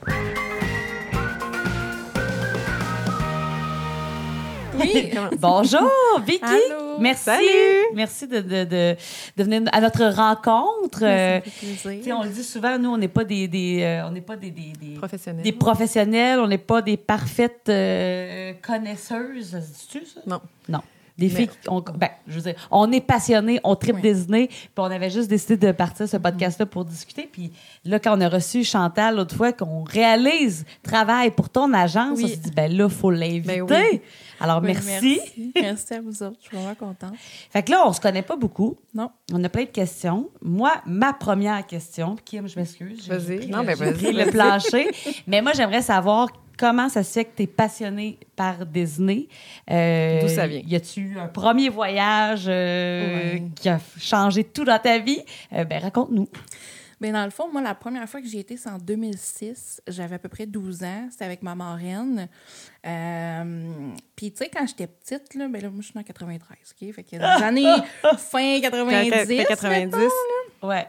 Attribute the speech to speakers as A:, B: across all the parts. A: Oui.
B: Bonjour, Vicky.
A: Allô.
B: Merci.
A: Salut.
B: Merci de, de, de, de venir à notre rencontre. Euh, tu sais,
A: plaisir.
B: on le dit souvent, nous, on n'est pas des, des, euh, on n'est pas des, des, des-
A: Professionnel.
B: des professionnels, on n'est pas des parfaites euh, connaisseuses. C'est-tu ça?
A: Non.
B: Non. Des
A: Mais-
B: filles, qui ont- ben, je veux dire, on est passionné, on tripe
A: Oui. Mm-hmm.
B: des idées, puis on avait juste décidé de partir ce podcast-là pour discuter. Puis là, quand on a reçu Chantal l'autre fois, qu'on réalise travail pour ton agence,
A: Oui.
B: on s'est dit, ben là, faut
A: Ben
B: l'inviter.
A: oui.
B: Alors,
A: Oui,
B: merci.
A: merci. Merci à vous autres. Je suis vraiment contente.
B: Fait que là, on se connaît pas beaucoup.
A: Non.
B: On a plein de questions. Moi, ma première question, puis Kim, je m'excuse. j'ai-
A: Vas-y.
B: j'ai pris
A: Non,
B: le-
A: ben,
B: j'ai
A: vas-y,
B: pris le
A: vas-y.
B: plancher. Mais moi, j'aimerais savoir comment ça se fait que tu es passionnée par Disney. Euh,
C: D'où ça vient?
B: Y a-tu eu un premier voyage euh,
A: Ouais.
B: qui a changé tout dans ta vie? Euh, ben, raconte-nous.
D: Ben dans le fond, moi, la première fois que j'y étais, c'est en 2006. J'avais à peu près 12 ans. C'était avec ma marraine. Euh, Puis, tu sais, quand j'étais petite, là, ben là, moi, je suis née en 93, OK? Fait que dans les années fin 90,
C: T'as- t'as 90.
D: mettons,
B: Ouais.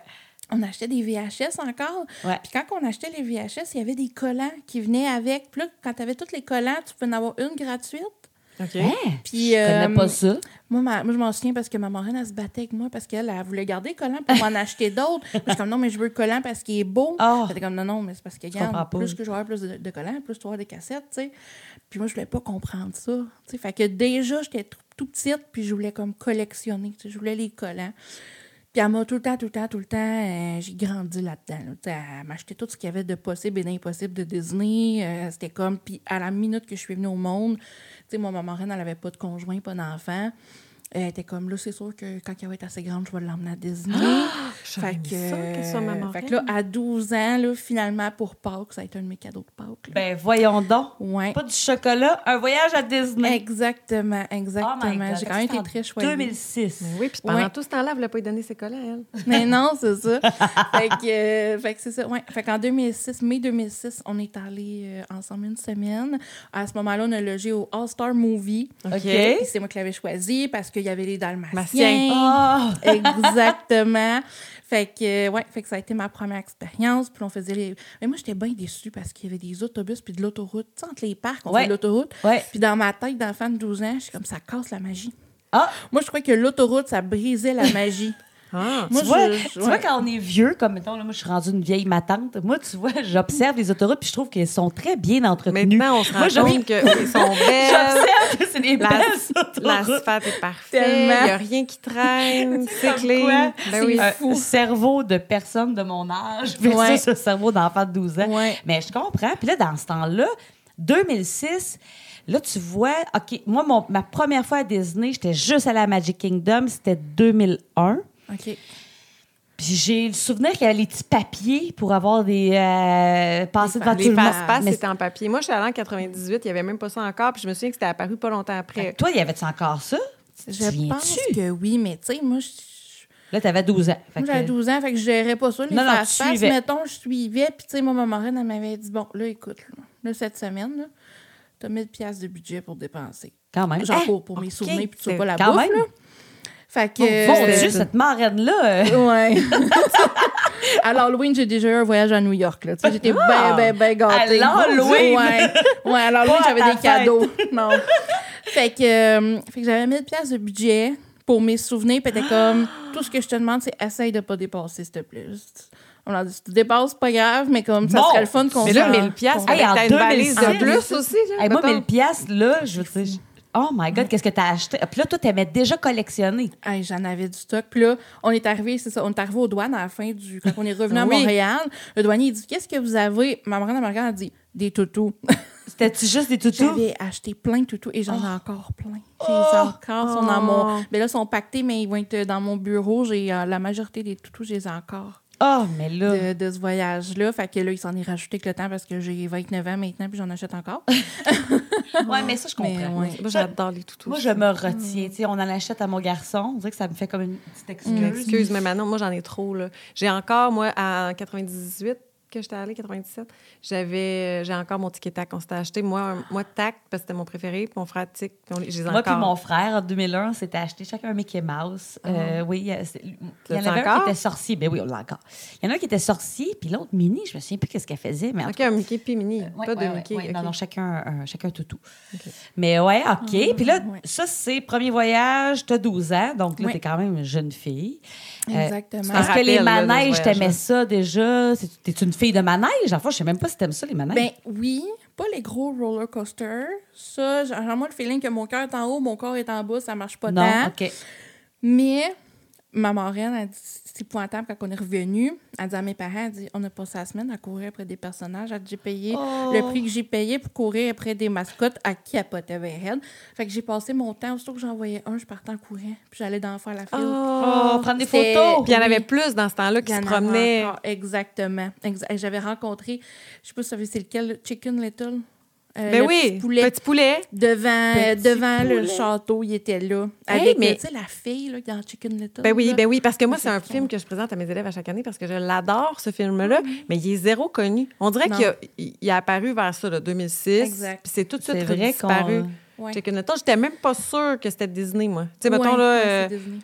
D: on achetait des VHS encore.
B: Ouais.
D: Puis quand on achetait les VHS, il y avait des collants qui venaient avec. Puis là, quand tu avais tous les collants, tu pouvais en avoir une gratuite.
C: OK.
B: Hein?
D: Puis,
B: je connais
D: euh,
B: pas ça.
D: Moi, ma- moi, je m'en souviens parce que ma marraine, elle se battait avec moi parce qu'elle elle voulait garder le collant pour m'en acheter d'autres. Moi, Je suis comme, non, mais je veux le collant parce qu'il est beau.
B: Ah!
D: Elle était comme, non, non, mais c'est parce que,
B: comprends
D: regarde,
B: pas.
D: plus que je vais avoir plus de, de collants, plus tu vas avoir des cassettes, tu sais. Puis moi, je voulais pas comprendre ça. Tu sais, fait que déjà, j'étais tout, tout petite, puis je voulais comme collectionner, tu sais, je voulais les collants. Puis elle m'a tout le temps, tout le temps, tout le temps, euh, j'ai grandi là-dedans. là. Tu sais, Elle m'achetait tout ce qu'il y avait de possible et d'impossible de Disney. Euh, C'était comme, puis à la minute que je suis venue au monde, tu sais, moi, ma marraine, elle n'avait pas de conjoint, pas d'enfant. Euh, Elle était comme, là, c'est sûr que quand elle va être assez grande, je vais l'emmener à Disney.
C: J'aurais aimé Ah! ça, qu'elle soit ma marraine.
D: fait que là, à 12 ans, là, finalement, pour Pâques, ça a été un de mes cadeaux de Pâques. là.
B: Ben, voyons donc.
D: ouais.
B: Pas du chocolat, un voyage à Disney.
D: Exactement,
B: Oh my
D: exactement.
B: God.
D: J'ai quand même
B: C'était
D: été
B: en
D: très choisie.
B: 2006.
C: Ben oui, puis pendant
D: Ouais.
C: tout ce temps-là, elle voulait pas lui donner ses collants, elle.
D: Mais non, c'est ça. fait que, euh, fait que c'est ça. Ouais. Fait qu'en 2006, mai 2006, on est allés euh, ensemble une semaine. À ce moment-là, on a logé au All-Star Movie.
B: OK.
D: Puis c'est moi qui l'avais choisi parce qu'il y avait les
C: Martiens.
D: Dalmatiens. Oh!
B: Ah!
D: Exactement. Fait que, euh, ouais, fait que ça a été ma première expérience. Puis on faisait les. Mais moi, j'étais bien déçue parce qu'il y avait des autobus puis de l'autoroute. Tu sais, entre les parcs, on
B: Ouais.
D: fait de l'autoroute.
B: Ouais.
D: Puis dans ma tête d'enfant de 12 ans, je suis comme ça casse la magie.
B: Ah!
D: Moi, je crois que l'autoroute, ça brisait la magie.
C: Ah.
D: Moi,
B: tu, vois,
D: je-
B: tu
D: ouais.
B: vois, quand on est vieux, comme mettons, là, moi, je suis rendue une vieille matante. Moi, tu vois, j'observe les autoroutes puis je trouve qu'elles sont très bien entretenues.
C: Maintenant, on se rend
B: Moi, je-
C: compte qu'ils sont belles.
B: J'observe que c'est des
C: La-
B: belles autoroutes.
C: L'asphalte est parfait. Il n'y
D: Tellement.
C: a rien qui traîne. C'est
B: Comme
C: clean.
B: quoi,
C: Ben oui.
B: un cerveau de personne de mon âge versus
D: Ouais.
B: ce cerveau d'enfant de 12 ans.
D: Ouais.
B: Mais je comprends. Puis là, dans ce temps-là, 2006, là, tu vois, OK, moi, mon- ma première fois à Disney, j'étais juste à la Magic Kingdom, c'était 2001.
D: OK.
B: Puis j'ai le souvenir qu'il y avait les petits papiers pour avoir des euh, passer devant tout
C: Les
B: le monde.
C: passe-passe,
B: Mais
C: c'était en papier. Moi, je suis allée en 98, il n'y avait même pas ça encore, puis je me souviens que c'était apparu pas longtemps après.
B: toi, il y avait-tu encore ça? Tu te
D: Je pense
B: souviens-tu?
D: que oui, mais tu sais, moi, je-
B: Là, t'avais 12 ans. Fait
D: moi,
B: que-
D: j'avais 12 ans, fait que je gérais pas ça. Les
B: Non, non, tu
D: fast-pass,
B: suivais.
D: mettons, je suivais. Puis, tu sais, moi, ma marraine, elle m'avait dit Bon, là, écoute, là, là, cette semaine, là, t'as 1000 piastres de budget pour dépenser.
B: Quand même.
D: Genre
B: Hein?
D: pour, pour mes
B: OK.
D: souvenirs, puis tu vois pas la
B: Quand
D: bouffe,
B: même. Oh,
D: là. Fait que.
B: Mon
D: euh,
B: Dieu, cette marraine-là. euh,
D: Ouais. à l'Halloween, j'ai déjà eu un voyage à New York. Là. Tu sais, J'étais bien, bien, bien gâtée.
B: Ah! À l'Halloween?
D: Ouais. ouais, à
B: Pas
D: l'Halloween,
B: à
D: j'avais
B: ta
D: des cadeaux. Non. Fait que, euh, fait que j'avais 1000 pièces de budget pour mes souvenirs. Puis t'es comme, tout ce que je te demande, c'est essaye de pas dépasser, s'il te plaît. Juste- On leur dit, si tu dépasses, pas grave, mais comme ça
B: Bon.
D: serait le fun qu'on
C: Mais là,
D: s'en-
C: 1000 piastres,
D: qu'on-
B: Hey, en
C: t'as une valise
B: 2006.
C: de plus aussi. là,
B: hey, moi,
C: mettons.
B: 1000 piastres, là, je veux dire... je- Oh my God, qu'est-ce que t'as acheté? Ah, Puis là, toi, t'aimais déjà collectionner.
D: Hey, j'en avais du stock. Puis là, on est arrivé, c'est ça, on est arrivé aux douanes à la fin du. Quand on est revenu à
C: Oui.
D: Montréal, le douanier, il dit Qu'est-ce que vous avez Ma marraine, elle me regarde, elle dit Des toutous.
B: C'était-tu juste des toutous?
D: J'avais acheté plein de toutous et j'en
B: Oh.
D: ai encore plein. J'ai les ai encore, ils sont dans mon. Mais là, ils sont pactés, mais ils vont être euh, dans mon bureau. J'ai euh, la majorité des toutous, j'ai encore
B: Oh, mais là...
D: de, de ce voyage-là. Fait que là, il s'en est rajouté avec le temps parce que j'ai 29 ans maintenant puis j'en achète encore.
B: Eh, Ouais, mais ça, je
D: Mais
B: comprends.
D: ouais.
C: Moi, j'adore les toutous.
B: Moi, je me
D: Mm.
B: retiens. Tu sais, on en achète à mon garçon. On dirait que ça me fait comme une petite excuse.
C: Excuse, mais maintenant, moi, j'en ai trop. là. J'ai encore, moi, en 98, que j'étais allée, 97, j'avais, euh, j'ai encore mon ticket tac. On s'était acheté, moi, moi tac, parce que c'était mon préféré, puis mon frère tic. puis on- je les ai
B: Ah. Moi
C: encore.
B: puis mon frère, en 2001, on s'était acheté chacun un Mickey Mouse. Euh, oui, il y a- c'est- il y en
C: Ah. L'as-tu
B: avait un
C: encore?
B: qui était sorcier. Ben oui, on l'a encore. Il y en a un qui était sorcier, puis l'autre mini, je me souviens plus qu'est-ce qu'elle faisait, mais en Euh,
C: OK, un Mickey puis Mini,
B: Ouais,
C: pas
B: ouais,
C: de
B: ouais,
C: Mickey.
B: ouais.
C: OK.
B: Non, non, chacun, un- chacun toutou. Mais ouais, OK.
C: Ah,
B: Puis là,
D: ouais.
B: ça, c'est premier voyage, t'as 12 ans, donc là,
D: Ouais.
B: t'es quand même une jeune fille. Euh,
D: Exactement.
B: Parce que les
C: Rappel, là, de ce
B: manèges, t'aimais
C: voyage-là.
B: ça déjà. C'est- T'es une fille de manège? Enfin, je sais même pas si t'aimes ça, les manèges.
D: Ben oui, pas les gros roller coasters. Ça, j'ai vraiment le feeling que mon cœur est en haut, mon corps est en bas, ça marche pas
B: non,
D: tant.
B: OK.
D: Mais ma marraine, elle dit, c'est épouvantable quand on est revenu. Elle dit à mes parents, elle dit, on a passé la semaine à courir après des personnages. Elle dit, j'ai payé
C: Oh.
D: le prix que j'ai payé pour courir après des mascottes à capoter vers elle. Fait que j'ai passé mon temps, aussitôt que j'en voyais un, je partais en courant. Puis j'allais d'en faire la file.
B: Oh, prendre des
D: c'est-
B: photos!
C: Puis il y en avait
D: Oui.
C: plus dans ce temps-là
D: Il
C: qui
D: y
C: se
D: en avait
C: promenaient.
D: encore. Exactement. Exa- et J'avais rencontré, je sais pas si vous savez c'est lequel, le Chicken Little. Euh,
C: Ben
D: le
C: oui,
D: petit poulet.
C: petit poulet.
D: Devant,
C: Petit
D: devant le
C: poulet.
D: château, il était là.
C: Hey,
D: Avec,
C: mais-
D: tu sais, la fille là, dans Chicken Little.
C: Ben oui,
D: là.
C: ben oui, parce que moi,
D: Ça,
C: c'est un
D: c'est
C: film que je présente à mes élèves à chaque année parce que je l'adore, ce film-là, mais il est zéro connu. On dirait
D: Mm-hmm. Non.
C: qu'il a, il- il est apparu vers ça, là, 2006,
D: Exact.
C: puis c'est tout de
B: C'est
C: suite
B: vrai
C: disparu.
B: qu'on-
D: Ouais.
C: Chicken Little, j'étais même pas sûre que c'était Disney, moi. Tu sais,
D: Ouais,
C: mettons, là,
D: ouais, c'est
C: euh,
D: Disney.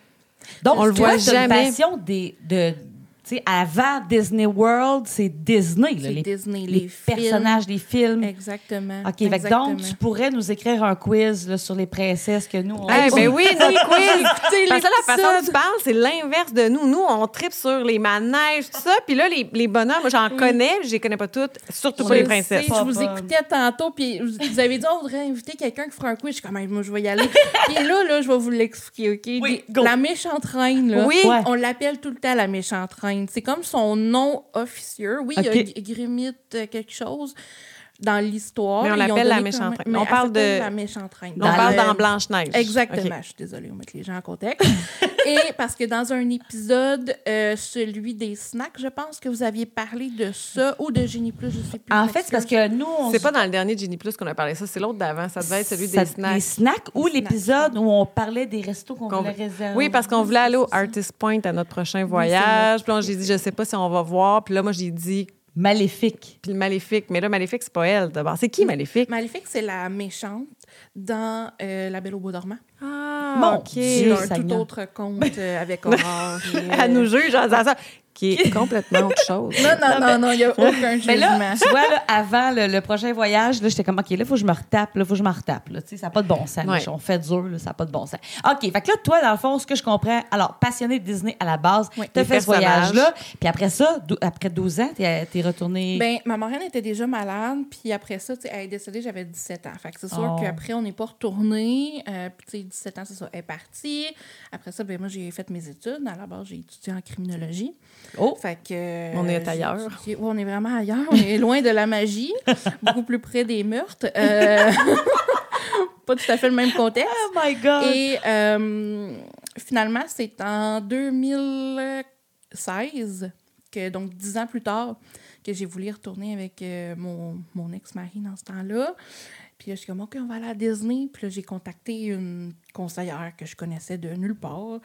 B: Donc,
C: On le
B: toi,
C: voit
B: t'as une
C: jamais.
B: passion des, de... Tu sais, avant Disney World, c'est Disney, là,
D: C'est
B: les,
D: Disney,
B: les
D: les films.
B: personnages, les films.
D: Exactement.
B: OK, fait que
D: Exactement.
B: donc, tu pourrais nous écrire un quiz là, sur les princesses que nous, on...
C: Eh ben oui, nous, le quiz!
D: Écoutez
C: Parce que là, la façon dont
D: l'épisode.
C: tu parles, c'est l'inverse de nous. Nous, on tripe sur les manèges, tout ça. Puis là, les, les bonhommes, j'en connais, je les connais pas toutes, surtout
B: On
C: pas les
B: le
C: princesses.
D: Tu sais, Je vous
B: Pas bonne.
D: écoutais tantôt, puis vous vous avez dit, on voudrait inviter quelqu'un qui fera un quiz. Je suis comme, Ah, moi, je vais y aller. puis là, là, je vais vous l'expliquer, OK?
B: Oui,
D: Des-
B: go.
D: La méchante reine, là.
C: Oui.
B: Ouais.
D: On l'appelle tout le temps la méchante reine. C'est comme son nom officieux. Oui,
B: OK.
D: il y a G- Grimit euh, quelque chose dans l'histoire.
C: Mais on
D: Ils ont
C: l'appelle la
D: donné
C: méchante
D: comme-
C: reine.
D: mais
C: On
D: elle
C: parle de-
D: s'appelle La méchante reine.
C: On parle
D: le-
C: dans Blanche-Neige.
D: Exactement.
C: OK.
D: Je suis désolée, on met les gens en contexte. Et parce que dans un épisode, euh, celui des snacks, je pense que vous aviez parlé de ça ou de Génie Plus, je sais plus.
B: En fait, c'est parce que nous, on
C: C'est
B: se-
C: pas dans le dernier Genie Plus qu'on a parlé ça, c'est l'autre d'avant. Ça devait être celui
B: ça-
C: des snacks.
B: Les snacks ou
D: Les snacks.
B: l'épisode où on parlait des restos qu'on
C: Qu'on-
B: voulait réserver.
D: Euh,
C: Oui, parce qu'on voulait aller au Artist Point à notre prochain voyage. Puis là, j'ai dit, je sais pas si on va voir. Puis là, moi, j'ai dit,
B: Maléfique.
C: puis le Maléfique. Mais là, Maléfique, c'est pas elle d'abord. C'est
D: Mm.
C: qui Maléfique?
D: Maléfique, c'est la méchante dans euh, La Belle au Beau Dormant.
C: Ah,
B: Mon
D: C'est
B: Dieu.
C: OK.
D: un tout
B: Seigneur.
D: autre conte euh, avec Aurore. et, euh,
C: Elle nous juge en disant ça, qui est complètement autre chose.
D: Non, non, non, non, il n'y a aucun
B: Mais
D: jugement.
B: là, tu vois, là, avant le, le prochain voyage, là, j'étais comme, OK, là, faut que je me retape, là, faut que je me retape, là. Tu sais, ça n'a pas de bon sens.
C: Ouais.
B: On fait dur, là, ça n'a pas de bon sens. OK, fait que là, toi, dans le fond, ce que je comprends, alors, passionné de Disney à la base,
D: Oui.
B: t'as
C: Les
B: fait ce
C: personnages.
B: voyage-là, puis après ça, dou- après 12 ans, t'es, t'es retourné.
D: Ben, ma marraine était déjà malade, puis après ça, tu sais, elle est décédée, j'avais 17 ans. Fait que c'est
B: Oh.
D: sûr qu'après, on n'est pas retourné. Euh, puis, tu sais, 17 ans, c'est ça, elle est partie. Après ça, ben, moi, j'ai fait mes études. À la base, j'ai étudié en criminologie.
B: oh!
D: Fait que, euh,
C: On est
D: j'ai
C: ailleurs.
D: étudié- ouais, on est vraiment ailleurs. On est loin de la magie, beaucoup plus près des meurtres. Euh, pas tout à fait le même contexte.
B: Oh my God!
D: Et euh, finalement, c'est en 2016, que, donc dix ans plus tard, que j'ai voulu y retourner avec euh, mon, mon ex-mari dans ce temps-là. Puis là, je suis comme, OK, on va aller à Disney. Puis là, j'ai contacté une conseillère que je connaissais de nulle part,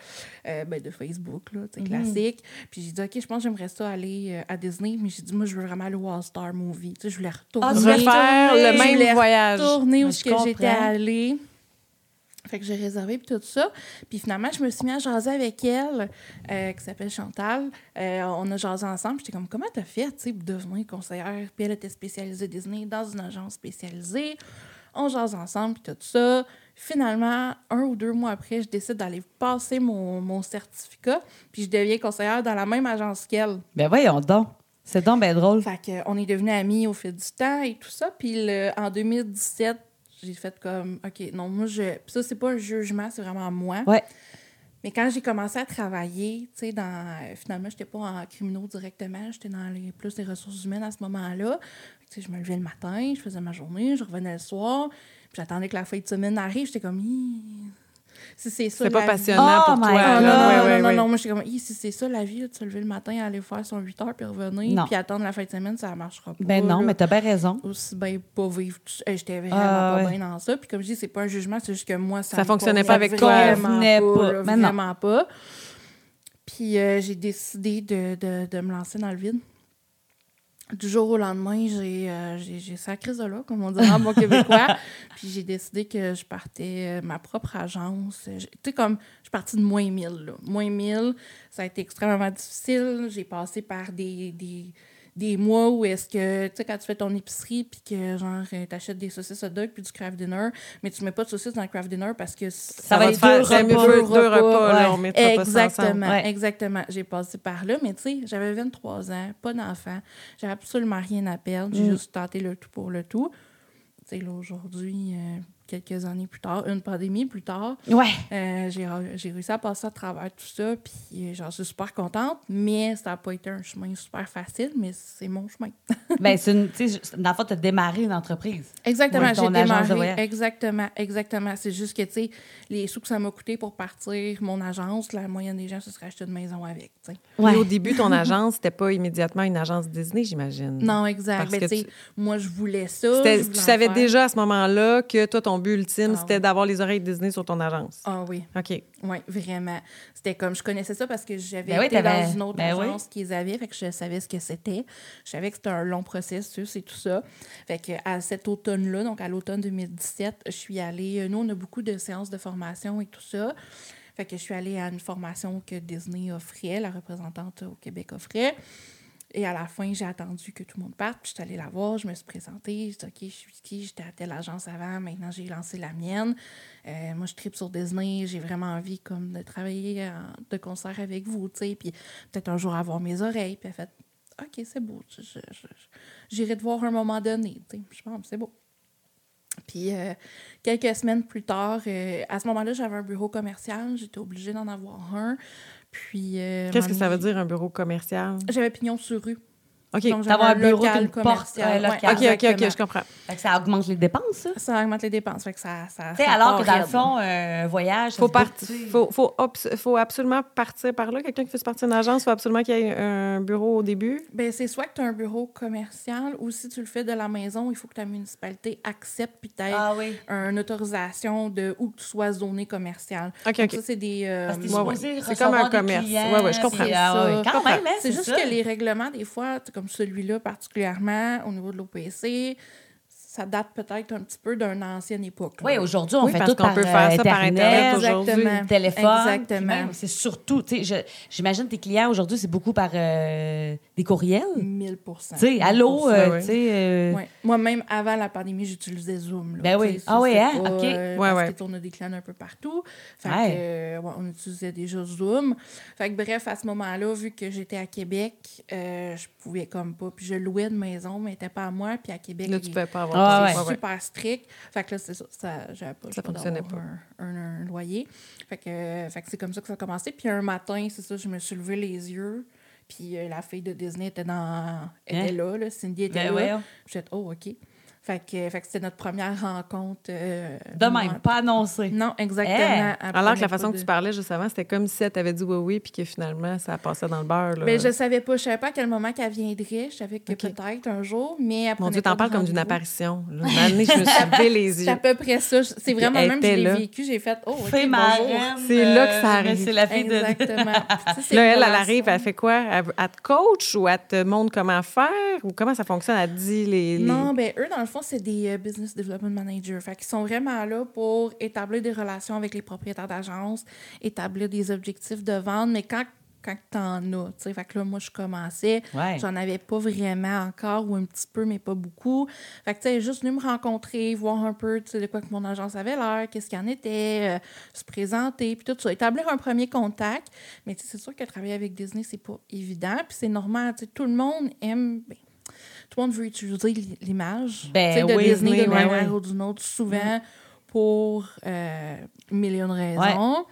D: euh, ben, de Facebook, là,
B: Mhm.
D: tu sais, classique. Puis j'ai dit, OK, je pense que j'aimerais ça aller euh, à Disney. Mais j'ai dit, moi, je veux vraiment aller au All-Star Movie. Tu sais, je voulais retourner.
B: Ah, tu veux
C: Refaire
B: retourner.
C: le
D: Je
C: même
D: voulais
C: voyage.
D: retourner où
B: Mais
D: ce
B: je
D: que j'étais
B: comprends.
D: allée. Fait que j'ai réservé puis tout ça. Puis finalement, je me suis mis à jaser avec elle, euh, qui s'appelle Chantal. Euh, on a jasé ensemble. J'étais comme, comment t'as fait, tu sais, pour devenir conseillère? Puis elle était spécialisée Disney dans une agence spécialisée. On jase ensemble puis tout ça. Finalement, un ou deux mois après, je décide d'aller passer mon, mon certificat. Puis je deviens conseillère dans la même agence qu'elle.
B: Ben voyons donc. C'est donc ben drôle.
D: Fait que, euh, on est devenus amis au fil du temps et tout ça. Puis le- en 2017, j'ai fait comme, OK, non, moi, je. Puis ça, c'est pas un jugement, c'est vraiment moi.
B: Ouais.
D: Mais quand j'ai commencé à travailler, tu sais, dans. euh, Finalement, j'étais pas en criminaux directement, j'étais dans les plus les ressources humaines à ce moment-là. Tu sais, je me levais le matin, je faisais ma journée, je revenais le soir, puis j'attendais que la fin de semaine arrive, j'étais comme, Hi. si c'est ça.
C: C'est pas
D: la vie.
C: passionnant
B: Oh
C: pour
B: my
C: toi.
B: God.
C: là.
D: Ah, non, non,
C: Ouais, ouais,
D: non,
C: ouais.
D: non, moi, j'étais comme, Hi, si c'est ça la vie, là, de se lever le matin, aller faire son 8 heures, puis revenir,
B: Non.
D: puis attendre la fin de semaine, ça marchera pas.
B: Ben non,
D: là.
B: mais t'as bien raison.
D: Aussi bien pas vivre. tout ça. Hey, J'étais vraiment
B: Ah,
D: pas
B: ouais.
D: bien dans ça. Puis comme je dis, c'est pas un jugement, c'est juste que moi, ça.
C: Ça
D: me
C: fonctionnait pas
D: convenait
C: avec toi.
D: vraiment
B: Convenait pas.
D: pas. là,
C: Ben
B: Mais non.
D: Vraiment pas. Puis euh, j'ai décidé de, de- de me lancer dans le vide. du jour au lendemain, j'ai euh, j'ai- j'ai sacré ça là, comme on dit en bon québécois. Puis j'ai décidé que je partais euh, ma propre agence. J'ai- Tu sais, comme, je suis partie de moins 1000, là. Moins 1000, ça a été extrêmement difficile. J'ai passé par des, des, des mois où est-ce que, tu sais, quand tu fais ton épicerie, puis que, genre, euh, t'achètes des saucisses hot dog puis du craft dinner, mais tu mets pas de saucisses dans le craft dinner parce que ça
B: va
D: va
B: te
D: être
B: faire
D: deux
B: ça
D: repas.
B: me
C: mieux deux
D: deux
C: repas,
D: repas,
C: là,
D: ouais.
C: on mettra pas ça ensemble.
D: Exactement,
B: Ouais.
D: exactement. J'ai passé par là, mais tu sais, j'avais 23 ans, pas d'enfant, j'avais absolument rien à perdre,
B: Mm.
D: j'ai juste tenté le tout pour le tout. Tu sais, là, aujourd'hui, euh, quelques années plus tard, une pandémie plus tard,
B: Ouais.
D: euh, j'ai re- j'ai réussi à passer à travers tout ça, puis euh, j'en suis super contente, mais ça n'a pas été un chemin super facile, mais c'est mon chemin.
B: Ben, c'est une. Tu sais, dans le fond, t'as démarré une entreprise.
D: Exactement,
B: Ouais,
D: j'ai
B: ton agence de
D: démarré.
B: voyage.
D: Exactement, exactement. C'est juste que, tu sais, les sous que ça m'a coûté pour partir, mon agence, la moyenne des gens, ce serait acheter une maison avec, tu sais.
C: Et au début, ton agence, c'était pas immédiatement une agence Disney, j'imagine.
D: Non, exact.
C: Parce
D: Ben,
C: que
D: tu sais,
C: tu-
D: moi, je voulais ça.
C: C'était-
D: je voulais
C: Tu
D: en
C: savais
D: faire.
C: déjà à ce moment-là que toi, ton but ultime,
D: Ah
C: c'était
D: oui.
C: d'avoir les oreilles Disney sur ton agence.
D: Ah oui,
C: OK.
D: oui, vraiment. C'était comme, je connaissais ça parce que j'avais
B: Ben oui,
D: été dans
B: t'avais-
D: une autre
B: ben oui.
D: agence qu'ils avaient, fait que je savais ce que c'était. Je savais que c'était un long processus et tout ça. Fait que à cet automne-là, donc à l'automne 2017, je suis allée, euh, nous, on a beaucoup de séances de formation et tout ça. Fait que je suis allée à une formation que Disney offrait, la représentante au Québec offrait. Et à la fin, j'ai attendu que tout le monde parte. Puis je suis allée la voir, je me suis présentée. J'ai dit, OK, je suis qui? J'étais à telle agence avant, maintenant j'ai lancé la mienne. Euh, moi, je tripe sur Disney. J'ai vraiment envie comme de travailler en- de concert avec vous, tu sais. Puis peut-être un jour avoir mes oreilles. Puis elle fait, OK, c'est beau. Je- je- je- je- J'irai te voir à un moment donné. tu sais. Je pense, c'est beau. Puis euh, quelques semaines plus tard, euh, à ce moment-là, j'avais un bureau commercial. J'étais obligée d'en avoir un. Puis. euh,
C: Qu'est-ce que ça
D: m'amener-
C: veut dire, un bureau commercial?
D: J'avais pignon sur rue.
C: OK.
D: Donc,
B: T'avoir
D: j'avais
B: un bureau
D: local
B: puis une porte,
D: commercial.
B: euh,
D: Ouais,
B: locale.
C: OK, OK,
D: exactement.
C: OK, je comprends.
B: Fait que ça augmente les dépenses, ça.
D: Ça augmente les dépenses. Fait que ça, ça,
B: Tu sais,
D: ça
B: alors que
D: part
B: dans le
D: raide.
B: fond, euh, un voyage. ça
C: Faut
B: se peut que
C: parti-
B: tu-
C: faut, faut, obs- faut absolument partir par là. Quelqu'un qui fait se partir d'une agence, il faut absolument qu'il y ait un bureau au début.
D: Ben, c'est soit que tu as un bureau commercial ou si tu le fais de la maison, il faut que ta municipalité accepte puis tu
B: Ah oui.
C: Euh,
D: une autorisation de où que tu sois zoné commercial.
C: OK,
D: Donc,
C: OK.
D: Ça, c'est des. euh,
B: Parce que t'es
C: Ouais, ouais.
B: supposé
C: C'est comme
B: recevoir
C: un
B: des
C: commerce.
B: clients,
C: Ouais, ouais, je comprends.
B: puis, ah ouais,
D: C'est
B: quand
D: ça.
B: même, hein,
D: C'est juste
B: ça.
D: que les règlements, des fois, c'est comme celui-là particulièrement, au niveau de l'OPC, ça date peut-être un petit peu d'une ancienne époque. là.
B: Oui, aujourd'hui, on
C: Oui,
B: fait
C: parce
B: tout
C: qu'on
B: par,
C: peut
B: euh,
C: faire ça par Internet
B: Internet,
C: aujourd'hui.
D: Exactement.
B: téléphone.
D: Exactement.
B: puis même, C'est surtout, tu sais, je- j'imagine tes clients aujourd'hui, c'est beaucoup par euh, des courriels.
D: 1000
B: Tu sais, allô, euh,
C: Mm. ouais.
B: tu sais. euh,
D: Ouais. Moi-même, avant la pandémie, j'utilisais Zoom. là.
B: Ben oui.
D: Tu sais,
B: Ah oui,
D: c'était
B: hein?
D: pas,
B: OK.
D: euh,
C: Ouais,
D: parce
C: ouais.
D: que on a des clans un peu partout. Fait
B: Ouais.
D: que, euh, ouais, on utilisait déjà Zoom. Fait que, bref, à ce moment-là, vu que j'étais à Québec, euh, je pouvais comme pas. Puis je louais une maison, mais elle n'était pas à moi. Puis à Québec,
C: Là,
D: les-
C: tu peux pas avoir
B: Ah,
C: ça.
D: c'est
C: Ouais, ouais.
D: super strict. Fait que là, c'est ça. Ça, j'avais pas, le
C: Ça
D: choix
C: fonctionnait
D: d'avoir Un, un- un loyer. Fait que, euh, fait que c'est comme ça que ça a commencé. Puis un matin, c'est ça, je me suis levé les yeux. Puis euh, la fille de Disney était, dans, était
B: Hein?
D: là, là, Cindy était
B: Ben
D: là.
B: voyons.
D: Puis j'ai fait, oh, OK. Fait que, fait que c'était notre première rencontre. euh,
B: De même, Eh!
D: moi-
B: pas annoncé.
D: Non,
B: Hey!
D: exactement. Elle
C: Alors que
D: prenait
C: la
D: pas
C: façon que
D: de-
C: tu parlais juste avant, c'était comme si elle t'avait dit oui, oui, puis que finalement, ça passait dans le beurre. là.
D: Ben, je savais pas, je savais pas à quel moment qu'elle viendrait. Je savais que
C: OK.
D: peut-être un jour, mais elle
C: Mon
D: prenait
C: Dieu,
D: pas
C: t'en
D: de
C: parles comme d'une
D: rendez-vous.
C: apparition. Là. Un moment donné, je me suis levé les
D: C'est à
C: yeux.
D: peu près ça. Je- C'est vraiment
C: elle
D: même, je
C: était là.
D: l'ai vécu, j'ai fait, oh, OK,
B: Fais ma
D: bonjour.
B: reine,
C: C'est là que ça
B: euh,
C: arrive.
B: mais C'est la fille de.
D: Exactement. Puis, tu sais, c'est
C: Là,
D: une
C: elle, elle
D: relation.
C: arrive, elle fait quoi? Elle, elle te coach ou elle te montre comment faire? Ou comment ça fonctionne? Elle te dit les... les-
D: Non, ben eux, dans le fond, c'est des euh, business development managers. Fait qu'ils sont vraiment là pour établir des relations avec les propriétaires d'agences, établir des objectifs de vente, mais quand quand t'en as, tu sais. Fait que là, moi, je commençais,
B: Ouais.
D: j'en avais pas vraiment encore, ou un petit peu, mais pas beaucoup. Fait que, tu sais, juste venue me rencontrer, voir un peu, tu sais, de quoi que mon agence avait l'air, qu'est-ce qu'il y en était, euh, se présenter, puis tout ça. Établir un premier contact. Mais, tu sais, c'est sûr que travailler avec Disney, c'est pas évident, puis c'est normal, tu sais, tout le monde aime... ben, tout le monde veut utiliser l- l'image
B: Ben
D: tu sais, de
B: oui,
D: Disney
B: Disney,
D: d'une
B: ouais,
D: manière
B: ouais.
D: ou d'une autre, souvent pour euh, millions de raisons.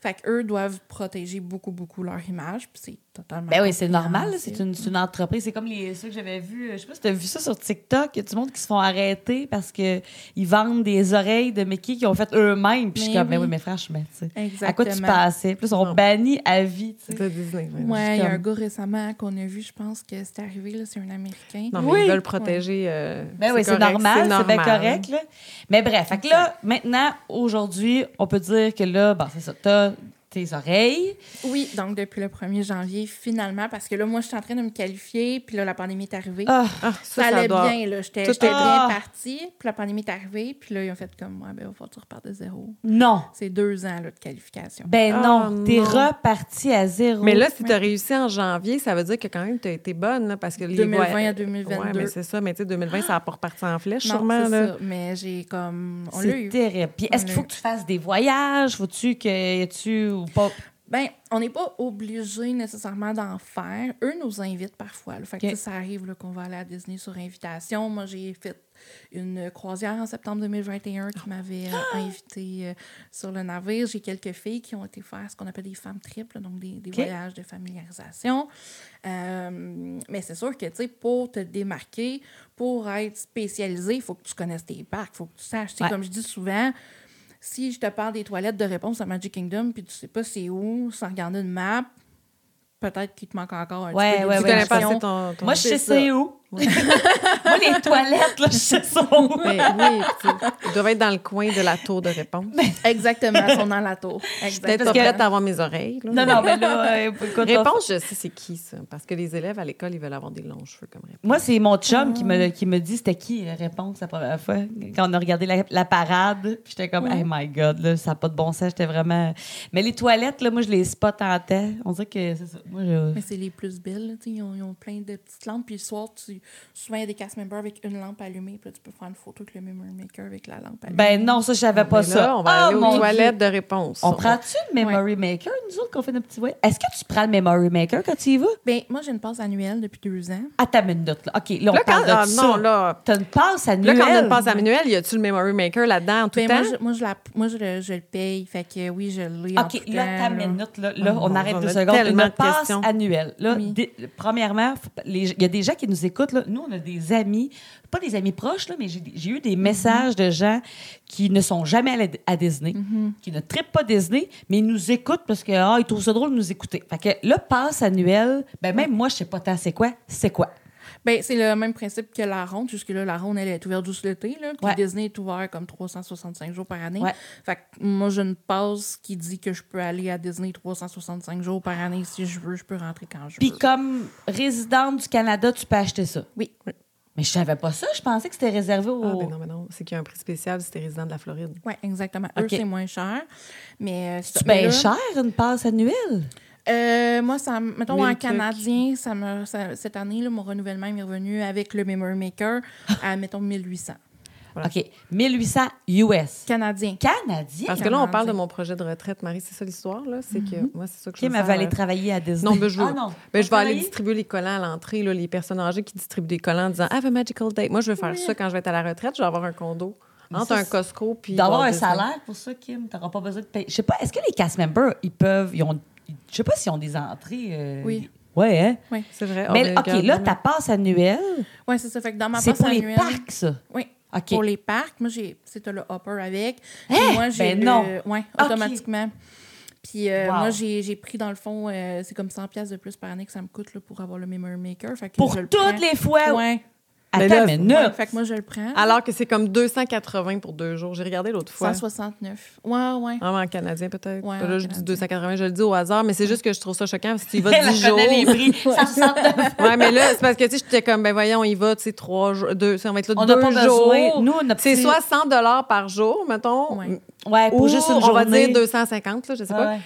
D: Fait qu'eux doivent protéger beaucoup, beaucoup leur image, puis c'est totalement...
B: Ben oui, c'est normal, là, c'est
D: compréhensible.
B: une, c'est une entreprise. C'est comme les, ceux que j'avais vus. euh, Je sais pas si tu as vu ça sur TikTok. Il y a du monde qui se font arrêter parce qu'ils vendent des oreilles de Mickey qu'ils ont faites eux-mêmes. Puis je suis
D: Mais
B: comme, mais oui,
D: oui.
B: mais franchement, tu sais.
D: Exactement.
B: À quoi tu passais? Plus, on
C: Non.
B: bannit à vie, tu sais.
C: de Disney. ouais.
D: Ouais, il y a
B: Comme-
D: un gars récemment qu'on a vu, je pense que c'est arrivé, là, c'est un Américain.
C: Non, mais
B: Oui.
C: ils veulent protéger... euh,
B: Ben oui, c'est
C: correct,
B: normal, c'est bien
C: normal.
B: correct. Là. Mais bref, fait que là, maintenant, aujourd'hui, on peut dire que là, bon, c'est ça, t'as- t'es- tes oreilles.
D: Oui, donc depuis le 1er janvier, finalement, parce que là, moi, je suis en train de me qualifier, puis là, la pandémie est arrivée.
B: Ah,
C: Ah,
D: ça, allait bien, là. J'étais
C: Tout
D: j'étais
B: est-
D: bien
B: Ah!
D: partie, puis la pandémie est arrivée, puis là, ils ont fait comme moi, ben, il va falloir que tu repars de zéro.
B: non.
D: C'est deux ans, là, de qualification.
B: Ben
C: Ah,
B: non, t'es
C: non.
B: reparti à zéro.
C: Mais là, si tu as réussi en janvier, ça veut dire que quand même, tu as été bonne, là, parce que les
D: 2020
C: voix-
D: à 2022.
C: Ouais, mais c'est ça. Mais tu sais, 2020, ça n'a pas reparti en flèche,
D: non,
C: sûrement.
D: c'est
C: là.
D: ça. Mais j'ai comme. On l'a
B: c'est
D: eu.
B: terrible. Puis est-ce qu'il
D: On
B: faut
D: l'a
B: que tu fasses des voyages? Faut-tu que tu ou pas?
D: Ben, on n'est pas obligé nécessairement d'en faire. Eux nous invitent parfois. là. Fait que,
B: Ok.
D: tu sais, ça arrive là, qu'on va aller à Disney sur invitation. Moi, j'ai fait une croisière en septembre 2021 qui m'avait
B: Ah!
D: euh, invitée euh, sur le navire. J'ai quelques filles qui ont été faire ce qu'on appelle des femmes triples, donc des, des
B: Ok.
D: voyages de familiarisation. Euh, mais c'est sûr que, tu sais, pour te démarquer, pour être spécialisé, il faut que tu connaisses tes parcs, il faut que tu saches. Tu sais,
B: Ouais.
D: Comme je dis souvent, si je te parle des toilettes de réponse à Magic Kingdom, puis tu sais pas c'est où, sans regarder une map, peut-être qu'il te manque encore un
B: Ouais,
D: petit peu
B: ouais,
C: Tu
B: ouais,
C: connais
B: je
C: pas
D: d'éducation.
C: assez ton. ton-
B: Moi, je sais
D: c'est
B: c'est
D: ça.
B: où. Moi, les toilettes, là, je sais ça où.
C: Mais oui, tu ils doivent être dans le coin de la tour de réponse.
D: Ben, Exactement, ils sont dans la tour.
C: Peut-être pas
D: Exactement.
C: prête à avoir mes oreilles. là.
B: Non, non, mais là, euh, écoute,
C: Réponse, je sais c'est qui ça. Parce que les élèves à l'école, ils veulent avoir des longs cheveux comme réponse.
B: Moi, c'est mon chum qui
C: Mm.
B: me, qui me dit c'était qui la réponse la première fois quand on a regardé la, la parade. Puis j'étais comme, hey my God, là, ça n'a pas de bon sens. J'étais vraiment. Mais les toilettes, là, moi, je les spot en tête. On dirait que c'est ça. Moi, je-
D: Mais c'est les plus belles, là, tu sais, ils ont, ils ont plein de petites lampes. Puis le soir, tu, souvent, il y a des cast members avec une lampe allumée. Puis là, tu peux faire une photo avec le memory maker avec la lampe allumée.
B: Ben non, ça, je savais pas
C: Mais là,
B: ça.
C: on va
B: Ah,
C: aller
B: mon
C: aux
B: Dieu.
C: toilettes de réponse.
B: On prend-tu le Memory Maker, nous autres, qu'on fait nos petits voyages? Est-ce que tu prends le Memory Maker quand tu y vas?
D: Ben, moi, j'ai une passe annuelle depuis deux ans.
B: À ta minute, là. OK, là, on
C: Là, quand,
B: parle de
C: ah,
B: ça.
C: non, là,
B: T'as une passe
C: là,
B: annuelle.
C: quand on a une passe à manuel, y a-tu le memory maker là-dedans en tout
D: Ben,
C: temps?
D: moi, je, moi, je, la, moi je, le, je le paye. Fait que oui, je l'ai. en
B: OK,
D: tout
B: là,
D: temps,
B: ta
D: là.
B: minute, là, là,
C: Oh,
B: on
C: on
B: arrête
C: en
B: deux
C: a
B: secondes.
C: tellement
B: Une
C: de
B: passe
C: questions.
B: annuelle. Là,
D: Oui.
B: dé- premièrement, faut pas- les- il y a des gens qui nous écoutent. Là. Nous, on a des amis, pas des amis proches, là, mais j'ai j'ai eu des
C: Mhm.
B: messages de gens qui ne sont jamais allés à Disney,
C: Mhm.
B: qui ne trippent pas Disney, mais ils nous écoutent parce que ah, ils trouvent ça drôle de nous écouter. Fait que le passe annuel, ben même moi, je sais pas tant c'est quoi, c'est quoi.
D: Ben, c'est le même principe que la ronde. Jusque-là, la ronde, elle est ouverte juste l'été. Là, puis
B: Ouais.
D: Disney est ouvert comme 365 jours par année.
B: Ouais.
D: Fait que moi, j'ai une passe qui dit que je peux aller à Disney 365 jours par année. Si je veux, je peux rentrer quand je
B: Puis
D: veux.
B: comme résidente du Canada, tu peux acheter ça.
D: Oui.
B: Mais je savais pas ça. Je pensais que c'était réservé
C: Ah,
B: aux...
C: ben non, mais non. C'est qu'il y a un prix spécial si t'es résident de la Floride.
D: Oui, exactement. Eux,
B: OK. Ben,
D: c'est moins cher. Mais euh,
B: tu
D: mais
B: payes
D: là,
B: cher une passe annuelle.
D: euh, moi, ça, me- mettons, en
C: Mille quelques.
D: canadien, ça me, ça- cette année, là, mon renouvellement m'est revenu avec le Memory Maker à, mettons, 1800.
C: Voilà.
B: OK. 1800 US.
D: Canadien.
B: Canadien.
C: Parce que là, on parle
D: Canadien.
C: de mon projet de retraite, Marie. C'est ça l'histoire, là? C'est que moi, c'est ça que je
B: Kim,
C: veux
B: Mm-hmm. elle va
C: faire,
B: aller
C: euh,
B: travailler à Disney.
C: Non, ben, je veux-
B: Ah non.
C: ben, je vais aller
B: Travailler?
C: distribuer les collants à l'entrée, là, les personnes âgées qui distribuent des collants en disant Have a magical date. Moi, je veux faire ça quand je vais être à la retraite. Je vais avoir un condo
B: Mais
C: entre
B: ça,
C: un
B: c'est-
C: Costco puis.
B: D'avoir
C: Walt
B: un
C: Disney.
B: salaire pour ça, Kim, t'auras pas besoin de payer. Je sais pas, est-ce que les cast members, ils peuvent. Ils ont, je sais pas s'ils ont des entrées. euh,
D: Oui.
B: Ouais, hein?
D: Oui,
C: C'est vrai.
B: Mais
C: Oh,
B: OK,
C: regarde,
B: là,
C: non,
B: ta passe annuelle,
D: ouais, c'est ça. Fait que dans ma
B: c'est
D: passe
B: pour les
D: annuelle-
B: parcs, ça.
D: Oui.
B: OK.
D: Pour les parcs, moi, j'ai, c'est t'as le hopper avec.
B: Hein?
D: Puis Moi, j'ai
B: Ben
D: le-
B: non.
D: ouais,
B: Ok.
D: automatiquement. Puis euh,
B: Wow.
D: moi, j'ai, j'ai pris, dans le fond, euh, c'est comme 100 pièces de plus par année que ça me coûte là, pour avoir le Memory Maker. Fait que
B: Pour
D: je le prends.
B: toutes les fois. où-
D: Ouais.
C: Mais
B: Attends,
C: là,
B: mais
D: Ouais,
B: neuf.
D: Fait que moi, je le prends.
C: Alors que c'est comme 280 pour deux jours. J'ai regardé l'autre fois.
D: 169. Ouais, ouais.
C: Ah, mais en canadien, peut-être.
D: Ouais,
C: là,
D: en
C: je dis
D: canadien.
C: 280, je le dis au hasard, mais c'est juste que je trouve ça choquant. Si tu y vas
B: Elle
C: 10 jours.
B: connaît les prix. 169.
C: ouais, mais là, c'est parce que, tu sais, j'étais comme, ben voyons, on y va, tu sais, trois jours, deux, on va être là
B: On n'a
C: deux
B: pas
C: jours.
B: besoin. Nous, on a
C: C'est
B: petit-
C: soit 100 dollars par jour, mettons.
D: Ouais.
B: Ouais, pour
C: ou
B: juste une
C: on va
B: journée.
C: dire 250, là, je sais
B: Ouais,
C: pas.
B: ouais.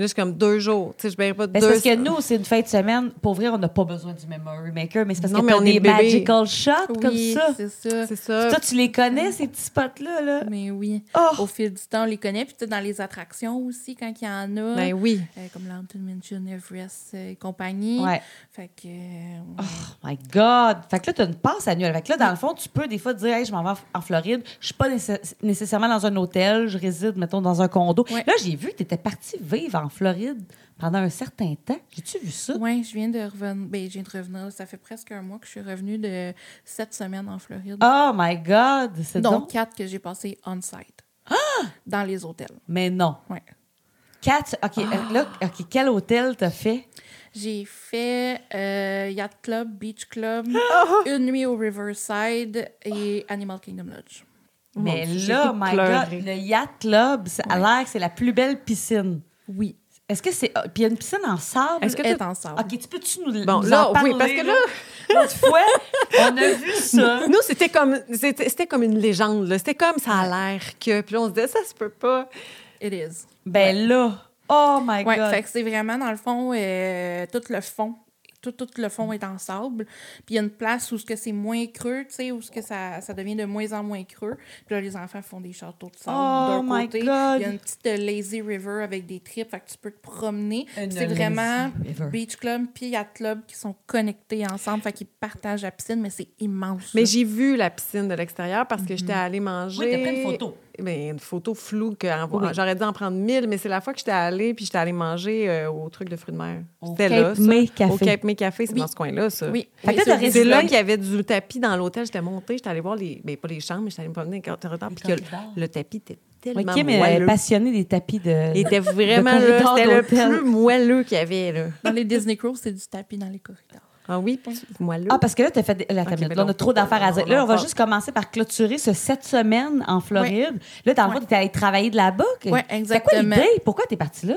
C: Juste comme deux jours. Tu sais, je paierai pas
B: Ben,
C: deux.
B: c'est parce que nous, c'est une fin de semaine. Pour vrai, on n'a pas besoin du Memory Maker, mais c'est parce
C: Non,
B: que
C: mais
B: t'as
C: on
B: des
C: est bébé.
B: magical shots comme
D: Oui,
B: ça. hein.
D: c'est ça.
C: C'est ça.
B: Toi, tu les connais, ces petits spots-là, là?
D: Mais oui.
B: Oh!
D: Au fil du temps, on les connaît. Puis tu sais, dans les attractions aussi, quand il y en a.
C: Ben oui.
D: euh, comme la Haunted Mansion, Everest euh, et compagnie.
B: Ouais.
D: Fait que. euh,
B: Oh my God! Fait que là, t'as une passe annuelle. Fait que là, dans le fond, tu peux des fois dire, hey, je m'en vais en- en Floride, je suis pas nécess- nécessairement dans un hôtel, je réside, mettons, dans un condo.
D: Ouais.
B: Là, j'ai vu que t'étais partie vivre en Floride pendant un certain temps. J'ai-tu vu ça?
D: Oui, je viens de revenir. Ben, je viens de revenir. Ça fait presque un mois que je suis revenue de sept semaines en Floride.
B: Oh my God! C'est
D: dont
B: donc. Ah!
D: quatre que j'ai passées on-site. Dans les hôtels.
B: Mais non.
D: Ouais.
B: Quatre. OK, euh, là, OK, quel hôtel t'as fait?
D: J'ai fait euh, Yacht Club, Beach Club,
B: Ah!
D: une nuit au Riverside et Animal Kingdom Lodge.
B: Mais
C: Mon Dieu, j'ai
B: là,
C: le goût de
B: my
C: pleurer.
B: God, le Yacht Club, ça a l'air que c'est la plus belle piscine.
D: Oui.
B: Est-ce que c'est. ah, Puis il y a une piscine en sable.
D: Est-ce que
B: Elle
D: t'es en sable?
B: OK, tu Ah. peux-tu nous,
C: Bon,
B: nous
C: là,
B: en parler?
C: oui, parce que là-
B: L'autre fois, on a vu ça.
C: Nous, c'était comme, c'était c'était comme une légende. là. C'était comme ça a l'air que. Puis là, on se disait, ça se peut pas.
D: It is.
B: Ben là, oh my
D: Ouais,
B: God.
D: fait que c'est vraiment dans le fond, euh, tout le fond. Tout, tout le fond est en sable. Puis il y a une place où ce que c'est moins creux, tu sais, où ce que ça, ça devient de moins en moins creux. Puis là, les enfants font des châteaux de
B: Oh
D: sable d'un
B: my
D: côté.
B: God.
D: Il y a une petite euh, lazy river avec des trips, fait que tu peux te promener.
B: Une
D: Puis C'est vraiment
B: lazy river.
D: Beach Club puis Yacht Club qui sont connectés ensemble, fait qu'ils partagent la piscine, mais c'est immense.
C: Mais
D: là.
C: j'ai vu la piscine de l'extérieur parce que j'étais allée manger.
B: Mm-hmm. Oui, t'as pris une photo.
C: Mais une photo floue que en-
B: Oui.
C: j'aurais dû en prendre mille, mais c'est la fois que j'étais allée puis j'étais allée manger euh, au truc de fruits de mer.
B: Au
C: C'était
B: Cape
C: là. ça.
B: May Café.
C: Au Cape May Café, c'est
D: Oui.
C: dans ce coin-là, ça.
D: oui,
B: Fait que
D: oui,
B: là, t'as
D: c'est-
C: C'est
B: Résident.
C: là qu'il y avait du tapis dans l'hôtel. J'étais montée, j'étais allée voir les, ben, pas les chambres, mais j'étais allée me promener quand retard, puis que le,
B: corridors. euh,
C: le tapis était
B: Oui,
C: tellement
B: Kim est
C: moelleux.
B: passionnée des tapis de.
C: Il était vraiment
B: de
C: là,
B: corridor
C: c'était le
B: d'hôtel.
C: plus moelleux qu'il y avait là.
D: Dans les Disney Cruise, c'est du tapis dans les corridors.
C: Ah oui, puis moelleux.
B: Ah, parce que là, tu as fait. des- La
C: Ok,
B: tablette.
C: ben
B: Là, on a
C: donc,
B: trop d'affaires à dire. Là, on va
C: encore.
B: juste commencer par clôturer ce sept semaines en Floride. Là, dans le fond,
D: Ouais.
B: t'es allée travailler de là-bas. que-
D: Ouais,
B: C'est quoi
D: exactement.
B: l'idée? Pourquoi t'es partie là?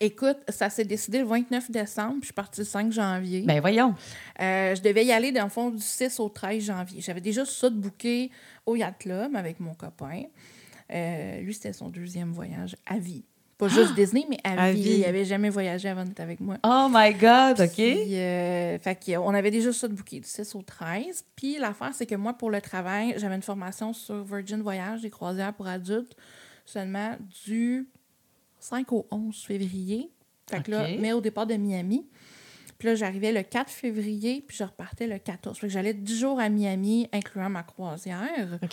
D: Écoute, ça s'est décidé le 29 décembre, puis je suis partie le 5 janvier.
B: Ben voyons.
D: Euh, je devais y aller, dans le fond, du 6 au 13 janvier. J'avais déjà ça de bouquet au Yacht Club avec mon copain. Euh, lui, c'était son deuxième voyage à vie. Pas juste Disney, mais à,
C: À
D: vie.
C: vie.
D: Il n'avait jamais voyagé avant d'être avec moi.
B: Oh my God, OK.
D: Puis, euh, fait que, euh, on avait déjà ça de bouquet, du 6 au 13. Puis l'affaire, c'est que moi, pour le travail, j'avais une formation sur Virgin Voyage et croisières pour adultes seulement du 5 au 11 février. Fait que là,
B: OK.
D: mais au départ de Miami. Puis là, j'arrivais le 4 février, puis je repartais le 14. Fait que j'allais 10 jours à Miami, incluant ma croisière.
C: OK.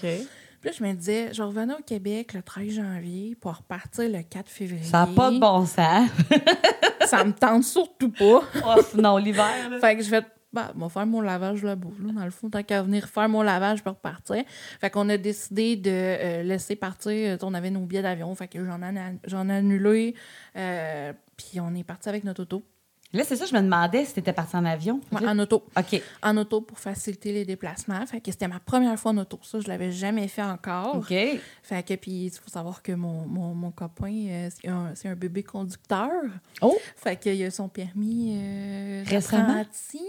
D: Puis là, je me disais, je revenais au Québec le 13 janvier pour repartir le 4 février.
B: Ça n'a pas de bon sens.
D: Ça me tente surtout pas.
B: Oh, non, l'hiver, là.
D: Fait que je vais bah, moi faire mon lavage là-bas. Là, dans le fond, tant qu'à venir faire mon lavage, je peux repartir. Fait qu'on a décidé de euh, laisser partir. euh, On avait nos billets d'avion. Fait que j'en ai, annu- j'en ai annulé. euh, puis on est parti avec notre auto.
B: Là, c'est ça, je me demandais si t'étais partie en avion.
D: Ouais, en auto.
B: OK.
D: En auto pour faciliter les déplacements. Fait que c'était ma première fois en auto. Ça, je l'avais jamais fait encore.
B: OK.
D: Fait que, puis, il faut savoir que mon, mon, mon copain, euh, c'est un, c'est un bébé conducteur.
B: Oh!
D: Fait qu'il a son permis euh,
B: Récemment?
D: d'apprenti.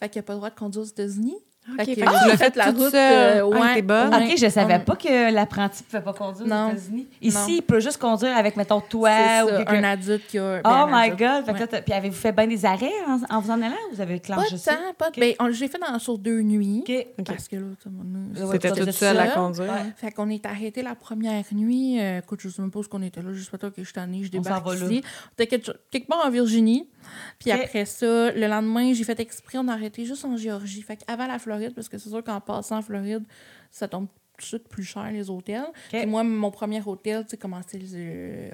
D: Fait qu'il n'a pas le droit de conduire aux États-Unis.
B: Ah,
C: Ok, fait que
D: que
C: tu l'as fait toute seule. Ah, t'es bonne.
D: ouais.
B: OK, je savais
D: On-
B: pas que l'apprenti pouvait pas conduire aux
D: Non.
B: États-Unis. Ici,
D: Non.
B: il peut juste conduire avec, mettons, toi
D: C'est
B: ou
D: ça,
B: quelqu'un.
D: un adulte qui a. ben,
B: Oh
D: un
B: my
D: adulte.
B: God! Fait que
D: Ouais.
B: là, t'as- puis avez-vous fait bien des arrêts en, en vous en allant ou vous avez
D: Pas
B: clenché
D: de
B: ça?
D: temps, pas de. Ben, on- j'ai fait dans, sur deux nuits.
B: OK.
D: Parce que là, tout le monde.
B: Ouais,
C: C'était
B: vous
C: toute
B: êtes
C: seule à
D: seule.
C: conduire.
B: Ouais.
D: Fait qu'on est arrêté la première nuit. Euh, écoute, je sais même pas où est-ce qu'on était là. Je sais pas toi que je t'en ai, je
B: On s'en
D: débarque
B: va là.
D: ici. On était quelque, quelque part en Virginie. Puis
B: Ok.
D: après ça, le lendemain, j'ai fait exprès, on a arrêté juste en Géorgie. Fait qu'avant la Floride, parce que c'est sûr qu'en passant en Floride, ça tombe tout de suite plus cher, les hôtels. Puis moi, mon premier hôtel, tu sais, commençait le, euh,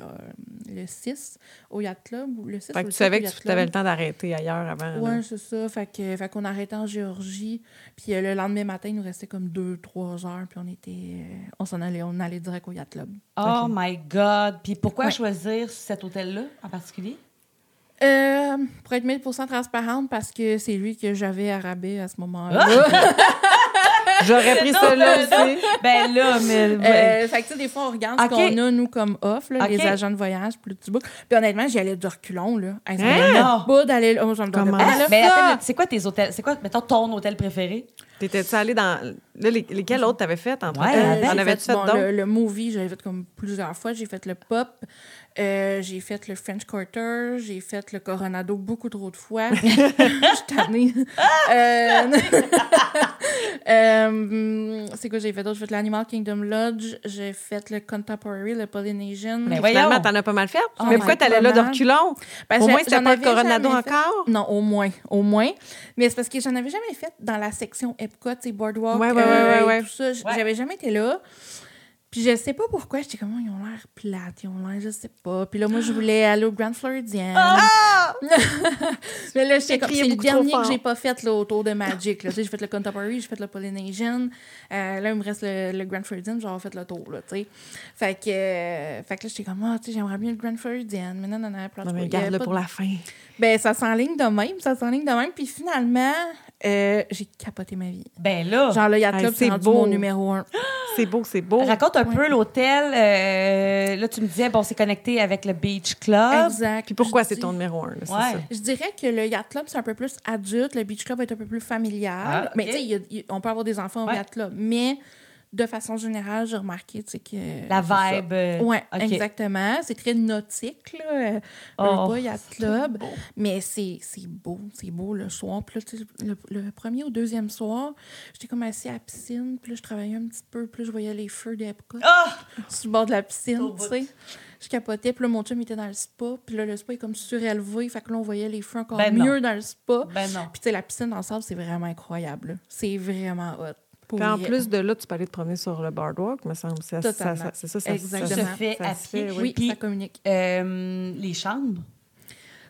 D: le 6 au Yacht Club. ou Le 6
C: Fait
D: ou
C: que
D: le
C: tu
D: 7 au
C: savais que
D: Yacht
C: tu avais
D: Club.
C: le temps d'arrêter ailleurs
B: Euh,
C: avant. là.
D: Oui, c'est ça. Fait que- fait qu'on arrêtait en Géorgie. Puis euh, le lendemain matin, il nous restait comme deux, trois heures. Puis on était. euh, on s'en allait, on allait direct au Yacht Club.
B: Oh my God! Puis pourquoi
D: Ouais.
B: choisir cet hôtel-là en particulier?
D: Euh, pour être 1000% transparente, parce que c'est lui que j'avais à rabais à ce
B: Ah,
D: moment-là.
C: J'aurais pris celle-là aussi.
B: ben là, mais... ouais.
D: Euh, fait que, tu sais, des fois, on regarde
B: Ok.
D: ce qu'on a, nous, comme off, là,
B: Ok.
D: les agents de voyage, puis le petit book. Puis honnêtement, j'y allais de reculons, là. Hey, ça me
B: Hein?
D: donnait pas d'aller là. Oh, ça me donnait
C: Comment
D: pas
B: Ah,
D: d'aller
B: ben,
D: là.
B: attends, mais c'est quoi tes hôtels? C'est quoi, mettons, ton hôtel préféré?
C: T'étais-tu allée dans. Là, les- lesquels autres t'avais fait en
B: Ouais, avant,
C: Euh, On
D: j'ai
C: avait-tu fait
D: Eh, bon,
C: d'autres?
D: le, le movie, j'avais fait comme plusieurs fois. J'ai fait le pop, euh, j'ai fait le French Quarter, j'ai fait le Coronado beaucoup trop de fois. Je suis tannée. Euh, euh, c'est quoi j'ai fait d'autre? J'ai fait l'Animal Kingdom Lodge, j'ai fait le Contemporary, le Polynesian.
B: Ben ouais.
C: Finalement,
B: Voyons.
C: t'en as pas mal fait.
D: Oh
C: mais pourquoi
D: my
C: t'allais là de
D: God.
C: reculons?
D: Parce
C: Au
D: que
C: moins, c'était
D: Ben, j'en
C: pas le
D: avais
C: Coronado
D: jamais fait.
C: encore?
D: Non, au moins, au moins. Mais c'est parce que j'en avais jamais fait dans la section Epcot, et Boardwalk,
C: Ouais, ouais, ouais,
D: euh,
C: ouais,
D: et
C: ouais.
D: tout ça. J-
B: Ouais.
D: J'avais jamais été là. Puis je sais pas pourquoi, j'étais comme, Oh, ils ont l'air plates, ils ont l'air, je sais pas. Puis là, moi, je voulais aller au Grand Floridian. Mais là, j'étais
C: J'ai
D: comme,
C: crié
D: c'est le
C: beaucoup trop
D: dernier que
C: fort.
D: j'ai pas fait là, autour de Magic. là. Tu sais, J'ai fait le Contemporary, j'ai fait le Polynesian. Euh, là, il me reste le, le Grand Floridian, j'ai fait le tour. Là, tu sais. fait, que, euh, fait que là, j'étais comme, ah, tu sais, j'aimerais bien le Grand Floridian. Mais non, non, non, puis en
C: Non,
D: tout
C: mais
D: cas, il y avait
C: garde-le
D: pas
C: pour
D: de-
C: la fin.
D: ben, ça s'enligne de même, ça s'enligne de même. Puis finalement, euh, j'ai capoté ma vie.
B: Ben là,
D: Genre, le Yacht
C: Hey,
D: Club,
C: Ah, c'est
D: c'est rendu
C: beau.
D: mon numéro un.
C: C'est beau, c'est beau.
B: Raconte un peu l'hôtel. euh, là, tu me disais, bon, c'est connecté avec le Beach Club.
D: Exact.
C: Ah, Puis pourquoi
D: Je
C: c'est
D: dis-
C: ton numéro un? là, c'est
B: Ouais.
C: ça.
D: Je dirais que le yacht club, c'est un peu plus adulte. Le beach club est un peu plus familial.
B: Ah,
D: Mais
B: ok.
D: tu sais, il y a- il- on peut avoir des enfants
B: Ouais.
D: au yacht club. Mais de façon générale, j'ai remarqué tu sais, que.
B: La vibe. euh,
D: Oui,
B: ok.
D: exactement. C'est très nautique, là.
B: Oh,
D: Le bas, yacht club.
B: beau.
D: Mais c'est c'est beau, c'est beau le soir. Puis là, tu sais, le, le premier ou deuxième soir, j'étais comme assise à la piscine. Puis là, je travaillais un petit peu. Puis là, je voyais les feux d'Epcot
B: Ah!
D: sur le bord de la piscine,
B: Au
D: tu
B: bout.
D: sais. Je capotais. Puis là, mon chum il était dans le spa. Puis là, le spa est comme surélevé. Fait que là, on voyait les feux encore
B: Ben non.
D: mieux dans le spa.
B: Ben non.
D: Puis tu sais, la piscine dans le sable, c'est vraiment incroyable. là. C'est vraiment hot. Pour
C: Puis en
D: vrai.
C: plus de là, tu peux aller te promener sur le boardwalk, me semble. C'est ça, ça,
D: Totalement.
C: c'est ça, ça,
D: Exactement.
C: ça-
B: Ça se fait
C: ça
B: à
C: se
B: pied.
C: fait, oui.
D: Oui,
B: Puis,
D: ça communique.
B: euh, les chambres.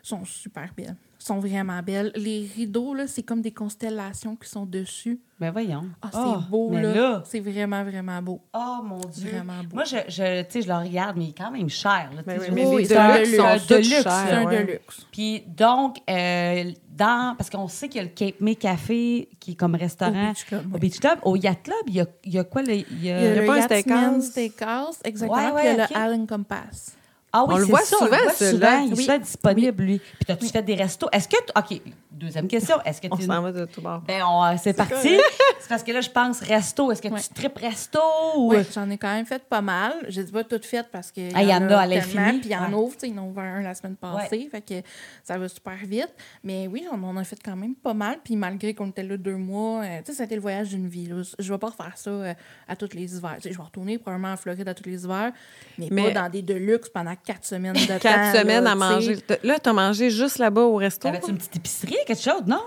D: sont super belles. sont vraiment belles. Les rideaux, là, c'est comme des constellations qui sont dessus.
B: Ben voyons.
D: Ah,
B: Ah,
D: c'est beau,
B: mais
D: là.
B: là.
D: C'est vraiment, vraiment beau.
B: Oh mon Dieu.
D: Vraiment beau.
B: Moi, je, je, tu sais, je le regarde, mais il est quand même cher. Là, tu sais,
C: Ben oui,
B: je
C: mais
B: veux
C: les
D: oui,
B: dire,
D: Oh, c'est un
C: docks
D: deluxe,
C: sont tous
D: c'est un deluxe,
C: chers,
D: c'est un
C: ouais.
D: deluxe.
B: Puis donc, euh, dans, parce qu'on sait qu'il y a le Cape May Café qui est comme restaurant
D: Au Beach Club,
B: au
D: oui.
B: Beach Club. Au Yacht Club, il y a, il y a quoi? le- il y a-
D: Il y a
C: a
D: le
C: pas un
D: Yachtsman
C: steakhouse?
D: Steakhouse, exactement.
B: Ouais,
D: puis il y
B: ouais,
D: a
B: ok.
D: le Allen Compass.
B: Ah
C: On le
B: c'est
C: voit
B: ça,
C: souvent,
B: on le voit
C: celui-là.
B: souvent. Il est
D: Oui.
B: souvent disponible, lui. Puis t'as-tu fait des restos? Est-ce que... t- OK, deuxième question. Est-ce que
C: On
B: tu...
C: s'en va de tout bord.
B: Ben, on, euh, c'est parti. C'est parce que là, je pense resto. Est-ce que
D: Ouais.
B: tu tripes resto? ou- euh,
D: Oui, j'en ai quand même fait pas mal. Je dis pas toutes faites parce qu'il
B: Ah, il y en a à l'infini.
D: tellement, Puis il y en
B: Ouais.
D: ouvre, tu sais, ils en ont ouvert un la semaine passée, fait que ça va super vite. Mais oui, on en a fait quand même pas mal. Puis malgré qu'on était là deux mois, euh, tu sais, c'était le voyage d'une vie. là. Je vais pas refaire ça euh, à tous les hivers. Tu sais, je vais retourner probablement en Floride à tous les hivers, mais,
C: Mais-
D: pas dans des deluxe pendant quatre semaines de temps.
C: Quatre
D: là,
C: semaines à
D: tu sais.
C: manger. T'as- Là, t'as mangé juste là-bas au resto.
B: T'avais-tu une petite épicerie, quelque chose, non?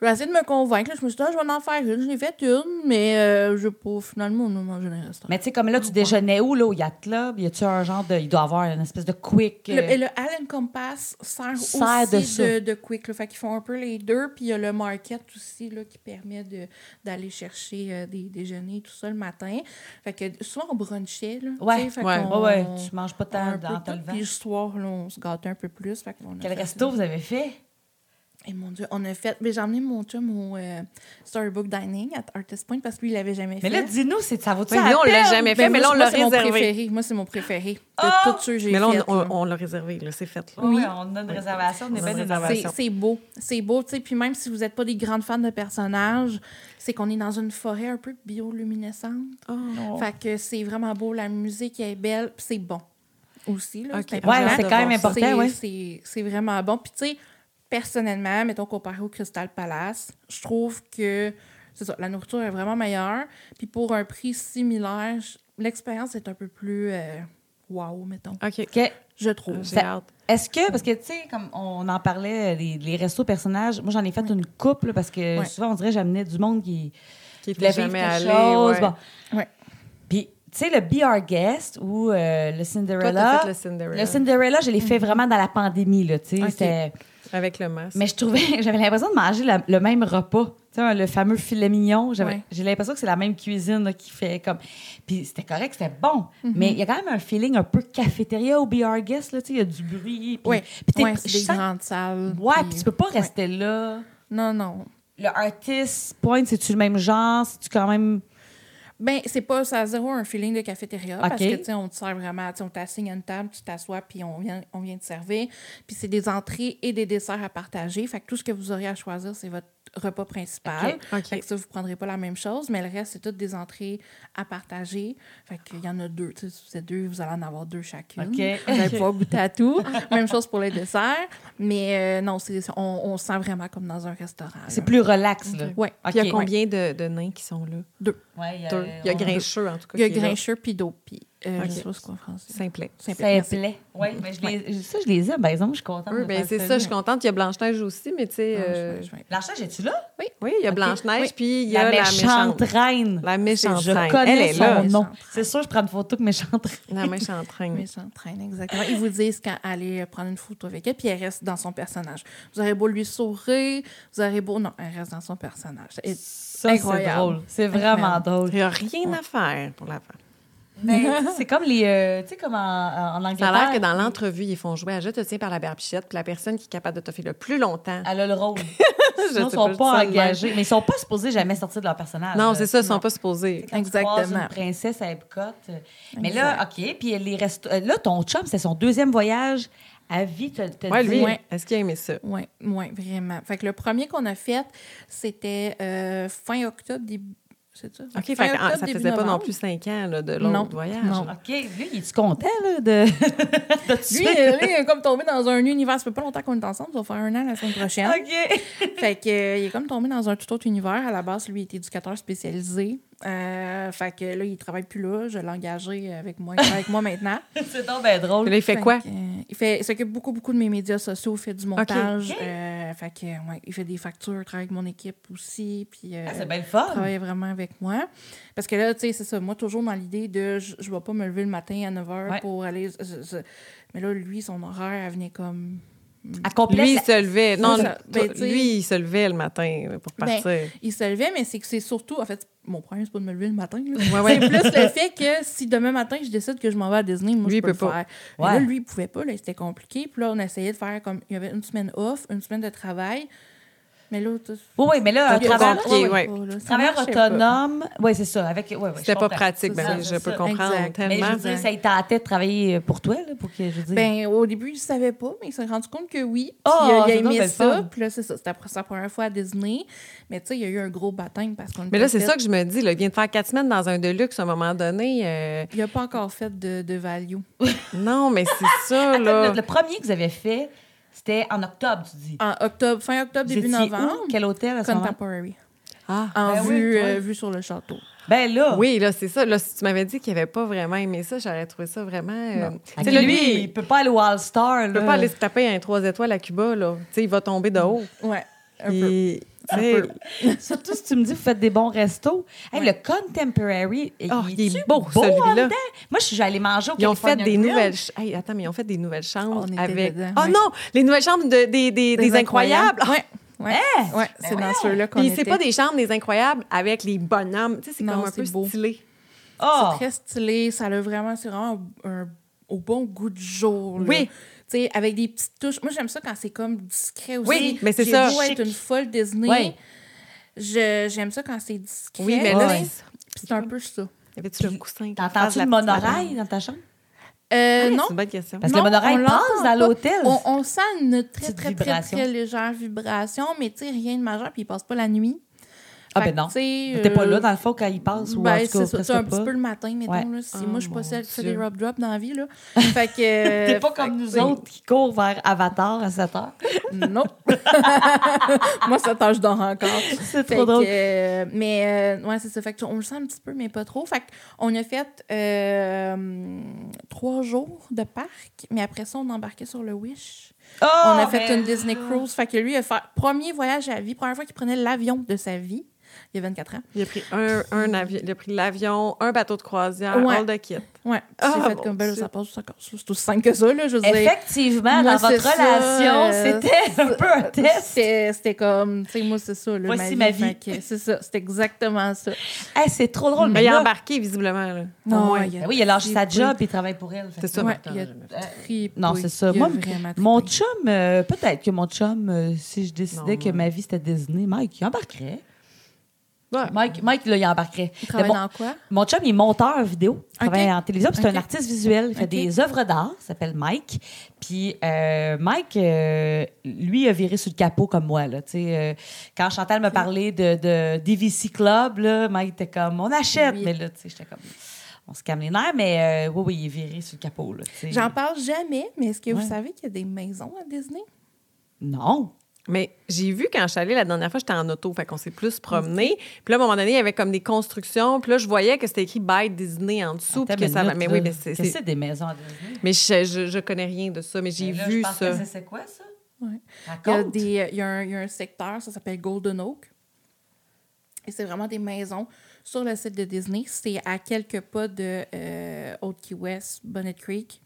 D: Je vais essayer de me convaincre. là. je me suis dit, Ah, je vais en faire une. Je l'ai fait une, mais euh, je pas. Finalement, on a mangé dans un restaurant.
B: Mais tu sais, comme là, tu déjeunais où, là, au Yacht Club? Y a-tu un genre de... Il doit avoir une espèce de quick... euh,
D: Le, et le Allen Compass sert,
B: Sert de
D: aussi
B: ça.
D: de, de Quick. Là, fait qu'ils font un peu les deux. Puis il y a le Market aussi là, qui permet de- d'aller chercher euh, des déjeuners et tout ça le matin. Fait que souvent on brunchait. Là,
B: Ouais,
D: tu sais, fait
C: ouais,
D: qu'on-
B: ouais, ouais, tu manges pas
D: on a
B: tant
D: un peu
B: dans
D: tout,
B: ton levant.
D: Puis le soir, là, on se gâtait un peu plus. Fait qu'on a
B: Quel
D: fait
B: resto vous avez fait?
D: et mon Dieu, on a fait. Mais j'ai emmené mon chum au euh, Storybook Dining à Artist Point parce que lui, il l'avait jamais
B: Mais
D: fait.
B: là, dis-nous, c'est ça vaut-tu
C: Oui,
B: la
C: nous, on l'a
B: peine?
C: jamais fait,
D: Ben,
C: mais là,
D: moi,
C: on l'a
D: c'est mon
C: réservé.
D: préféré. Moi, c'est mon préféré. De
B: Ah!
D: tous ceux que j'ai
C: Mais là, on-
D: fait,
C: on on l'a réservé, là, c'est fait. là.
B: Ah oui, on a une réservation, on est
C: On a
B: bien
C: une
B: dans-
C: réservation.
D: C'est c'est beau. C'est beau, tu sais. Puis même si vous n'êtes pas des grandes fans de personnages, c'est qu'on est dans une forêt un peu bioluminescente.
C: Ah,
B: Oh.
D: Fait que c'est vraiment beau. La musique elle est belle. Puis c'est bon aussi. Là,
C: Ok.
D: c'est
B: Ouais,
D: important.
B: c'est quand même
C: C'est-
B: important, ouais.
D: C'est- c'est- C'est vraiment bon. Puis tu sais, personnellement, mettons comparé au Crystal Palace, je trouve que c'est ça, la nourriture est vraiment meilleure. Puis pour un prix similaire, je- l'expérience est un peu plus euh, wow, mettons.
C: OK.
B: Ok.
D: Je trouve.
C: J'ai
B: Ça-
C: hâte.
B: Est-ce que, parce que, tu sais, comme on en parlait, euh, les, les restos personnages, moi, j'en ai fait une couple, là, parce que
D: Ouais.
B: souvent, on dirait, j'amenais du monde qui,
C: Qui
B: voulait
C: était
B: vivre
C: jamais
B: quelque
C: allé.
B: chose.
C: ouais.
B: bon.
D: Ouais.
B: Puis, tu sais, le Be Our Guest ou euh, le
C: Toi,
B: Cinderella.
C: t'as fait le Cinderella. Mm.
B: Le Cinderella, je l'ai fait vraiment dans la pandémie, là, tu sais.
D: Ok.
B: c'était-
C: Avec le masque.
B: Mais je trouvais, j'avais l'impression de manger la- le même repas. Tu sais, le fameux filet mignon, j'avais-
D: Ouais.
B: j'ai l'impression que c'est la même cuisine là, qui fait comme. Puis c'était correct, c'était bon.
C: Mhm.
B: Mais il y a quand même un feeling un peu cafétéria au Be Our Guest, là, tu sais, il y a du bruit. Puis,
D: Oui,
B: puis t'es-
D: ouais, c'est
B: je
D: des
B: sens-
D: grandes salles.
B: Ouais,
D: puis-
B: puis tu peux pas
D: ouais.
B: rester là.
D: Non, non.
B: Le artist point, c'est-tu le même genre? C'est-tu quand même.
D: Ben, c'est pas, ça a zéro un feeling de cafétéria
B: Ok.
D: parce que, tu sais, on te sert vraiment, tu sais, on t'assigne à une table, tu t'assois, puis on vient, on vient te servir. Puis c'est des entrées et des desserts à partager. Fait que tout ce que vous aurez à choisir, c'est votre repas principal.
C: Ok, ok.
D: Fait que ça, vous prendrez pas la même chose, mais le reste, c'est toutes des entrées à partager. Fait qu'il y en a deux. Tu sais, si vous êtes deux, vous allez en avoir deux chacune.
B: Ok.
D: Vous allez pouvoir goûter à tout. Même chose pour les desserts. Mais euh, non, c'est, on, on se sent vraiment comme dans un restaurant.
B: C'est
D: là.
B: plus Ah, relax, là.
D: Ouais.
B: OK.
C: Puis il y a combien de, de nains qui sont là?
B: Ouais, il y a,
C: Deux. Il y a
B: on-
C: Grincheux, en tout cas.
D: Il y Euh, a
C: qui est là.
D: Grincheux puis Dopi. Euh,
C: Ok.
D: Je sais pas ce qu'on français.
C: Simplet.
B: Ça me plaît. Oui, mais je les- ça, je les aime. Par exemple, je suis contente.
C: Oui,
B: de
C: ben
B: faire
C: c'est ça, je suis contente. Il y a Blanche-Neige aussi, mais tu sais. euh,
B: Blanchage, es-tu là?
C: Oui, il y a Blanche-Neige,
B: Oui.
C: puis il y a la méchante.
B: reine.
C: La méchante
B: Je
C: reine.
B: connais
C: Elle est
B: son
C: là.
B: nom.
D: Méchante
B: C'est sûr, je prends une photo que méchante reine.
C: La méchante reine.
D: Mais s'entraîne, exactement. Ils vous disent quand aller prendre une photo avec elle, puis elle reste dans son personnage. Vous aurez beau lui sourire, vous aurez beau. Non, elle reste dans son personnage. Et-
B: Ça, c'est
D: Incroyable.
B: drôle. C'est vraiment
D: Incroyable.
B: drôle.
C: Il n'y a rien à faire pour la faire.
B: Mais c'est comme les. euh, tu sais, comme en, en
C: Ça a
B: Angleterre.
C: l'air que dans l'entrevue, ils font jouer à Je te tiens par la barbichette, puis la personne qui est capable de te faire le plus longtemps.
B: Elle a le rôle.
C: Je
B: Sinon, ils
C: sais
B: sont
C: pas, je dis ça
B: pas,
C: de
B: engagés. Mais ils sont pas supposés jamais sortir de leur
D: Ah,
B: personnage.
C: Non,
B: là.
C: c'est ça, ils sont pas supposés.
B: Quand tu croises
D: Exactement.
B: une princesse à Epcot. euh, Mais là, OK. Puis les restos- euh, là, ton chum, c'est son deuxième voyage à vie. Te, te
C: Ouais,
B: dit-
C: lui,
D: Ouais.
C: est-ce qu'il a aimé ça?
D: Oui, oui, vraiment. Fait que le premier qu'on a fait, c'était euh, fin octobre, début. C'est ça?
C: OK, fait
D: Fin
C: que, ah,
D: octobre,
C: ça
D: début
C: faisait pas non
D: novembre.
C: plus cinq ans là, de
D: Non,
C: long voyage.
D: non.
B: OK. Lui, il est content là, de, de te
D: Lui,
B: suivre?
D: euh, lui, il est comme tombé dans un univers. Ça fait pas longtemps qu'on est ensemble, ça va faire un an la semaine prochaine.
C: hein?
B: OK.
D: fait que, euh, il est comme tombé dans un tout autre univers. À la base, lui, il est éducateur spécialisé. Euh, fait que là, il travaille plus là. Je l'ai engagé avec moi, il travaille avec moi maintenant.
B: c'est donc bien
C: Puis
B: drôle.
C: là, il fait quoi?
D: que, euh, il fait, il s'occupe beaucoup, beaucoup de mes médias sociaux, il fait du montage.
B: Ok.
D: euh, fait que, ouais, il fait des factures, il travaille avec mon équipe aussi. Puis, euh,
B: Ah, c'est bien le fun.
D: travaillait vraiment avec moi. Parce que là, tu sais, c'est ça. Moi, toujours dans l'idée de je ne vais pas me lever le matin à 9 h
B: Ouais.
D: pour aller. je- je- Mais là, lui, son horaire, elle venait comme.
B: À complet,
C: Lui, il
B: ça-
C: se levait. Non,
D: ça.
C: toi-
D: Ben, tu sais-
C: lui, il se levait le matin là, pour
D: Ben,
C: partir.
D: Il se levait, mais c'est que c'est surtout. En fait, mon problème, c'est pas de me lever le matin. là.
C: Ouais, ouais.
D: C'est plus le fait que si demain matin, je décide que je m'en vais à Disney, moi,
C: Lui,
D: je
C: il
D: peux,
C: peut
D: le
C: pas.
D: faire. Mais là,
B: Ouais.
D: lui, il pouvait pas. là, C'était compliqué. Puis là, on essayait de faire comme. Il y avait une semaine off, une semaine de travail. Mais là, tu
B: Oui, oui, mais là, un
C: T'as
B: travail,
C: compris.
D: Ouais,
C: ouais.
D: ouais, pas, là, ça
B: travailleur
D: marchait pas.
B: autonome. Oui, c'est ça. Avec, ouais, ouais,
C: C'était
B: je
C: pas
B: comprends.
C: pratique.
B: C'est
C: Ben,
B: ça,
C: je
B: c'est
C: peux
B: ça.
C: comprendre
D: Exact.
B: Mais je
C: tellement.
B: veux dire, ça, il tentait de travailler pour toi, là, pour que je veux dire.
D: Ben, au début, il savait pas, mais il s'est rendu compte que oui. Puis,
B: Ah,
D: il a- il a,
B: c'est donc bien
D: aimé
B: le
D: ça.
B: fun.
D: Puis là, c'est ça. C'était après sa première fois à Disney. Mais tu sais, il y a eu un gros baptême parce qu'on
C: Mais là,
D: était
C: c'est
D: fait-
C: ça que je me dis. Là, il vient de faire quatre semaines dans un Deluxe à un moment donné. euh,
D: Il n'a pas encore fait de, de value.
C: Non, mais c'est ça,
B: Attends,
C: là.
B: le, le premier que vous avez fait, c'était en octobre, tu dis.
D: En octobre, fin octobre,
B: Vous
D: début
B: étiez
D: novembre.
B: où? Quel hôtel à ce moment?
D: Contemporary.
C: Ah.
D: En
B: Ben oui,
D: vue,
B: ouais.
D: euh, vue sur le château.
B: Ben là.
C: Oui, là, c'est ça. Là, si tu m'avais dit qu'il n'avait pas vraiment aimé ça, j'aurais trouvé ça vraiment. euh, tu
B: Ah,
C: sais,
B: lui,
C: là, lui,
B: il
C: il
B: peut pas aller au All-Star. Il
C: peut pas aller se taper un trois étoiles à Cuba, là. Tu sais, il va tomber de haut.
D: Ouais. Un peu.
C: Puis, tu sais,
D: peu.
B: Surtout si tu me dis que vous faites des bons restos. Hey, Le Contemporary,
C: Oh, il est
B: est-tu
C: beau, celui-là.
B: en dedans? Moi, je suis allée manger au
C: Ils ont fait
B: California
C: des
B: Grill.
C: nouvelles. ch- Hey, attends, mais ils ont fait des nouvelles chambres
D: Ah, On était
C: avec.
D: dedans,
C: oh
D: ouais.
C: non, les nouvelles chambres de- des, des, des incroyables. Ah,
D: Ouais. Ouais. Ouais, c'est dans ceux-là qu'on
C: Puis
D: était.
C: c'est pas des chambres des incroyables avec les bonhommes. Tu sais, c'est
D: Non,
C: comme un
D: c'est
C: peu
D: beau.
C: stylé.
B: Ah!
D: C'est très stylé. Ça a vraiment, c'est vraiment un- un- au bon goût du jour. là.
C: Oui.
D: Tu sais, avec des petites touches. Moi, j'aime ça quand c'est comme discret aussi.
C: Oui, mais c'est
D: J'ai
C: ça.
D: beau être
B: Chic.
D: une folle Disney.
B: Ouais.
D: je- J'aime ça quand c'est discret.
C: Oui, mais là,
D: tu sais.
B: Ouais.
D: Puis c'est un peu ça.
C: avais-tu le coussin?
B: T'entends-tu le monorail dans ta chambre?
D: Euh,
C: Non.
D: non.
C: C'est une bonne question.
B: Parce que le
D: Non,
B: monorail
D: on
B: passe
D: l'entend
B: dans
D: pas.
B: l'hôtel.
D: On, on sent une très,
B: Petite
D: très, très,
B: vibration.
D: très légère vibration, mais tu sais, rien de majeur, puis il passe pas la nuit.
B: Ah,
D: Fait
B: ben non.
D: que, tu sais,
B: T'es pas
D: euh,
B: là, dans le fond, quand il passe. ou en
D: Ben,
B: tout
D: c'est
B: cas,
D: ça. Tu
B: presque
D: sais, un
B: pas.
D: petit peu le matin, mettons.
B: Ouais.
D: Là, si
C: Oh,
D: moi, je suis
C: mon
D: pas celle qui fait des
C: Dieu.
D: rub drops dans la vie. Là. fait que. euh,
B: T'es pas
D: fait
B: comme
D: que,
B: nous
D: tu sais,
B: autres qui courent vers Avatar à 7 heures.
D: Non. Moi, ça tâche d'or encore.
B: C'est
D: Fait
B: trop
D: que,
B: drôle.
D: euh, mais euh, ouais, c'est ça. Fait que, on le sent un petit peu, mais pas trop. Fait que, on a fait euh, trois jours de parc, mais après ça, on embarquait sur le Wish.
B: Oh,
C: Oh,
D: on a
B: ben,
D: fait une Disney Cruise. Fait que lui, il a fait premier voyage à la vie, première fois qu'il prenait l'avion de sa vie. Il y a 24 ans.
C: Il a pris un, un avion, il a pris l'avion, un bateau de croisière,
D: Ouais.
C: all the kit.
D: Ouais. Puis
C: Ah,
D: j'ai fait
C: mon
D: comme ben là,
C: Dieu.
D: ça passe, ça casse. C'est aussi simple que ça, là. Je veux dire.
B: Effectivement, dans
D: Moi,
B: votre
D: c'est ça,
B: relation,
D: euh,
B: c'était un peu un test.
D: C'était c'était comme, tu sais, moi, c'est ça. Là,
B: Voici ma
D: ma
B: vie.
D: vie. Fait que C'est ça, c'est exactement ça.
B: Hey, c'est trop drôle.
C: Mais
B: Mais
C: il a
B: là-
C: embarqué, visiblement. Là. Au
D: Non,
C: moins.
D: il a
B: Ben oui, il a lâché sa
D: trippé.
B: job et il travaille pour elle. Euh,
C: C'est ça.
D: Ouais, il a
C: Attends,
D: trippé.
B: Non, c'est ça.
D: Il a
B: Moi,
D: vraiment
B: Mon
D: trippé.
B: chum, euh, peut-être que mon chum, euh, si je décidais
C: Non,
B: que
C: non.
B: ma vie c'était Disney, Mike, il embarquerait.
C: Ouais.
B: Mike, Mike là, il embarquerait.
D: Il travaille
B: Mais mon,
D: dans quoi?
B: mon chum, il est monteur vidéo. Il
D: Ok.
B: travaille en télévision. puis C'est
D: Ok.
B: un artiste visuel. Il fait
D: Ok.
B: des œuvres d'art. Il s'appelle Mike. Puis euh, Mike, euh, lui, a viré sur le capot comme moi. Là, tu sais, euh, quand Chantal me parlait de, de DVC Club, là, Mike était comme, on achète.
D: Oui.
B: Mais là, tu sais, j'étais comme, on se calme les nerfs. Mais euh, oui, oui, il est viré sur le capot. Là, tu sais.
D: J'en parle jamais, mais est-ce que
B: Ouais.
D: vous savez qu'il y a des maisons à Disney?
B: Non.
C: Mais j'ai vu quand je suis allée la dernière fois, j'étais en auto, fait qu'on s'est plus promené. Puis là, à un moment donné, il y avait comme des constructions. Puis là, je voyais que c'était écrit By Disney en dessous. Puis
B: Attends
C: que
B: une
C: ça...
B: minute,
C: Mais
B: là.
C: oui, mais c'est.
B: Qu'est-ce que
C: c'est-
B: c'est des maisons à Disney?
C: Mais je, je, je connais rien de ça, mais j'ai
B: Mais là,
C: vu
B: je pensais
C: ça.
B: que c'est- C'est quoi ça?
D: Ouais. Il y, a
B: Raconte.
D: des, il, y a un, il y a un secteur, ça s'appelle Golden Oak. Et c'est vraiment des maisons sur le site de Disney. C'est à quelques pas de euh, Old Key West, Bonnet Creek.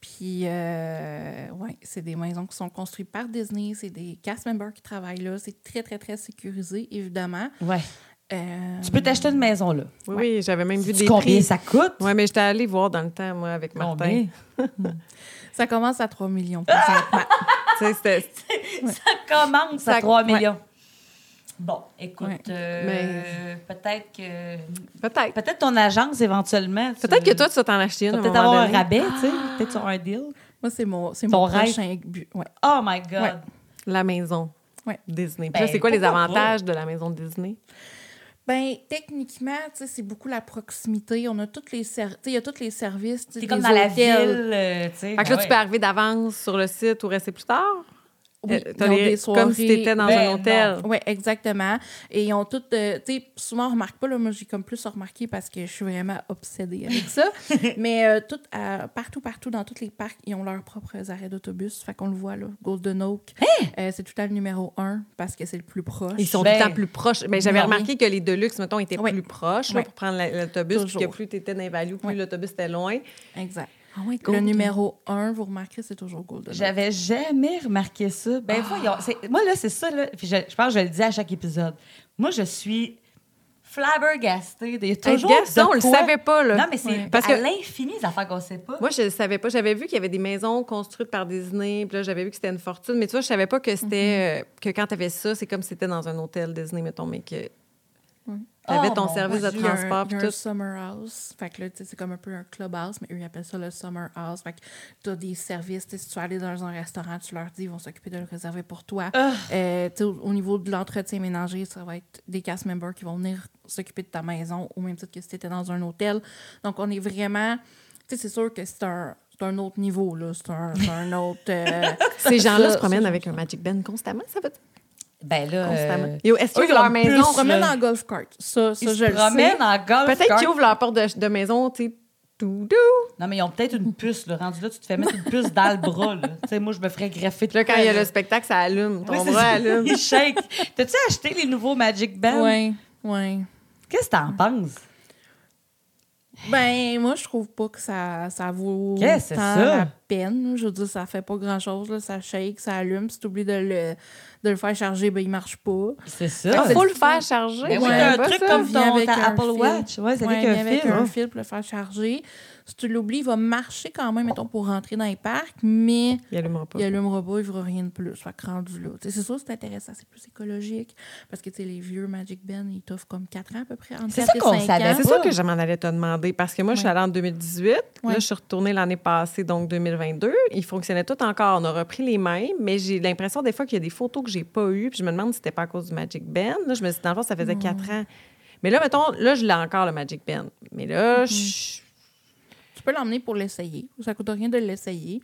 D: Puis, euh, ouais, c'est des maisons qui sont construites par Disney. C'est des cast members qui travaillent là. C'est très, très, très sécurisé, évidemment.
B: Ouais.
D: Euh,
B: Tu peux t'acheter une maison là.
C: Oui, oui, j'avais même vu
B: Sais-tu
C: des
B: combien
C: prix.
B: ça coûte?
C: Oui, mais j'étais allée voir dans le temps, moi, avec Martin.
B: Combien?
D: ça commence à 3 millions
B: Ah!
D: présentement.
C: Tu sais, c'était-
B: commence
C: Ça-
B: à 3
C: ouais.
B: millions. Bon, écoute,
D: Ouais.
B: euh, peut-être que.
C: Peut-être.
B: Peut-être ton agence éventuellement. tu-
C: Peut-être que toi, tu vas t'en acheter une. à
B: Peut-être
C: moment
B: avoir un
C: donné. Ah!
B: rabais, tu sais. Peut-être sur un deal.
D: Moi, c'est mon, c'est
B: Ton
D: mon
B: rêve.
D: prochain but. Ouais.
B: Oh my God.
D: Ouais.
C: La maison
D: Ouais.
C: Disney. Puis
B: Ben,
C: là, c'est quoi les
B: pourquoi
C: avantages de la maison Disney?
D: Ben, techniquement, tu sais, c'est beaucoup la proximité. On a toutes les ser- tu sais, il y a tous les services. tu sais,
B: T'es comme
D: les
B: dans la
D: hôtels.
B: ville, euh, tu
C: Fait que
B: sais.
C: là,
B: Ah
C: tu peux
B: ouais.
C: arriver d'avance sur le site ou rester plus tard.
D: Oui,
C: Euh,
D: ils
C: t'as
D: ont
C: les-
D: des
C: Comme si
D: soirées.
C: t'étais dans
B: Ben,
C: un hôtel.
D: Oui, exactement. Et ils ont toutes. euh, tu sais, souvent, on remarque pas. Là, moi, j'ai comme plus remarqué parce que je suis vraiment obsédée avec ça. Mais euh, tout, euh, partout, partout, dans tous les parcs, ils ont leurs propres arrêts d'autobus. Fait qu'on le voit, là. Golden Oak. Euh, c'est tout à le numéro un parce que c'est le plus proche.
C: Hein? Ils sont
B: Ben,
C: tout le temps plus proches. Mais j'avais
B: ben
C: remarqué que les Deluxe, mettons, étaient
D: Oui.
C: plus proches là,
D: Oui.
C: pour prendre la- l'autobus. Puis que
D: Toujours.
C: plus t'étais dans les values, plus
D: Oui.
C: l'autobus était loin.
D: Exact.
C: Ah oui,
D: Le numéro un, vous remarquerez, c'est toujours Golden Oak.
B: J'avais jamais remarqué ça. Ben, voyons, c'est- Moi, là, c'est ça. Là. Puis je, je pense que je le dis à chaque épisode. Moi, je suis flabbergastée. Il y a toujours.
C: Gaston,
B: de
C: on le
B: quoi-
C: savait pas, là.
B: Non, mais c'est
C: Ouais. Parce
B: parce que...
C: que-
B: l'infini, les affaires qu'on sait pas.
C: Moi, je ne savais pas. J'avais vu qu'il y avait des maisons construites par Disney. Puis là, j'avais vu que c'était une fortune. Mais tu vois, je savais pas que c'était. euh, que quand tu avais ça, c'est comme si c'était dans un hôtel Disney, mettons, mais que. Tu avais
B: Oh,
C: ton
B: mon
C: service de
D: Moi, il y a un-
C: transport.
D: Il y
C: puis
D: a un,
C: tout.
D: summer house. Fait que là, tu sais, c'est comme un peu un club house, mais eux, ils appellent ça le summer house. Fait que t'as des services. tu sais, Si tu vas aller dans un restaurant, tu leur dis, ils vont s'occuper de le réserver pour toi.
C: Ah!
D: Euh, tu sais, au, au niveau de l'entretien ménager, ça va être des cast members qui vont venir s'occuper de ta maison, au même titre que si tu étais dans un hôtel. Donc, on est vraiment. Tu sais, c'est sûr que c'est un. C'est un autre niveau, là. C'est un, c'est un autre. euh,
C: Ces gens-là
D: ça,
C: se promènent
D: ça,
C: avec un Magic Band constamment, ça veut dire?
B: Ben là.
C: Constamment.
B: euh,
C: Et Est-ce qu'ils
B: eux,
C: ouvrent
B: ils ont
C: leur
B: plus-
D: Ils
C: maison?
D: se promènent
B: là.
D: en golf cart. Ça, ça
B: ils
D: je
B: se
D: le sais.
B: promènent en golf
C: Peut-être
B: cart.
C: qu'ils ouvrent leur porte de, de maison, tu sais, tout doux.
B: Non, mais ils ont peut-être une puce. Le rendu là, tu te fais mettre une puce dans le bras. là. Tu sais, moi, je me ferais greffer. de
C: Puis là, quand il y a
B: quoi,
C: le spectacle, ça allume. Ton
B: Oui, c'est
C: bras
B: ça.
C: allume.
B: Il shake. T'as-tu acheté les nouveaux Magic Bands?
D: Oui, oui.
B: Qu'est-ce que t'en penses?
D: Ben, moi, je trouve pas que ça, ça vaut
B: Qu'est-ce que c'est
D: tant
B: ça?
D: la peine. Je veux dire, ça fait pas grand-chose. là. Ça shake, ça allume. Si t'oublies de le, de le faire charger, ben, il marche pas.
B: Ah, C'est
C: Il
B: ça.
C: Ah,
D: Ah,
C: faut le faire charger.
B: Ben
C: je
B: oui,
D: t'as
C: savais
B: un
C: pas
B: truc
C: ça.
B: comme
D: Viens
B: ton
D: avec
B: ta
D: un
B: Apple
D: fil.
B: Watch. Ouais, c'est
D: Ouais,
B: avec un
D: mais avec
B: fil.
D: un
B: hein.
D: fil pour le faire charger. Si tu l'oublies, il va marcher quand même, mettons, pour rentrer dans les parcs, mais
C: Il allumera pas.
D: il allumera pas, il fera rien de plus. Fait que rendu là. Tu sais, C'est sûr que c'est intéressant, c'est plus écologique. Parce que, tu sais, les vieux Magic Ben, ils t'offrent comme 4 ans à peu près. entre
B: C'est
D: quatre
B: ça
D: et
B: qu'on
D: cinq
B: savait
D: ans.
C: C'est
B: pas.
C: ça que je m'en allais te demander parce que moi, je suis
D: Ouais.
C: allée en 2018.
D: Ouais.
C: Là, je suis retournée l'année passée, donc 2022. Ils fonctionnaient tout encore. On a repris les mêmes, mais j'ai l'impression des fois qu'il y a des photos que j'ai pas eues. Puis je me demande si c'était pas à cause du Magic Band. Là, je me suis dit, dans le fond, ça faisait quatre ans. Mais là, mettons, là, je l'ai encore, le Magic Band. Mais
D: Mm-hmm.
C: là, je-
D: Tu peux l'emmener pour l'essayer. Ça coûte rien de l'essayer.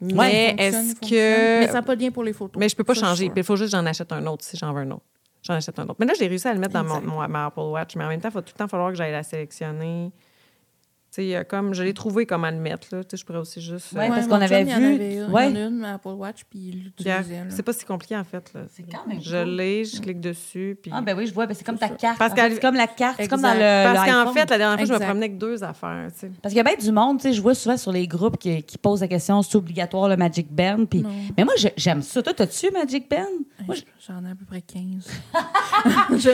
C: Mais
D: Il fonctionne, il
C: est-ce
D: fonctionne.
C: que.
D: Mais ça va pas bien pour les photos.
C: Mais je peux pas
D: Ça,
C: changer.
D: sûr.
C: Puis il faut juste que j'en achète un autre si j'en veux un autre. J'en achète un autre. Mais là, j'ai réussi à le mettre dans mon,
D: Exact.
C: mon- ma Apple Watch. Mais en même temps, il va tout le temps falloir que j'aille la sélectionner. Tu sais, euh, comme je l'ai trouvé comment le mettre. Là. Tu sais, Je pourrais aussi juste. euh,
B: Ouais, parce
D: mon
B: qu'on avait
D: chum, il en
B: vu-
D: avait une,
B: ouais.
D: il en a une Apple Watch, puis il
C: Pierre,
D: l'utilisait. là.
C: C'est pas si compliqué en fait. là.
B: C'est quand même
C: Je
B: cool.
C: l'ai, je clique dessus. Puis...
B: Ah, ben oui, je vois. Ben, c'est comme ta carte.
C: Parce
B: En fait,
C: qu'elle-
B: c'est comme la carte. C'est comme dans
D: Exact.
B: le.
C: Parce qu'en
B: euh, l'iPhone.
C: fait, la dernière fois, je me
D: Exact.
C: promenais avec deux affaires. tu sais.
B: Parce qu'il y a bien du monde, tu sais, je vois souvent sur les groupes qui, qui posent la question, c'est obligatoire le Magic Band. Puis,
D: Non.
B: mais moi, je- j'aime ça. Toi, t'as-tu Magic Band? Moi, je-
D: J'en ai à peu près 15.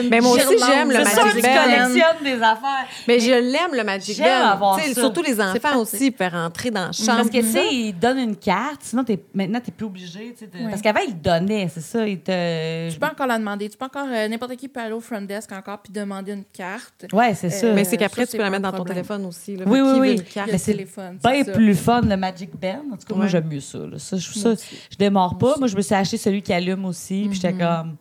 C: Mais moi aussi,
D: Girlande.
C: j'aime le
D: C'est
B: C'est sûr que
C: Magic
B: tu
C: Band.
B: collectionnes des affaires.
C: Mais je l'aime, le Magic
B: J'aime
C: Band.
B: avoir
C: Tu sais,
B: ça. Mhm.
C: Surtout les enfants
D: pratique.
C: aussi, faire rentrer dans la chambre.
B: Parce que, tu sais, ils donnent une carte, sinon, t'es, maintenant, t'es plus obligé. tu sais, de-
D: Ouais.
B: Parce qu'avant, ils donnaient, c'est ça. Ils te...
D: Tu peux encore la demander. Tu peux encore, euh, n'importe qui peut aller au front desk encore, puis demander une carte.
B: Ouais, c'est ça.
C: Mais
D: Euh,
C: c'est qu'après,
D: ça,
C: tu
D: c'est
C: peux la
D: pas
C: mettre
D: un
C: dans ton
D: problème.
C: téléphone aussi. là.
B: Oui,
C: Fait
B: oui,
C: qu'il
B: oui.
C: veut une carte.
D: Il y a
B: Mais
D: le
B: c'est
D: téléphone, c'est
B: bien
D: ça.
B: Ben plus fun, le Magic Band. En tout cas, moi,
C: Ouais.
B: j'aime mieux ça. là. Ça, je, ça,
D: Moi aussi. Mhm.
B: je démarre pas.
D: Moi
B: Moi, je me suis acheté celui qui allume aussi. Puis j'étais comme.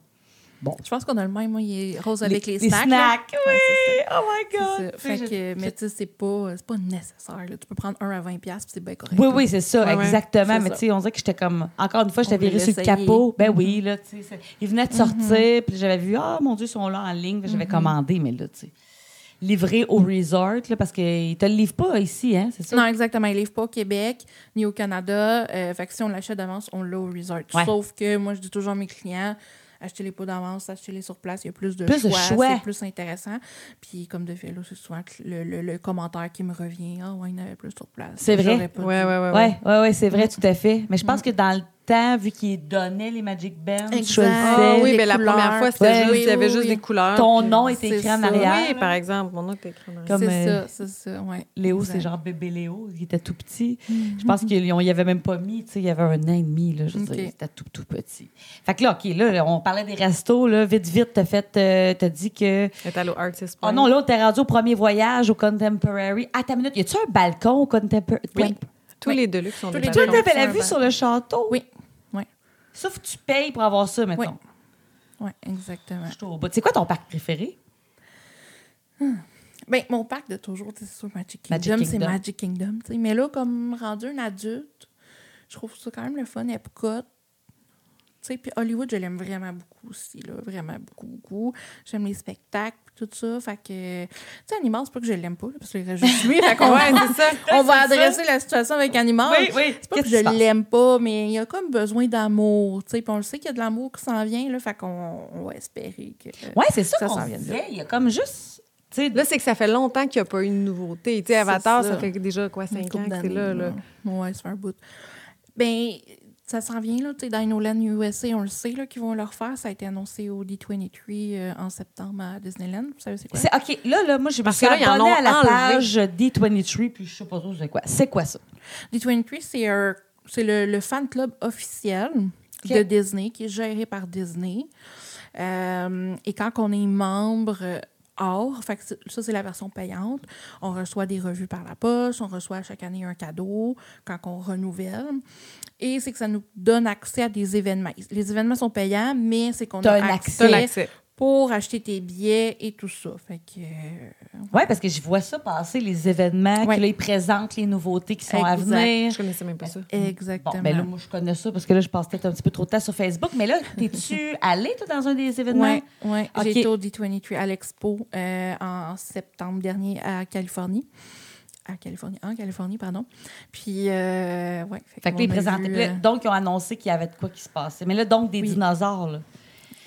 B: Bon.
D: Je pense qu'on a le même. Moi, il est rose avec les,
B: les
D: snacks. là.
B: oui.
D: Ouais,
B: oh my
D: c'est ça.
B: God.
D: C'est ça.
B: Tu
D: Fait
B: sais,
D: que,
B: je-
D: mais tu sais, c'est pas, c'est pas nécessaire. là. Tu peux prendre un à 20$, puis c'est bien correct.
B: Oui,
D: là.
B: oui, c'est ça,
C: Ouais, ouais,
B: exactement.
D: c'est
B: Mais
D: ça.
B: tu sais, on dirait que j'étais comme. Encore une fois, j'étais
D: On voulait
B: virée sur le
D: l'essayer. Mm-hmm.
B: capot. Ben oui, là, tu sais. c'est- Ils venaient de sortir, puis j'avais vu, ah, mon Dieu, ils sont là en ligne. Puis
D: Mm-hmm.
B: J'avais commandé, mais là, tu sais. Livré au resort, là, parce qu'ils te le livrent pas ici, hein, c'est ça?
D: Non, exactement. Il livre pas au Québec ni au Canada. Euh, fait que si on l'achète d'avance, on l'a au resort.
B: Ouais.
D: Sauf que moi, je dis toujours à mes clients, achetez-les pas d'avance, achetez-les sur place. Il y a plus de
B: Plus de
D: choix.
B: choix.
D: C'est plus intéressant. Puis comme de fait, là, c'est souvent que le, le- le commentaire qui me revient. Ah ouais, il y en avait plus sur place.
B: C'est vrai.
D: J'aurais pas
C: Ouais, ouais,
D: dû.
C: ouais. ouais.
B: Oui, ouais, ouais, c'est vrai, tout à fait. Mais je pense que dans le temps, vu qu'il donnait les Magic Bands, tu
D: Mm-hmm. Exact.
B: choisissais.
C: Ah oui,
D: les
C: mais la
D: couleurs.
C: première fois, c'était
B: Ouais.
C: juste, il y avait
D: Oui,
C: juste
D: oui,
C: des
D: oui.
C: couleurs.
B: Ton
C: puis-
B: nom était
D: c'est
B: écrit en
D: ça.
B: arrière.
C: Oui, par exemple, mon nom était écrit en arrière.
B: Comme,
D: C'est
B: euh,
D: ça, c'est ça, ouais.
B: Léo, c'est
D: Exact. Mm-hmm.
B: genre bébé Léo. Il était tout petit. Je pense qu'il y avait même pas mis. Tu sais, il y avait un an et demi. Là, je veux
D: Ok.
B: dire, il était tout, tout petit. Fait que là, OK, là, là, on parlait des restos. Là, vite, vite, t'as fait... euh, t'as dit que...
C: Elle est allée au Artist
B: Oh
C: Point.
B: non, là, on t'est rendu au premier voyage au Contemporary. À ta minute, y a-tu un balcon au Contemporary?
C: Oui. Tous les Deluxe sont
D: Tous
C: des
D: les
B: Toi,
C: ballons.
D: Deluxe.
B: t'avais la
D: Sur un
B: vue
D: balcon.
B: sur le château.
D: Oui, ouais,
B: Sauf que tu payes pour avoir ça, maintenant.
D: ouais, exactement.
B: Je suis au bout. C'est quoi ton parc préféré?
D: Ben, mon parc de toujours, tu sais, c'est sûr, Magic
B: Magic
D: Kingdom, c'est
B: Kingdom.
D: Magic Kingdom. tu sais. Mais là, comme rendu un adulte, je trouve ça quand même le fun, Epcot. Tu sais, puis Hollywood, je l'aime vraiment beaucoup aussi, là, vraiment beaucoup, beaucoup. J'aime les spectacles, puis tout ça. Fait que, tu sais, Animal, c'est pas que je l'aime pas, là, parce que je suis lui, fait qu'on
C: Ouais, c'est ça.
D: on va
B: c'est ça.
D: adresser la situation avec Animal.
B: Oui, oui.
D: Ah, C'est pas
B: Qu'est-ce
D: que
B: qui se passe?
D: je l'aime pas, mais il y a comme besoin d'amour, tu sais. Puis on le sait qu'il y a de l'amour qui s'en vient, là, fait qu'on on va espérer que...
B: Oui, c'est ça,
D: Ça
B: qu'on
D: s'en vient de
B: disait. Il y a comme juste... tu sais,
C: Là, c'est que ça fait longtemps qu'il n'y a pas eu de nouveauté. Tu sais,
D: C'est
C: Avatar, ça.
D: ça.
C: fait déjà quoi, 5 ans que c'est là. là.
D: Oui, ça fait un bout. Ben, ça s'en vient, là, tu sais, Dino Land USA, on le sait, là, qu'ils vont le refaire. Ça a été annoncé au D23 euh, en septembre à Disneyland. Vous savez, c'est quoi?
B: C'est- OK, là, là, moi, j'ai
C: Parce
B: marqué
C: que là, ils en
B: abonné
C: ont
B: à la
C: enlevé.
B: page D23, puis je sais pas trop c'est quoi. C'est quoi ça?
D: D23, c'est un- c'est le, le fan club officiel
B: Ok.
D: de Disney, qui est géré par Disney. Euh, et quand on est membre euh, hors, fait que c'est- ça, c'est la version payante, on reçoit des revues par la poste, on reçoit chaque année un cadeau quand on renouvelle. Et c'est que ça nous donne accès à des événements. Les événements sont payants, mais c'est qu'on a
B: T'as un
C: T'as
D: accès,
C: l'accès.
D: pour acheter tes billets et tout ça. Fait que... euh,
B: Oui, parce que je vois ça passer, les événements,
D: Ouais.
B: que là, ils présentent les nouveautés qui sont à
D: Exact.
B: venir.
C: Je connaissais même pas ça.
D: Exactement.
B: Bon, ben là, moi, je connais ça parce que là, je passe peut-être un petit peu trop de temps sur Facebook. Mais là, t'es-tu allée, toi, dans un des événements?
D: Oui, ouais.
B: Ok.
D: j'ai été au D23 à l'expo euh, en septembre dernier à Californie. À Californie, en Californie, pardon. Puis, euh, ouais.
B: Fait que là,
D: qu'on
B: ils
D: a
B: présentaient.
D: vu,
B: Puis là,
D: euh,
B: donc, ils ont annoncé qu'il y avait de quoi qui se passait. Mais là, donc, des
D: Oui.
B: dinosaures, là.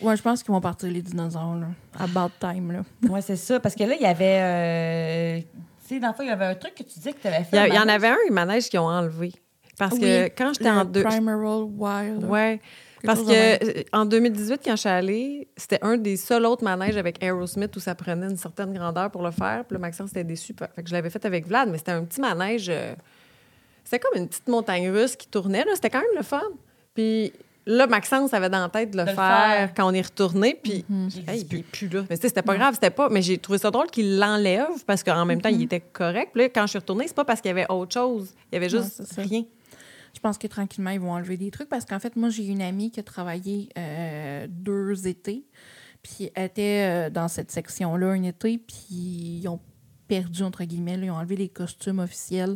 D: euh, ouais, je pense qu'ils vont partir les dinosaures, là. About time, là.
B: Oui, c'est ça. Parce que là, il y avait. euh, Tu sais, dans le fond, il y avait un truc que tu disais que tu avais fait.
C: Il y, a- il y en
B: Marie.
C: avait un, les manèges qu'ils ont enlevé. Parce que
D: Ah Oui,
C: quand j'étais en
D: le
C: deux.
D: Primeval Wild.
C: Ouais.
D: Quelque
C: Parce
D: chose de même.
C: que euh, en 2018, quand je suis allée, c'était un des seuls autres manèges avec Aerosmith où ça prenait une certaine grandeur pour le faire. Puis là, Maxence était déçu. Fait que je l'avais fait avec Vlad, mais c'était un petit manège. euh, c'était comme une petite montagne russe qui tournait. là. C'était quand même le fun. Puis là, Maxence avait dans la tête de le,
B: De le
C: faire,
B: faire.
C: quand on est retourné. Puis
D: Mm-hmm.
C: j'ai dit, Hey, il est plus là. Mais tu sais, c'était pas grave, c'était pas. Mais j'ai trouvé ça drôle qu'il l'enlève parce qu'en même temps,
D: Mm-hmm.
C: il était correct. Puis là, quand je suis retournée, c'est pas parce qu'il y avait autre chose. Il y avait
D: Non,
C: juste
D: c'est ça.
C: rien.
D: Je pense que tranquillement, ils vont enlever des trucs parce qu'en fait, moi, j'ai une amie qui a travaillé euh, deux étés. Puis elle était euh, dans cette section-là un été, puis ils ont perdu, entre guillemets, là, ils ont enlevé les costumes officiels.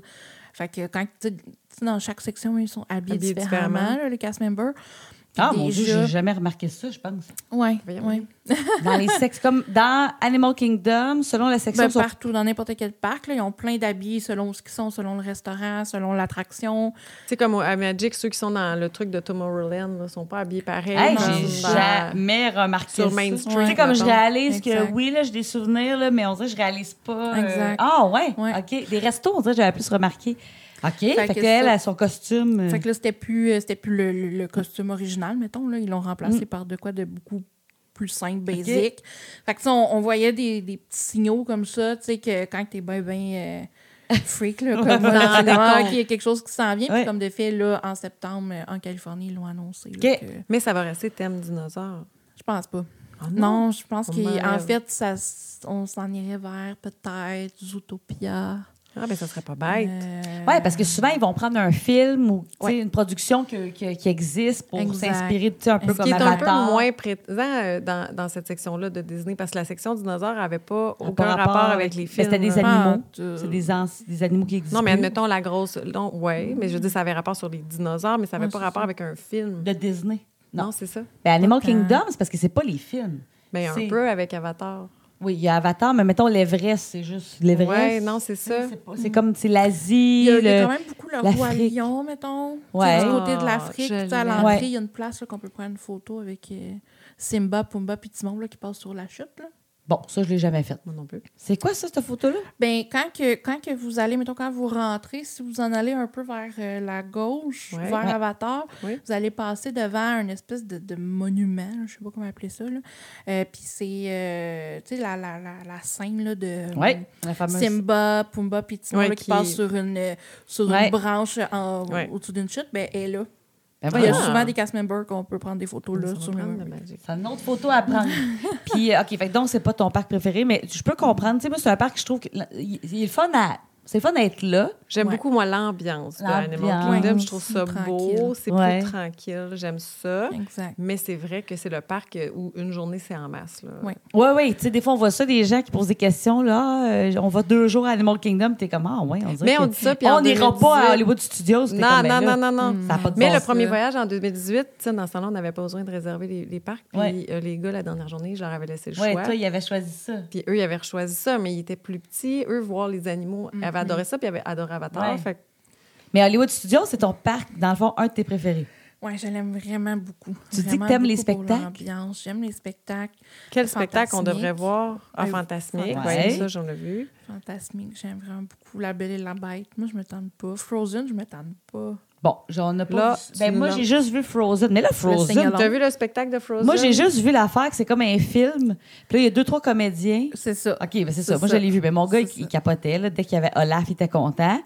D: Fait que quand, tu sais, tu sais, dans chaque section, ils sont habillés,
C: Habillés
D: différemment,
C: différemment.
D: là, les cast members.
B: Ah,
D: Puis
B: mon Dieu,
D: déjà-
B: j'ai jamais remarqué ça, je pense.
D: Ouais,
C: Voyons.
D: ouais.
B: Dans les sexes, comme dans Animal Kingdom, selon la section.
D: Ben,
B: sur-
D: partout, dans n'importe quel parc, là, ils ont plein d'habits selon ce qu'ils sont, selon le restaurant, selon l'attraction.
C: Tu sais, comme au- à Magic, ceux qui sont dans le truc de Tomorrowland ne sont pas habillés pareil.
B: Hey,
D: Non,
B: j'ai
D: c'est
C: Dans-
B: jamais remarqué
C: Sur
B: ça.
C: Main
B: tu
D: Street,
B: sais, comme je
C: mettons.
B: réalise que
D: Exact.
B: oui, là, j'ai des souvenirs, là, mais on dirait que je réalise pas. euh,
D: Exact.
B: Ah, ouais.
D: Ouais.
B: OK. Des restos, on dirait que j'avais plus remarqué. OK. Fait,
D: que
B: qu'elle,
D: ça-
B: a son costume. euh,
D: Fait que là, c'était plus, euh, c'était plus le, le- le costume original, mettons. Là. Ils l'ont
B: Mm.
D: remplacé par de quoi de beaucoup plus simple, basic. Fait que, tu sais, on, on voyait des, des petits signaux comme ça, tu sais, que quand t'es bien, bien euh, freak, là, comme
C: Ouais.
D: dans
C: Des cons.
D: qu'il y a quelque chose qui s'en vient.
B: Ouais.
D: Puis, comme de fait, là, en septembre, euh, en Californie, ils l'ont annoncé. là,
B: Ok.
D: que-
C: Mais ça va rester thème dinosaure.
D: je pense pas.
C: Ah
D: non. je pense
C: On
D: qu'en
C: m'enlève.
D: fait, ça, s- on s'en irait vers peut-être Zootopia.
C: Ah, ben ça serait pas bête.
D: Euh,
B: Oui, parce que souvent, ils vont prendre un film ou tu sais, une production que- que- qui existe pour
D: Exact.
B: s'inspirer tu sais, un peu
D: Ce
B: comme
C: qui est un peu
B: Avatar.
C: moins présent euh, dans, dans cette section-là de Disney, parce que la section dinosaure n'avait pas
B: N'a
C: aucun
B: pas
C: rapport, avec les
B: mais
C: films.
B: C'était des
C: là.
D: là.
B: animaux.
D: Pas de-
B: C'est des, ans- des animaux qui existent.
C: Non, mais
B: plus.
C: admettons la grosse. Non, ouais, mais je veux dire, ça avait rapport sur les dinosaures, mais ça n'avait
D: Ouais,
C: pas
D: c'est
C: rapport
D: ça.
C: avec un film.
B: De Disney.
C: Non,
B: Non.
C: c'est ça.
B: Ben, Animal
D: Pas tant.
B: Kingdom, c'est parce que c'est pas les films.
C: Mais un
B: C'est-
C: peu avec Avatar.
B: Oui, il y a Avatar, mais mettons l'Everest, c'est juste l'Everest.
C: Ouais, non, c'est ça.
B: C'est pas- C'est comme, c'est l'Asie.
D: Il y a, il y a
B: le-
D: quand même beaucoup le roi
B: l'Afrique.
D: lion, mettons. Tu sais,
B: Ouais.
D: Du côté de
C: Ah,
D: l'Afrique,
C: je
D: tu sais, à
C: l'aime.
D: l'entrée,
B: Ouais.
D: il y a une place là, qu'on peut prendre une photo avec euh, Simba, Pumba puis Timon là, qui passe sur la chute. Là.
B: Bon, ça, je l'ai jamais fait.
C: Moi non plus.
B: C'est quoi ça, cette photo-là?
D: Ben, quand que, quand que vous allez, mettons, quand vous rentrez, si vous en allez un peu vers euh, la gauche,
C: Ouais.
D: vers
B: Ouais.
D: Avatar,
C: Oui.
D: vous allez passer devant une espèce de, de monument, je sais pas comment appeler ça, là. Euh, Puis c'est, euh, tu sais, la, la, la, la scène, là, de...
B: Oui, la fameuse.
D: Simba, Pumba, puis Timon
C: Ouais,
D: là, qui,
C: qui-
D: passe sur une, euh, sur
B: Ouais.
D: une branche en-
C: Ouais.
D: au-dessus d'une chute, ben, elle est là.
B: Ben
D: Il y a
B: voyons.
C: Ah.
D: souvent des cast members qu'on peut prendre des photos là.
C: Ça va
D: Sur
C: prendre
D: le...
C: de Magic.
B: C'est une autre photo à prendre. Puis, euh, OK, fait que donc, c'est pas ton parc préféré, mais je peux comprendre. Tu sais, moi, c'est un parc que je trouve que l- il il est le fun à. C'est le fun d'être là.
C: J'aime
D: Ouais.
C: beaucoup, moi, l'ambiance de Animal
B: L'ambiance.
C: Kingdom. Je trouve ça
D: Tranquille.
C: beau, c'est
B: Ouais.
C: plus tranquille, j'aime ça.
D: Exact.
C: Mais c'est vrai que c'est le parc où une journée, c'est en masse. Là.
D: Ouais.
B: Oui, oui. Tu sais, des fois, on voit ça, des gens qui posent des questions. là. Ah, euh, on va deux jours à Animal Kingdom. T'es comme, ah, ouais, on dirait.
C: Mais on
B: que-
C: dit ça, puis
B: On
C: en
B: n'ira pas
C: 2018.
B: à Hollywood Studios. t'es
C: Non,
B: comme, ben
C: non,
B: là,
C: non, non, non.
B: Ça a pas de
C: Mais
B: bon
C: le
B: sens.
C: premier
D: là.
C: voyage en 2018, tu sais, dans ce salon, on n'avait pas besoin de réserver les, les parcs. Puis
B: Ouais.
C: euh, les gars, la dernière journée, je leur avais laissé le
B: Ouais,
C: choix.
B: toi, il avait choisi ça.
C: Puis eux, ils avaient choisi ça, mais ils étaient plus petits. Eux, voir les animaux, ils avaient adoré ça, puis ils avaient adoré Avatar.
B: Mm-hmm. Ouais.
C: Fait que
B: Mais Hollywood Studios, c'est ton parc, dans le fond, un de tes préférés.
D: Ouais, je l'aime vraiment beaucoup.
B: Tu dis que
D: Vraiment
B: t'aimes les
D: beaucoup pour
B: spectacles?
D: l'ambiance. J'aime les spectacles.
C: quel spectacle on
D: Fantasmique.
C: devrait voir en
D: Ouais.
C: Fantasmique?
B: Ben Ouais.
C: Ouais, ça, j'en ai vu.
D: Fantasmique, j'aime vraiment beaucoup. La Belle et la Bête. Moi, je me tente pas. Frozen, je me tente pas.
B: Bon, j'en ai pas.
C: Là,
B: vu- ben,
C: tu
B: moi,
C: nous
B: j'ai juste vu Frozen. Mais là, Frozen.
D: single-
C: T'as vu le spectacle de Frozen?
B: Moi, j'ai juste vu l'affaire que c'est comme un film. Puis là, il y a deux, trois comédiens.
D: C'est ça.
B: OK, ben c'est ça.
D: C'est
B: Moi, je
D: ça.
B: l'ai vu. Mais mon gars, il,
D: C'est
B: il
D: ça.
B: capotait. là. Dès qu'il y avait Olaf, il était content.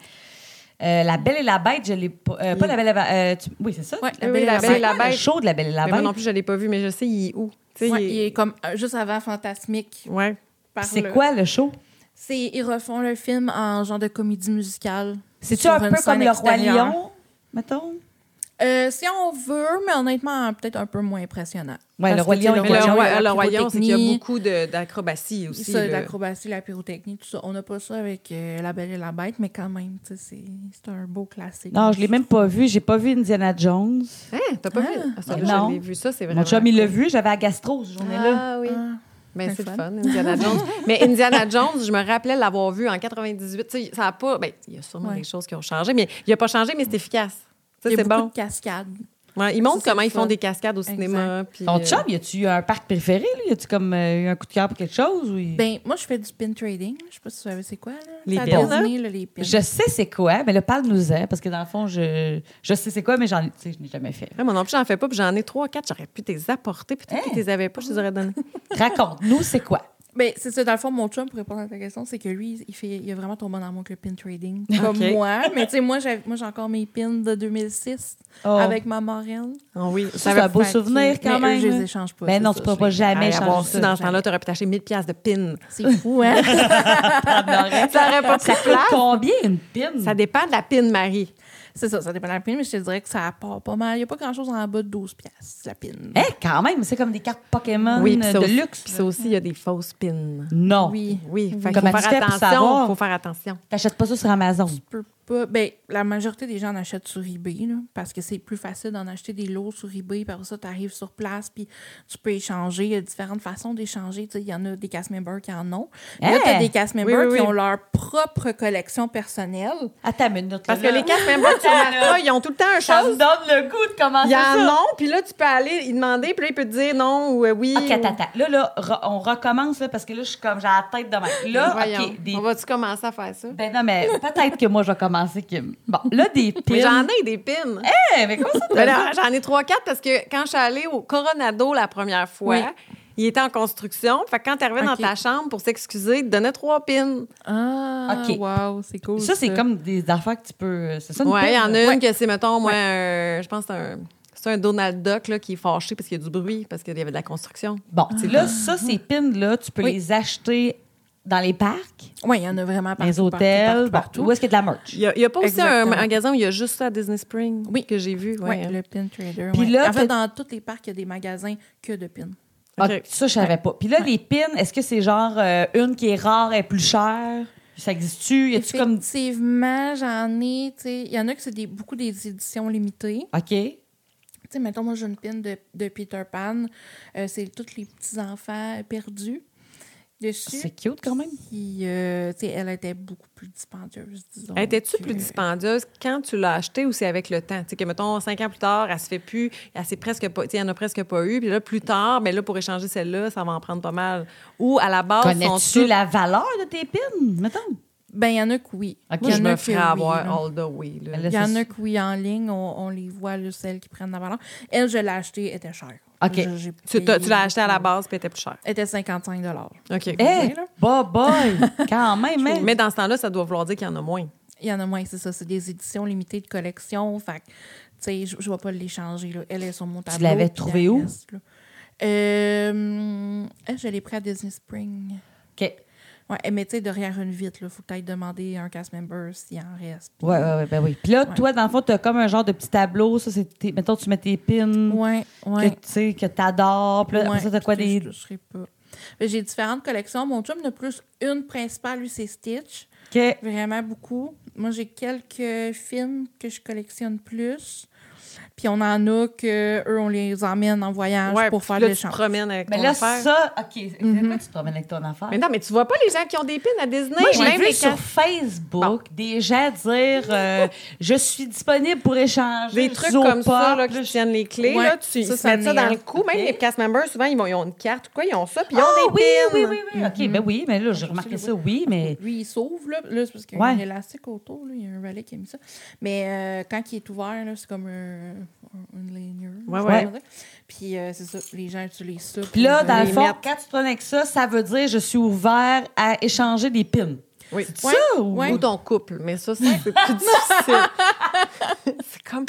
B: Euh, la Belle et la Bête, je l'ai pas. euh, pas la Belle et la euh, tu- Oui, c'est ça?
D: Ouais,
C: Oui, oui, La Belle et la
B: C'est quoi le
C: Bête.
B: show de la Belle et la
C: Mais moi
B: Bête.
C: non plus, je l'ai pas vu, mais je sais, il est où. Tu sais,
D: Ouais,
C: il
D: il
C: est-
D: est comme euh, juste avant Fantasmique.
C: Ouais.
D: par
B: C'est
D: le-
B: quoi le show?
D: C'est ils refont le film en genre de comédie musicale.
B: C'est-tu
D: Sur
B: un peu
D: une
B: comme
D: scène
B: le Roi
D: extérieure.
B: Lion, mettons?
D: Euh, si on veut, mais honnêtement, peut-être un peu moins impressionnant.
B: Ouais,
D: Parce
B: le Roi
D: que, tu sais,
B: Lion,
C: Mais
B: Roi
C: le,
B: Lion,
D: il y a
C: roi,
D: la
C: le royaume, c'est qu'il y a
D: pyrotechnie.
C: beaucoup de- d'acrobatie aussi.
D: Ça,
C: là.
D: l'acrobatie, la pyrotechnie, tout ça. On n'a pas ça avec euh, La Belle et la Bête, mais quand même, tu sais, c'est c'est un beau classique.
B: Non, je l'ai même pas vu. J'ai pas vu Indiana Jones.
C: Hein, t'as pas
D: Ah.
C: vu? Ah, ça, là,
B: Non.
C: je l'ai vu ça, c'est vraiment.
B: Mon chum, il l'a vu. J'avais à gastro ce journée-là.
C: Ah oui.
D: Ah,
C: Mais c'est
D: c'est
C: le
D: fun.
C: fun, Indiana Jones. Mais Indiana Jones, je me rappelais l'avoir vu en 98. Tu sais, ça a pas. Ben, il y a sûrement
D: Ouais.
C: des choses qui ont changé, mais il a pas changé, mais c'est efficace. Ça,
D: il y a
C: c'est
D: beaucoup
C: bon.
D: de cascades.
C: Ouais, ils montrent
D: c'est
C: comment
D: le
C: ils font
D: fun.
C: des cascades au cinéma. puis,
B: Ton
C: euh,
B: chum, y a-tu un parc préféré? Là? Y a-tu comme euh, eu un coup de cœur pour quelque chose? ou il-
D: Ben, moi, je fais du pin trading. Je sais pas si vous savez c'est quoi, là.
C: Les
D: Ça a
C: pins, hein?
D: donné, là, les pins.
B: Je sais c'est quoi, mais le parle-nous-en, parce que dans le fond, je, je sais c'est quoi, mais j'en ai- tu sais, je n'ai jamais fait.
C: ouais, moi non plus, j'en fais pas, puis j'en ai trois, quatre, j'aurais pu t'es apporter, puis peut-être qu'ils t'es avaient pas, je les aurais donné.
B: Raconte-nous c'est quoi.
D: Ben, c'est ça. Dans le fond, mon chum, pour répondre à ta question, c'est que lui, il, fait, il a vraiment tombé en amour avec le pin trading. Comme
C: Ok.
D: moi. Mais tu sais, moi, j'avais- moi, j'ai encore mes pins de 2006
B: Oh.
D: avec ma marraine.
C: Ah oui,
B: Ça, c'est un beau
D: Fait que-
B: souvenir quand
D: mais eux,
B: même.
D: je
B: là.
D: les échange pas.
B: Ben
D: c'est
B: non,
D: ça,
B: tu ne
D: je
B: pourras
D: les-
B: jamais
C: Hey, avoir
B: changer
C: su
B: ça. Mm.
C: dans ce temps-là, t'aurais pu t'acheter 1000 pièces de pin.
D: C'est fou, hein?
C: Ça aurait pas pris
B: Ça
C: de
B: coûte
C: place.
B: combien une pin?
C: Ça dépend de la pin, Marie.
D: C'est ça, ça dépend de la pin, mais je te dirais que ça part pas mal. Il n'y a pas grand-chose en bas de 12 piastres, la pin.
B: Hein, quand même, c'est comme des cartes Pokémon
C: Oui, puis
B: euh,
C: ça
B: de
C: aussi-
B: luxe.
C: Puis ça aussi, il y a des fausses pins.
B: Non.
D: Oui.
C: Oui, fait qu'il
B: Comment
C: faut
B: tu
C: faire
B: fais pour
C: attention.
B: savoir?
C: faut faire attention.
B: T'achètes pas ça sur Amazon.
D: Peut pas. Ben, la majorité des gens en achètent sur eBay, là, parce que c'est plus facile d'en acheter des lots sur eBay. Par ça, tu arrives sur place, puis tu peux échanger. Il y a différentes façons d'échanger. Tu sais, Il y en a des cast members qui en ont. Là, tu
B: Hein?
D: as des cast members
C: Oui, oui,
D: qui
C: oui.
D: ont leur propre collection personnelle.
B: Attends une minute.
C: Parce que
B: là.
C: les cartes members de Sonata, ils ont tout le temps un
B: ça me
C: chose.
B: donne le goût de
C: Il
B: commencer
C: y en
B: ça.
C: a, puis là, tu peux aller y demander, puis là, il peut te dire non ou euh, oui.
B: Ah, OK,
C: ou-
B: attends, attends. Là, là, re- on recommence, là, parce que là, je suis comme, j'ai la tête de même. Là,
C: Voyons,
B: OK, des
C: On va-tu commencer à faire ça?
B: Ben non, mais peut-être que moi, je vais commencer, Kim. Bon, là, des pins. Eh,
C: Mais j'en ai des pins.
B: Hey, mais comment ça t'as
C: Ben
B: ça?
C: là, J'en ai trois, quatre parce que quand je suis allée au Coronado la première fois, il était en construction. Fait que quand tu arrivais dans
D: Ok.
C: ta chambre pour s'excuser, il te donnait trois pins.
D: Ah,
B: OK.
D: wow, c'est cool.
B: Ça, c'est comme des affaires que tu peux. C'est ça, une
C: Ouais, il y en a
B: pin?
C: une que c'est, mettons, moi, un- je pense que c'est un. C'est un Donald Duck là, qui est fâché parce qu'il y a du bruit, parce qu'il y avait de la construction.
B: Bon, là, ça, ces pins-là, tu peux
D: Oui.
B: les acheter dans les parcs,
D: Oui, il y en a vraiment
B: dans
D: partout.
B: les hôtels,
D: partout,
B: partout.
D: partout,
B: Où est-ce qu'il y a de la merch?
C: Il n'y a, il y a pas aussi un
D: Exactement.
C: magasin où il y a juste ça à Disney Spring
D: Oui.
C: que j'ai vu.
D: Oui,
C: Ouais.
D: le pin trader.
B: Puis
D: ouais.
B: là,
D: en
B: t'as-
D: fait, dans tous les parcs, il y a des magasins que de pins.
B: Ah,
C: OK.
B: ça, je savais pas. Puis là, les pins, est-ce que c'est genre euh, une qui est rare et plus chère? Ça existe-tu? Y a-tu comme.
D: Effectivement, j'en ai. tu sais, Il y en a que c'est des, beaucoup des éditions limitées.
B: OK.
D: Tu sais, mettons, moi, j'ai une pin de, de Peter Pan. Euh, c'est tous les petits-enfants perdus. dessus.
B: C'est cute quand même.
D: Qui, euh, tu sais, elle était beaucoup plus dispendieuse, disons.
C: Étais-tu
D: que-
C: plus dispendieuse quand tu l'as acheté ou c'est avec le temps? Tu sais, que mettons, cinq ans plus tard, elle se fait plus, elle s'est presque pas, tu sais, elle en a presque pas eu. Puis là, plus tard, mais là, pour échanger celle-là, ça va en prendre pas mal. Ou à la base, Ah, sont
B: Connais-tu
C: toutes-
B: la valeur de tes pins, mettons?
D: Ben, il y en a que oui.
B: Ok.
D: Il
C: Moi,
D: y
C: je
D: en a
C: me
D: que
C: ferais
D: oui,
C: avoir
D: là.
C: all the way. là.
B: Elle
D: Il y en a
B: c'est-
D: que oui, en ligne, on, on les voit, là, celles qui prennent la valeur. Elle, je l'ai achetée, elle était chère.
B: OK.
D: Je- j'ai
C: Tu, t'as- tu l'as
D: payé-
C: acheté à la base, puis elle était plus chère.
D: Elle était 55
C: OK.
B: Eh, bah boy, quand même, hein?
C: Mais dans ce temps-là, ça doit vouloir dire qu'il y en a moins.
D: Il y en a moins, c'est ça. C'est des éditions limitées de collection. Fait que, tu sais, je ne vais pas les changer. là. Elle est sur mon tableau.
B: l'avais
D: puis
B: trouvée
D: elle
B: où?
D: reste, là. Euh, elle, je l'ai pris à Disney Spring.
B: OK.
D: Ouais, mais tu sais, derrière une vitre, il faut peut-être demander à un cast member s'il en reste. puis-
B: Ouais, ouais, ouais, ben oui. Puis là,
D: Ouais.
B: toi, dans le fond, t'as comme un genre de petit tableau. Ça, c'est tes- mettons, tu mets tes pins
D: Ouais, ouais.
B: que tu sais, que t'adores. Puis là, après
D: Ouais,
B: ça, t'as quoi
D: je-
B: des.
D: Je, je sais pas. Mais J'ai différentes collections. Mon chum, en a plus une principale, lui, c'est Stitch.
B: OK.
D: Vraiment beaucoup. Moi, j'ai quelques films que je collectionne plus. Puis on en a que eux, on les emmène en voyage
C: Ouais,
D: hein, pour
C: puis
D: faire
C: là,
D: le
C: tu te
D: champ.
C: promènes avec
B: Mais
C: ton
B: là,
C: affaire.
B: ça, OK. C'est quoi tu te promènes avec ton affaire?
C: Mais non, mais tu vois pas les gens qui ont des pins à Disney.
B: Moi, j'ai
C: même
B: vu
C: les
B: sur
C: cas-
B: Facebook des gens dire euh, Je suis disponible pour échanger.
C: Des
B: le
C: trucs
B: Zopop.
C: comme ça, là, qui tiennent les clés,
D: Ouais,
C: là, tu
D: ça,
C: ils se
D: ça
C: mettent ça
D: en est
C: dans
D: un.
C: le cou. Même
B: Ok.
C: les cast members, souvent, ils, vont- ils ont une carte, ou quoi, ils ont ça, puis ils
B: Ah,
C: ont des
B: oui,
C: pins.
B: oui, oui, oui. OK, ben oui, mais là, j'ai remarqué ça, oui, mais.
D: Lui, il s'ouvre, là. Là, c'est parce qu'il y a
B: Ouais.
D: un élastique autour, là. Il y a un relais qui a mis ça. Mais euh, quand il est ouvert, là, c'est comme un, un- une lanière.
C: Ouais,
D: je
B: ouais.
D: sais pas. Puis euh, c'est ça, les gens utilisent ça.
B: Puis là,
D: pour,
B: dans
D: euh,
B: le
D: les
B: fond,
D: mettre-
B: quand tu te promènes avec ça, ça veut dire Je suis ouvert à échanger des pins.
C: Oui.
B: C'est
D: Ouais,
B: ça ou.
D: ouais.
C: Ou ton couple, mais ça, c'est c'est plus difficile. c'est comme,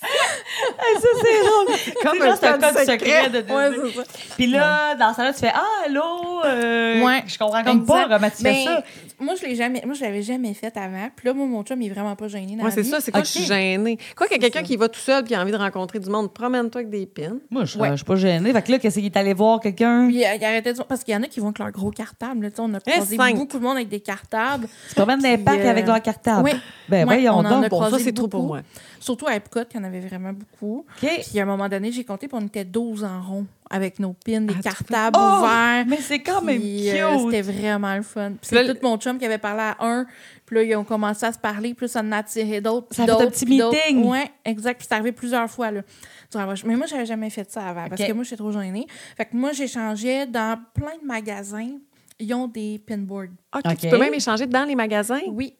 B: Ça, c'est drôle.
C: comme
B: C'est genre, c'est un code secret, de Disney.
C: Ouais, c'est ça.
B: Puis là, dans ça, là, tu fais Ah, allô? euh,
D: Ouais.
B: Je comprends comme pas
D: Exact.
B: comment tu fais
D: Ben,
B: ça.
D: Moi, je l'ai jamais, moi, je l'avais jamais fait avant. Puis là, moi, mon chum, il est vraiment pas gêné dans
C: Ouais,
D: la
C: c'est
D: vie.
C: ça, c'est quoi,
B: Ok.
C: je suis gênée. Quoi, qu'il y a
D: C'est
C: quelqu'un
D: ça.
C: qui va tout seul puis qui a envie de rencontrer du monde, promène-toi avec des pins.
B: Moi, je euh,
D: Ouais.
B: je suis pas gênée. Fait que là, qu'est-ce qu'il est allé voir quelqu'un?
D: Puis, euh, il arrêtait de... Parce qu'il y en a qui vont avec leur gros cartable. là. Tu sais, on a
B: Eh,
D: croisé
C: cinq.
D: beaucoup de monde avec des cartables.
B: Tu te promènes dans les
D: Puis,
B: parcs
D: euh,
B: avec leur cartable.
D: ouais.
B: Ben
D: Ouais,
B: voyons
D: on en
B: donc.
D: a
C: Bon, ça,
D: croisé
C: c'est trop pour
D: beaucoup.
C: moi.
D: Surtout à Epcot, il y en avait vraiment beaucoup.
B: OK.
D: Puis à un moment donné, j'ai compté, puis on était 12 en rond avec nos pins, des
C: Ah, tu
D: cartables ouverts.
B: Oh! mais c'est quand même
D: Puis,
B: cute.
D: euh, c'était vraiment le fun. Puis c'est
C: Là,
D: tout mon chum qui avait parlé à un, puis là, ils ont commencé à se parler, puis là, ça en a attiré d'autres. puis
B: Ça a fait un
D: d'autres,
B: petit
D: puis d'autres.
B: meeting.
D: Ouais, exact. Puis c'est arrivé plusieurs fois, là. durant la- Mais moi, j'avais jamais fait ça avant, parce
B: Ok.
D: que moi, j'étais trop gênée. Fait que moi, j'échangeais dans plein de magasins. Ils ont des pinboards.
C: OK,
B: Ok.
C: Tu peux même échanger dans les magasins.
D: Oui.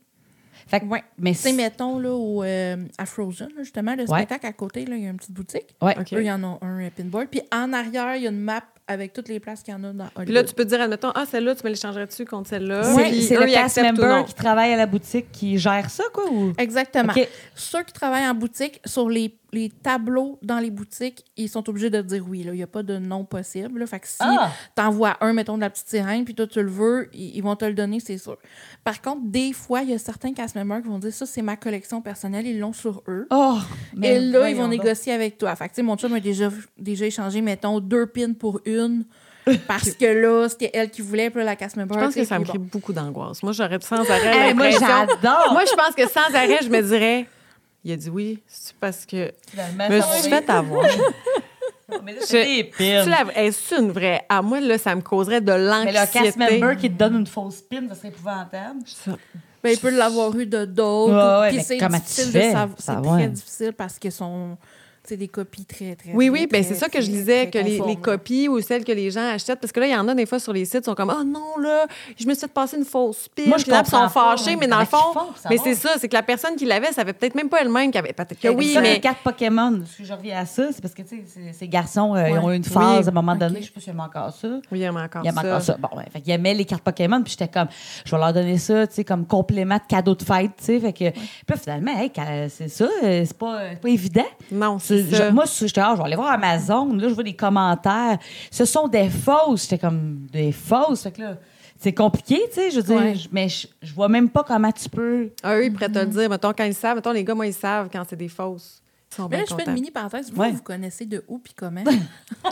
B: Fait que-
D: Ouais.
B: mais
D: Tu sais,
B: c'est-
D: mettons, là, au, euh, à Frozen, là, justement, le spectacle à côté, là, il y a une petite boutique.
B: ouais.
C: OK.
D: Eux, ils en ont un euh, pinboard. Puis en arrière, il y a une map avec toutes les places qu'il y en a dans Hollywood.
C: Puis là, tu peux dire, admettons, ah, celle-là, tu me l'échangerais-tu contre celle-là?
B: C'est-
C: Puis
B: c'est
C: eux,
B: le
C: ils
B: cast
C: acceptent ou non.
B: member qui travaille à la boutique qui gère ça, quoi? Ou...
D: Exactement.
B: OK.
D: Ceux qui travaillent en boutique, sur les, les tableaux dans les boutiques, ils sont obligés de dire oui. là. Il n'y a pas de non possible. là. Fait que si
B: Ah!
D: t'en vois un, mettons, de la petite sirène, puis toi, tu le veux, ils, ils vont te le donner, c'est sûr. Par contre, des fois, il y a certains cast members qui vont dire ça, c'est ma collection personnelle, ils l'ont sur eux.
B: Oh, mais
D: Et là, ils
B: voyons
D: vont
B: donc.
D: négocier avec toi. Fait que, tu sais, mon chum a déjà, déjà échangé, mettons, deux pins pour une. Parce que là, c'était elle qui voulait, puis là, la casse member.
C: Je pense que ça me
D: puis
C: crée
D: bon.
C: beaucoup d'angoisse. Moi, j'aurais sans arrêt
B: Hey, Eh, moi,
C: l'impression-
B: j'adore.
C: Moi, je pense que sans arrêt, je me dirais, il a dit oui, c'est parce que
B: Finalement,
C: je me
B: ça va
C: suis
B: bien.
C: fait avoir.
B: Mais là, c'est
C: Je-
B: des
C: Est-ce
B: pins.
C: une vraie? À moi, là, ça me causerait de
B: Mais le cast
C: l'anxiété.
B: member qui te donne une fausse pin, ça serait épouvantable.
C: Ça-
D: Ben, il peut l'avoir eu de
B: Ouais,
D: d'autres.
B: ouais,
D: puis
B: mais
D: c'est
B: comment tu
D: difficile
B: fais?
D: de savoir. C'est
B: Savoir.
D: très difficile parce que sont c'est des copies très, très.
C: Oui,
D: très,
C: oui, ben
D: très,
C: c'est ça que
D: très,
C: je disais,
D: très
C: que les,
D: conformes,
C: les
D: là.
C: copies ou celles que les gens achètent, parce que là, il y en a des fois sur les sites, sont comme, ah non, là, je me suis fait passer une fausse pile.
B: Moi, je
C: Puis là, ils sont
B: comprends pas,
C: fâchés,
B: hein.
C: mais dans le
B: Comment
C: fond,
B: qu'ils font pour
C: mais
B: savoir?
C: c'est ça, c'est que la personne qui l'avait savait peut-être même pas elle-même qu'elle avait, peut-être que oui,
B: ça, les
C: mais
B: cartes Pokémon, si je reviens à ça, c'est parce que tu sais, ces- ces garçons, euh, ils ont eu une
C: Oui.
B: phase à un moment donné,
D: Ok.
B: je sais pas si aiment encore ça.
C: oui, il y a encore
B: Ils aiment encore ça. Bon, ben, fait qu'ils aimaient les cartes Pokémon, puis j'étais comme, je vais leur donner ça, tu sais, comme complément de cadeau de fête, tu sais. Fait que, puis là, finalement, hey, quand- c'est ça, euh, c'est pas, euh, c'est pas évident.
C: Non, c'est
B: Tu-
C: ça.
B: je- Moi, je- j'étais, ah, je vais aller voir Amazon, là, je vois des commentaires. Ce sont des fausses. J'étais comme, des fausses. Fait que là, c'est compliqué, tu sais, je veux dire,
D: Ouais.
B: je- mais je, je vois même pas comment tu peux.
C: Ah, eux, ils pourraient te le dire. Mettons, quand ils savent, mettons, les gars, moi, ils savent quand c'est des fausses. sont
D: Mais
C: bien
D: là, je fais une
C: contents.
D: mini parenthèse. Vous,
B: Ouais.
D: vous connaissez de où puis comment? je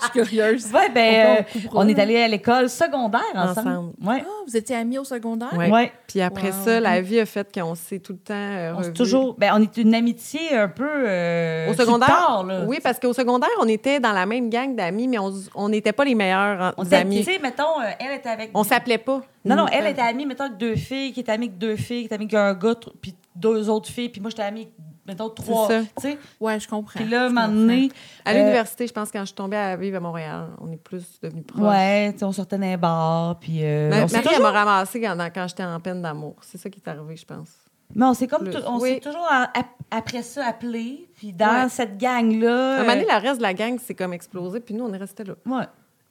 D: suis curieuse.
B: Ouais, ben,
D: On peut- on
B: euh,
D: coupera,
B: on, est
D: là.
B: allés à l'école secondaire ensemble.
C: Ensemble.
B: Ouais.
D: Ah, vous étiez amis au secondaire?
C: Ouais.
B: Ouais.
C: Puis après
D: Wow.
C: ça, la vie a fait qu'on s'est tout le temps euh,
B: On, s'est
C: revus.
B: toujours, ben, on est une amitié un peu. euh,
C: Au secondaire,
B: plus tard, là.
C: oui, parce qu'au secondaire, on était dans la même gang d'amis, mais on s- on n'était pas les meilleurs
B: On
C: en-
B: était, tu
C: amis.
B: sais, mettons, euh, elle était avec.
C: On s'appelait pas. Euh,
B: Non, non, elle était amie, mettons, avec deux filles, qui était amie avec deux filles, qui était amie avec un gars, tr- puis deux autres filles, puis moi, j'étais amie avec, mettons, trois.
C: ça.
B: Tu sais,
D: Ouais, je comprends.
B: puis là, à un
D: je
B: moment
D: comprends.
B: donné.
C: À
B: euh,
C: l'université, je pense, quand je suis tombée à vivre à Montréal, on est plus devenus proches.
B: euh, Ouais, tu sais, on sortait d'un bar, puis. euh,
C: Ma-
B: on s'est
C: Marie, elle
B: toujours-
C: m'a ramassée quand, dans- quand j'étais en peine d'amour. C'est ça qui est arrivé, je pense.
B: Mais on s'est comme.
C: Plus.
B: tout- on
C: Oui.
B: s'est toujours, en- ap- après ça, appelé, puis dans
C: Ouais.
B: cette
C: À un
B: gang-là.
C: moment
B: euh,
C: donné, le reste de la gang s'est comme explosé, puis nous, on est restés là.
B: ouais.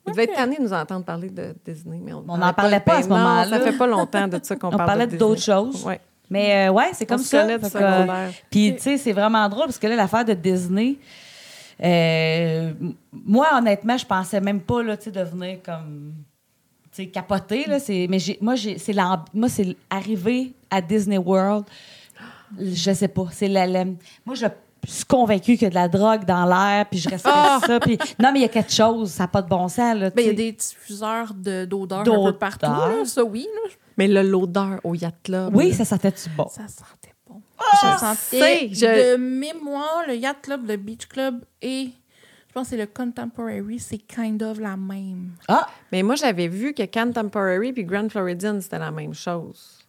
C: Ils devaient être tannés de nous entendre parler de Disney, mais on
B: On n'en parlait pas à ce
C: Ben non,
B: moment-là.
C: Ça fait pas longtemps de ça qu'on
B: On
C: parle
B: parlait
C: de
B: d'autres
C: Disney.
B: choses.
C: Ouais.
B: Mais euh, ouais, c'est
C: On
B: comme
C: se
B: ça.
C: connaît du
B: Fait que, euh,
C: secondaire.
B: Puis, tu sais, c'est vraiment drôle parce que là, l'affaire de Disney, euh, m- moi, honnêtement, je pensais même pas, là, tu sais, devenir comme. Tu sais, capoter, là. C'est, mais j'ai, moi, j'ai, c'est l'amb- moi, c'est arrivé à Disney World. Je sais pas. C'est la, la- Moi, je suis convaincue qu'il y a de la drogue dans l'air, puis je respecte ça. Puis, non, mais il y a quelque chose, ça n'a pas de bon sens, là. tu
D: Ben, il y a
B: sais.
D: des diffuseurs de- d'odeurs un peu partout.
B: D'odeurs.
D: là. Ça, oui. là, je-
C: Mais là, l'odeur au Yacht Club.
B: Oui, ça sentait-tu bon?
D: Ça sentait bon.
C: je
B: Ah,
D: je sentais
C: sais, je-
D: de mémoire le Yacht Club, le Beach Club et je pense que c'est le Contemporary, c'est kind of la même.
B: Ah!
C: Mais moi, j'avais vu que Contemporary puis Grand Floridian, c'était la même chose.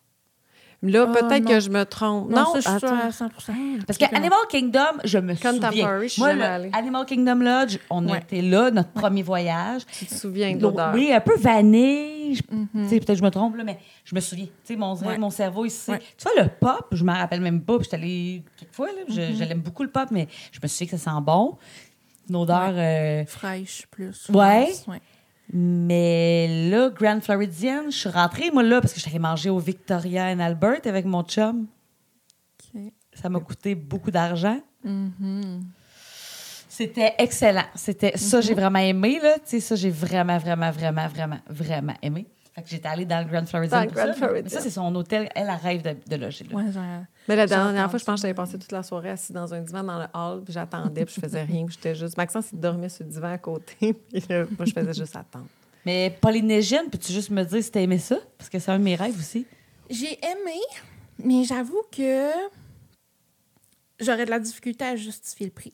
C: Là,
D: Ah,
C: peut-être
D: non.
C: que je me trompe. Non,
D: ça, je suis
C: attends.
D: sûre à 100%.
B: Parce que Animal Kingdom, je me souviens.
C: Contemporary, je suis
B: Moi,
C: jamais
B: le
C: allée.
B: Animal Kingdom Lodge, on
D: Ouais.
B: était là, notre premier voyage.
C: tu te souviens de
B: L'eau-
C: l'odeur. Mhm.
B: Oui, un peu vanille. je- tu sais, Peut-être que je me trompe, là, mais je me souviens. Tu sais, mon,
D: Ouais.
B: mon cerveau ici.
D: Ouais.
B: Tu vois, le pop, je m'en rappelle même pas. Puis je suis allée quelques fois. là, je-
C: Mhm.
B: Je l'aime beaucoup, le pop, mais je me souviens que ça sent bon. Une odeur. euh,
D: fraîche plus.
B: Ouais.
D: je pense, ouais.
B: Mais là, Grand Floridian, je suis rentrée, moi, là, parce que je suis allée manger au Victoria and Albert avec mon chum.
D: Ok.
B: Ça m'a coûté beaucoup d'argent.
C: Mm-hmm.
B: C'était excellent. C'était ça j'ai vraiment aimé là, tu sais ça j'ai vraiment vraiment vraiment vraiment vraiment aimé. Fait que j'étais allée dans le Grand Floridian
C: Dans le
B: pour
C: Grand
B: ça. mais
C: Floridian.
B: Ça c'est son hôtel, elle elle rêve de, de loger là.
D: Ouais, genre,
C: Mais la
D: J'ai
C: dernière
D: entendu
C: fois, je pense que j'avais passé toute la soirée assise dans un divan dans le hall, puis j'attendais, puis je faisais rien, puis j'étais juste. Maxence, il dormait sur le divan à côté, puis là, moi, je faisais juste attendre.
B: Mais Polynésienne, peux-tu juste me dire si t'as aimé ça parce que c'est un de mes rêves aussi.
D: J'ai aimé, mais j'avoue que j'aurais de la difficulté à justifier le prix.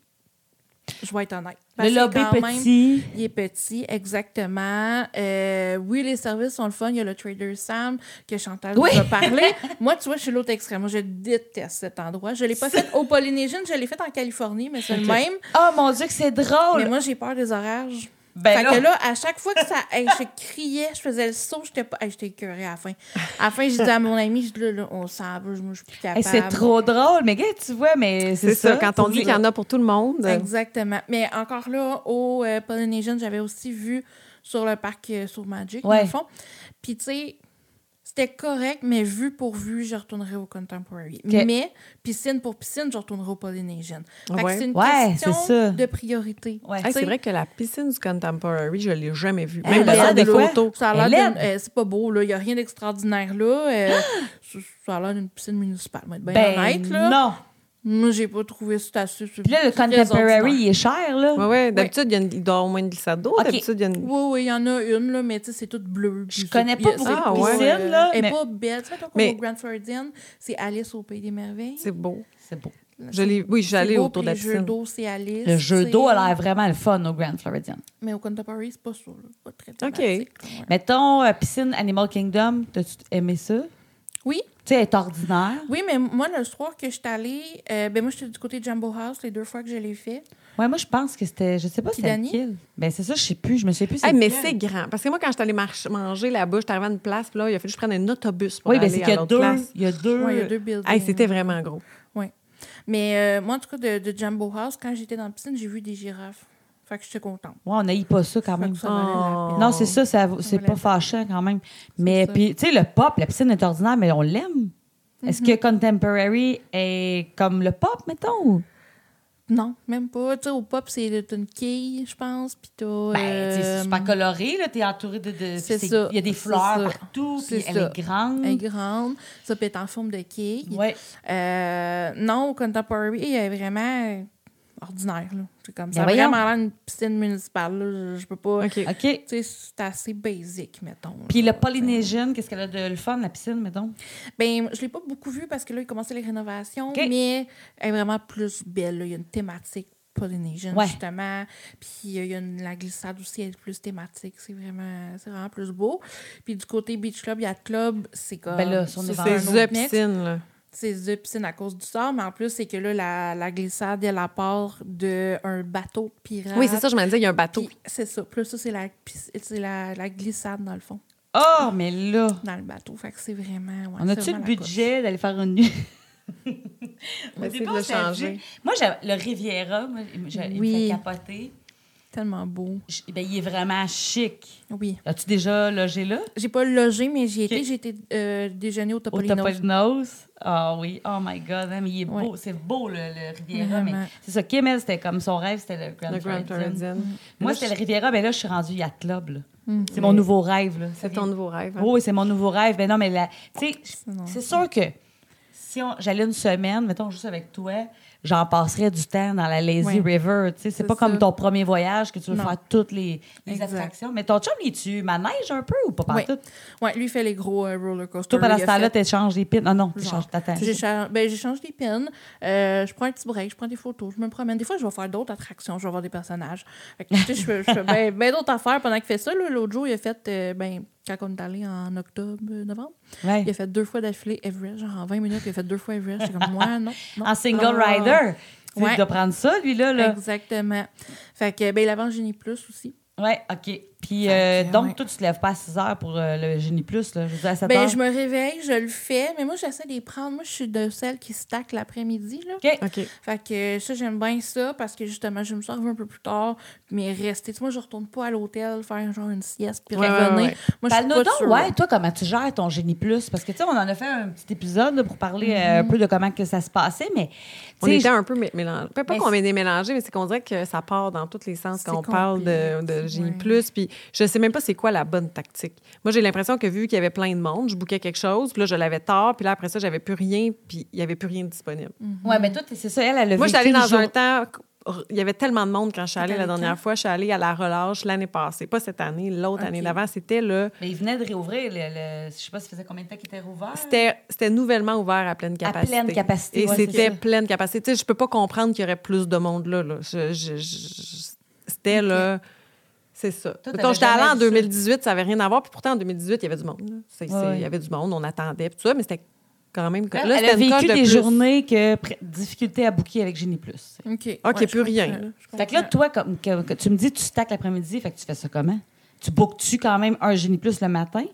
D: Je vais être honnête.
C: Ben,
D: Parce
B: le
D: que
B: lobby
D: quand même,
B: petit.
D: il est petit, exactement. Euh, oui, les services sont le fun. Il y a le Trader Sam que Chantal
B: Oui.
D: vous a parlé. Moi, tu vois, je suis l'autre extrême. Moi, je déteste cet endroit. Je l'ai pas fait au Polynésien, je l'ai fait en Californie, mais c'est le même.
B: Oh mon dieu que c'est drôle.
D: Mais moi, j'ai peur des orages.
B: Oh Ben
D: fait
B: là.
D: que là, à chaque fois que ça. hey, je criais, je faisais le saut, j'étais pas. hey, j'étais écœurée à la fin. À la fin, je disais à mon ami, je dis, là, là, on s'en va, je moi, je suis plus capable.
B: Hey, c'est trop drôle. Mais gars, tu vois mais c'est
C: C'est ça, quand on
B: faut
C: dit
B: dire.
C: qu'il y en a pour tout le monde.
D: Exactement. Mais encore là, au euh, Polynesian, j'avais aussi vu sur le parc euh, sur Magic,
B: Ouais.
D: dans le fond. Puis, tu sais, c'était correct, mais vu pour vue, je retournerai au Contemporary.
B: Ok.
D: Mais piscine pour piscine, je retournerai au Polynesian. Fait que
C: Ouais.
D: c'est une
B: Ouais,
D: question
B: c'est ça.
D: de priorité.
B: Ouais.
C: Hey, c'est
D: T'sais-
C: vrai que la piscine du Contemporary, je l'ai jamais
D: Eh,
C: vue.
B: Elle
C: Même
B: a
C: dans
B: l'air
C: des
B: de quoi?
C: photos.
D: Ça a l'air
B: Hélène.
D: d'une- euh, c'est pas beau, là. Il n'y a rien d'extraordinaire, là. Euh, ça- ça a l'air d'une piscine municipale. Ben,
B: Ben,
D: ben honnête, là.
B: non.
D: Moi, j'ai pas trouvé ça assez.
B: Puis là le contemporary il est cher là.
C: Oui, ouais, d'habitude, il, y a une- il doit au moins une glissade d'eau.
B: Ok.
C: D'habitude, il y a une.
D: Oui, oui, il y en a une, là, mais tu sais, c'est toute bleue. puis
B: Je
D: c'est-
B: connais pas
D: c'est- euh,
B: beaucoup
C: Ah,
B: de
C: ouais.
B: piscines là.
D: Elle
B: mais-
D: n'est pas belle. Tu sais, quand on
C: Mais-
D: va au Grand Floridian, c'est Alice au Pays des Merveilles.
C: C'est beau.
B: C'est beau.
C: Je l'ai- oui, je suis
D: C'est
C: allée
D: beau,
C: autour
D: puis
C: de la
D: Le jeu
C: piscine.
D: d'eau, c'est Alice.
B: Le jeu d'eau a
D: tu sais.
B: l'air vraiment le fun au Grand Floridian.
D: Mais au Contemporary, c'est pas ça. là. Pas très
C: OK.
D: thématique, ouais.
B: Mettons, euh, piscine Animal Kingdom, t'as-tu aimé ça? Tu
D: Oui,
B: sais, elle est ordinaire.
D: oui, mais moi, le soir que je suis allée, euh, ben moi, j'étais du côté de Jumbo House les deux fois que je l'ai fait.
B: Ouais, moi, je pense que c'était. Je sais pas si c'était
D: Kidani?
B: lequel. Ben, c'est ça, je sais plus. Je me sais plus.
C: Hey, Eh, mais
B: lequel.
C: c'est grand. Parce que moi, quand je suis allée marche- manger là-bas, je suis arrivée à une place, puis là, il a fallu que je prenne un autobus pour
B: Oui, ben,
C: aller
B: c'est qu'il
C: à
B: y a
C: l'autre
B: deux.
C: place.
B: Il y a deux.
D: Ouais, il y a deux buildings.
C: Hey, c'était vraiment gros.
D: Oui. Mais euh, moi, en tout cas, de, de Jumbo House, quand j'étais dans la piscine, j'ai vu des girafes. Fait que j'étais contente.
B: Ouais, on n'aille pas ça quand
D: Fait
B: même. Ah.
D: que ça valait la peine.
B: Non, c'est ça, ça vaut- c'est
D: valait
B: pas
D: la
B: fâchant quand même. Mais
D: ça.
B: puis, tu sais, le pop, la piscine est ordinaire, mais on
D: Mhm.
B: l'aime. Est-ce que Contemporary est comme le pop, mettons? ou-
D: Non, même pas. Tu sais, au pop, c'est t'as une quille, je pense, puis t'as...
B: Ben, tu sais, c'est
D: euh,
B: super coloré, là. T'es entouré de. de
D: c'est
B: puis
D: ça,
B: Il y a des
D: c'est
B: fleurs
D: ça.
B: partout, puis
D: C'est
B: elle
D: ça.
B: est grande.
D: Elle est grande. Ça peut être en forme de quille.
B: Ouais.
D: Euh, non, au Contemporary, elle est vraiment euh, ordinaire. là. C'est comme ça.
B: Ben voyons.
D: vraiment l'air une piscine municipale. là. Je, je peux pas.
C: OK.
B: OK.
D: Tu sais, c'est assez basic, mettons. là.
B: Puis le Polynesian, qu'est-ce qu'elle a de le fun, la piscine, mettons?
D: Ben, je l'ai pas beaucoup vu parce que là, il commençait les rénovations,
B: OK.
D: mais elle est vraiment plus belle. là. Il y a une thématique Polynesian,
B: Ouais.
D: justement. Puis euh, il y a une, la glissade aussi, elle est plus thématique. C'est vraiment, c'est vraiment plus beau. Puis du côté Beach Club, Yacht Club, c'est comme.
B: Ben là, si on est
D: ça,
B: dans
D: c'est
B: un
C: C'est
D: autre
C: The
D: next.
C: Piscine, là.
D: C'est deux piscines à cause du sort, mais en plus, c'est que là, la, la glissade, elle part d'un bateau pirate.
C: Oui, c'est ça, je me disais, il y a un bateau.
D: Puis C'est ça. Plus ça, c'est la, pis- c'est la, la glissade, dans le fond,
B: Oh, mais là!
D: dans le bateau. Fait que c'est vraiment. ouais,
B: On
D: c'est
B: a-tu le
D: vraiment la
B: budget d'aller faire une nuit?
C: On va essayer de le
B: s'est
C: changer.
B: dit- Moi, j'avais- le Riviera, moi, il me- je- il me fait
D: Oui.
B: capoter.
D: coche. Tellement beau.
B: Je- ben, il est vraiment chic.
D: Oui.
B: As-tu déjà logé là?
D: J'ai pas logé, mais j'y
B: Ok.
D: étais. J'ai été euh, déjeuner au
B: Au
D: Topolino.
B: Topolinos? Ah oui. Oh my God. hein, mais il est beau.
D: Ouais.
B: C'est beau, le, le Riviera.
D: Vraiment.
B: mais C'est ça. Kimmel, c'était comme son rêve, c'était le Grand,
C: Le Grand
B: Floridian.
C: Floridian.
B: Moi,
C: Là,
B: c'était
C: je-
B: le Riviera. Mais Mm. là, je Mm. suis rendue Yacht Club. là. C'est mon nouveau rêve. là.
C: C'est ton nouveau rêve. hein?
B: Oui, Oh, c'est mon nouveau rêve. Mais non, mais la- tu sais,
D: non.
B: c'est sûr que si on- j'allais une semaine, mettons juste avec toi, j'en passerais du temps dans la Lazy
D: Oui.
B: River. Tu sais, c'est
D: C'est
B: pas comme
D: ça.
B: ton premier voyage que tu veux
D: Non.
B: faire toutes les, les
D: Exact.
B: attractions. Mais ton chum, il tu manège un peu ou pas
D: Oui.
B: partout?
D: Ouais, lui, il fait les gros euh, roller coasters.
B: Toi, pendant
D: Il
B: ce
D: a
B: temps-là,
D: fait-
B: t'échanges des pins. Ah Non, non,
D: Genre.
B: t'échanges ta tête.
D: J'ai cha- ben, J'échange des pins, euh, je prends un petit break, je prends des photos, je me promène. Des fois, je vais faire d'autres attractions, je vais voir des personnages. Fait que, tu sais, je fais, je fais ben, ben d'autres affaires pendant qu'il fait ça. là. L'autre jour, il a fait, euh, ben, quand on est allé en octobre, euh, novembre,
B: Ouais.
D: il a fait deux fois d'affilée Everest. Genre en 20 minutes, il a fait deux fois Everest. J'étais comme, moi, non. non.
B: En single
D: Ah.
B: rider. Tu sais,
D: Ouais.
B: il doit prendre ça, lui-là. Là.
D: Exactement. Fait que, ben, il avance Génie Plus aussi.
B: Oui, OK. Puis,
D: Fait
B: euh,
D: que,
B: donc,
D: ouais.
B: toi, tu te lèves pas à 6 heures pour euh, le Génie Plus, là. Je veux dire, à 7
D: Ben,
B: heures.
D: je me réveille, je le fais, mais moi, j'essaie de les prendre. Moi, je suis de celles qui se taclent l'après-midi, là.
B: OK.
C: OK.
D: Fait que ça, j'aime bien ça parce que justement, je me sors un peu plus tard, mais rester. Tu sais, moi, je retourne pas à l'hôtel faire genre une sieste puis
C: Ouais,
D: revenir.
C: ouais, ouais.
D: Moi, je suis
B: Parle-nous
D: pas
B: donc,
D: sûre.
B: ouais, toi, comment tu gères ton génie plus? Parce que, tu sais, on en a fait un petit épisode là, pour parler euh, un peu de comment que ça se passait, mais,
C: On
B: tu sais,
C: était un peu mé- mélangés. Pas pas
B: Mais
C: qu'on
B: c'est-
C: est démélangés, mais c'est qu'on dirait que ça part dans tous les sens
D: C'est
C: quand on parle de, de
D: complexe,
C: Génie
D: ouais.
C: Plus. Puis je sais même pas c'est quoi la bonne tactique. Moi, j'ai l'impression que vu qu'il y avait plein de monde, je bouquais quelque chose, puis là, je l'avais tard, puis là, après ça, j'avais plus rien, puis il y avait plus rien de disponible.
B: ouais, mais toi, t'es- c'est ça, elle, elle a
C: Moi, je suis
B: vécu
C: allée
B: le
C: dans
B: jour-
C: un temps. Il y avait tellement de monde quand je suis allée la
D: allée
C: dernière
D: quand?
C: fois. Je suis allée à la relâche l'année passée. Pas cette année, l'autre
D: Ok.
C: année d'avant. C'était le.
B: Mais il venait de réouvrir, le, le- je sais pas, ça faisait combien de temps qu'il était rouvert?
C: C'était, c'était nouvellement ouvert à pleine capacité.
B: pleine capacité,
C: Et
B: ouais, c'est
C: c'était
B: ça.
C: pleine capacité. Tu sais, je peux pas comprendre qu'il y aurait plus de monde là. là. Je- je- je- c'était là. C'est ça.
B: Toi,
C: Mettons,
B: t'avais
C: j'étais allée
B: jamais
C: en
B: vu
C: 2018, ça avait rien à voir. Puis pourtant, en 2018, il y avait du monde. là. C'est- c'est-
B: Ouais, ouais.
C: Il y avait du monde, on attendait, puis tout ça, mais c'était quand même.
B: Elle,
C: là,
B: elle
C: c'était
B: a
C: une coche
B: vécu
C: de
B: des
C: plus.
B: journées que pr- difficulté à bouquer avec génie plus.
D: OK.
C: Ok,
D: Ouais,
C: plus
D: je
C: rien.
D: comprends, je
B: Fait que là,
D: comprends.
B: toi, comme, que- que tu me dis, tu stacks l'après-midi, fait que tu fais ça comment? Tu bookes-tu quand même un génie plus le matin?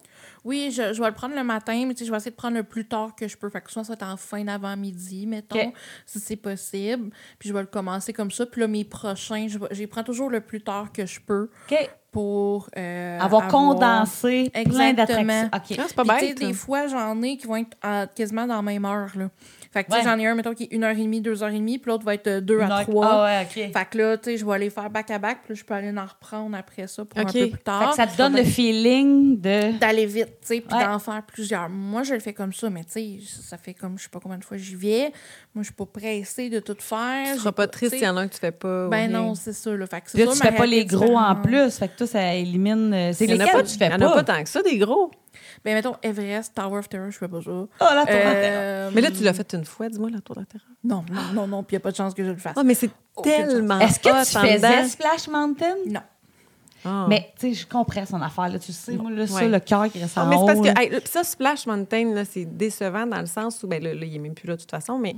D: Oui, je, je vais le prendre le matin, mais tu sais, je vais essayer de prendre le plus tard que je peux. Fait que soit ça soit en fin d'avant-midi, mettons,
B: Ok.
D: si c'est possible. Puis je vais le commencer comme ça. Puis là, mes prochains, je, vais- je les prends toujours le plus tard que je peux
B: OK.
D: pour euh,
B: Avoir condensé plein
D: Exactement.
B: d'attractions. OK.
C: Ah, c'est pas
D: Puis, tu sais,
C: bête.
D: Des fois, j'en ai qui vont être à- quasiment dans la même heure. Là. Fait que tu sais,
B: Ouais.
D: j'en ai un, mettons, qui est 1h30, 2h30, puis l'autre va être 2
B: Une
D: à
B: heure-
D: 3.
B: Ah ouais, OK. Fait
D: Fait que là, tu sais, je vais aller faire back-à-back, puis là, je peux aller en reprendre après ça pour
C: Ok.
D: un peu plus tard.
B: que ça te donne le feeling de...
D: d'aller vite, tu sais, puis
B: Ouais.
D: d'en faire plusieurs. Moi, je le fais comme ça, mais tu sais, ça fait comme je sais pas combien de fois j'y vais. Moi, je suis pas pressée de tout faire.
C: Tu
D: J'ai
C: seras pas triste
D: tu
C: s'il y
D: sais,
C: en a un que tu fais pas. ou rien.
D: Ben non, c'est ça, là. Fait que c'est
B: Puis là,
D: sûr,
B: tu
D: ma
B: fais pas les
D: réalité est
B: gros en
D: différente.
B: plus. Fait que toi, ça élimine. euh, C'est
C: Il y en a
B: lesquels
C: pas,
B: tu fais
C: il y
B: pas.
C: en a pas tant que ça, des gros.
D: Ben, mettons, Everest, Tower of Terror, je fais pas ça.
B: Oh là, ton
D: Euh,
C: Mais là, tu l'as fait une fois, dis-moi, la tour de la terreur.
D: Non, non, non, non, puis y a pas de chance que je le fasse.
C: Ah, mais c'est
D: Aucune chance.
C: tellement.
B: Est-ce que tu
C: hot en dedans.
B: faisais Splash Mountain?
D: ah, Non.
C: Ah.
B: Mais, tu sais, je comprends son affaire. Là, tu sais, moi, là, ça,
C: Ouais.
B: le cœur qui reste
C: Ah,
B: en
C: mais c'est parce
B: haut,
C: que
B: là.
C: hey, là, pis ça, Splash Mountain, là, c'est décevant dans le sens où, ben là, là, il est même plus là de toute façon, mais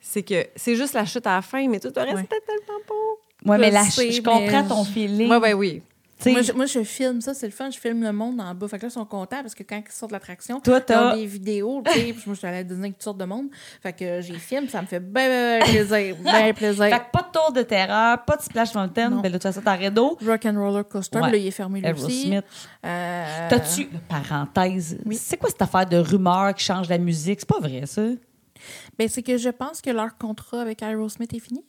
C: c'est que c'est juste la chute à la fin, mais tout le reste,
D: Ouais.
C: c'était tellement beau.
B: Ouais, mais
D: je
B: là,
D: sais,
B: je je
D: mais-
B: comprends ton feeling.
C: Oui, oui, oui.
B: Tu sais,
D: Moi je, moi, je filme ça, c'est le fun. Je filme le monde en bas. Fait que là, ils sont contents parce que quand ils sortent de l'attraction,
B: Toi,
D: ils
B: t'as-
D: ont des vidéos. tu sais, puis moi, je suis allée à Disney toutes sortes de monde. Fait que euh, j'y filme, ça me fait bien plaisir. Ben
B: Fait
D: plaisir.
B: que pas de tour de terreur, pas de Splash Mountain.
D: Non.
B: Ben, là, tu as ça, t'as Redo.
D: Rock and Roller Coaster,
B: Ouais.
D: là, il est fermé lui aussi.
B: Aerosmith.
D: Euh,
B: T'as-tu, là, parenthèse,
D: Oui.
B: c'est quoi cette affaire de rumeur qui change la musique? C'est pas vrai, ça?
D: Ben, c'est que je pense que leur contrat avec Aerosmith est fini.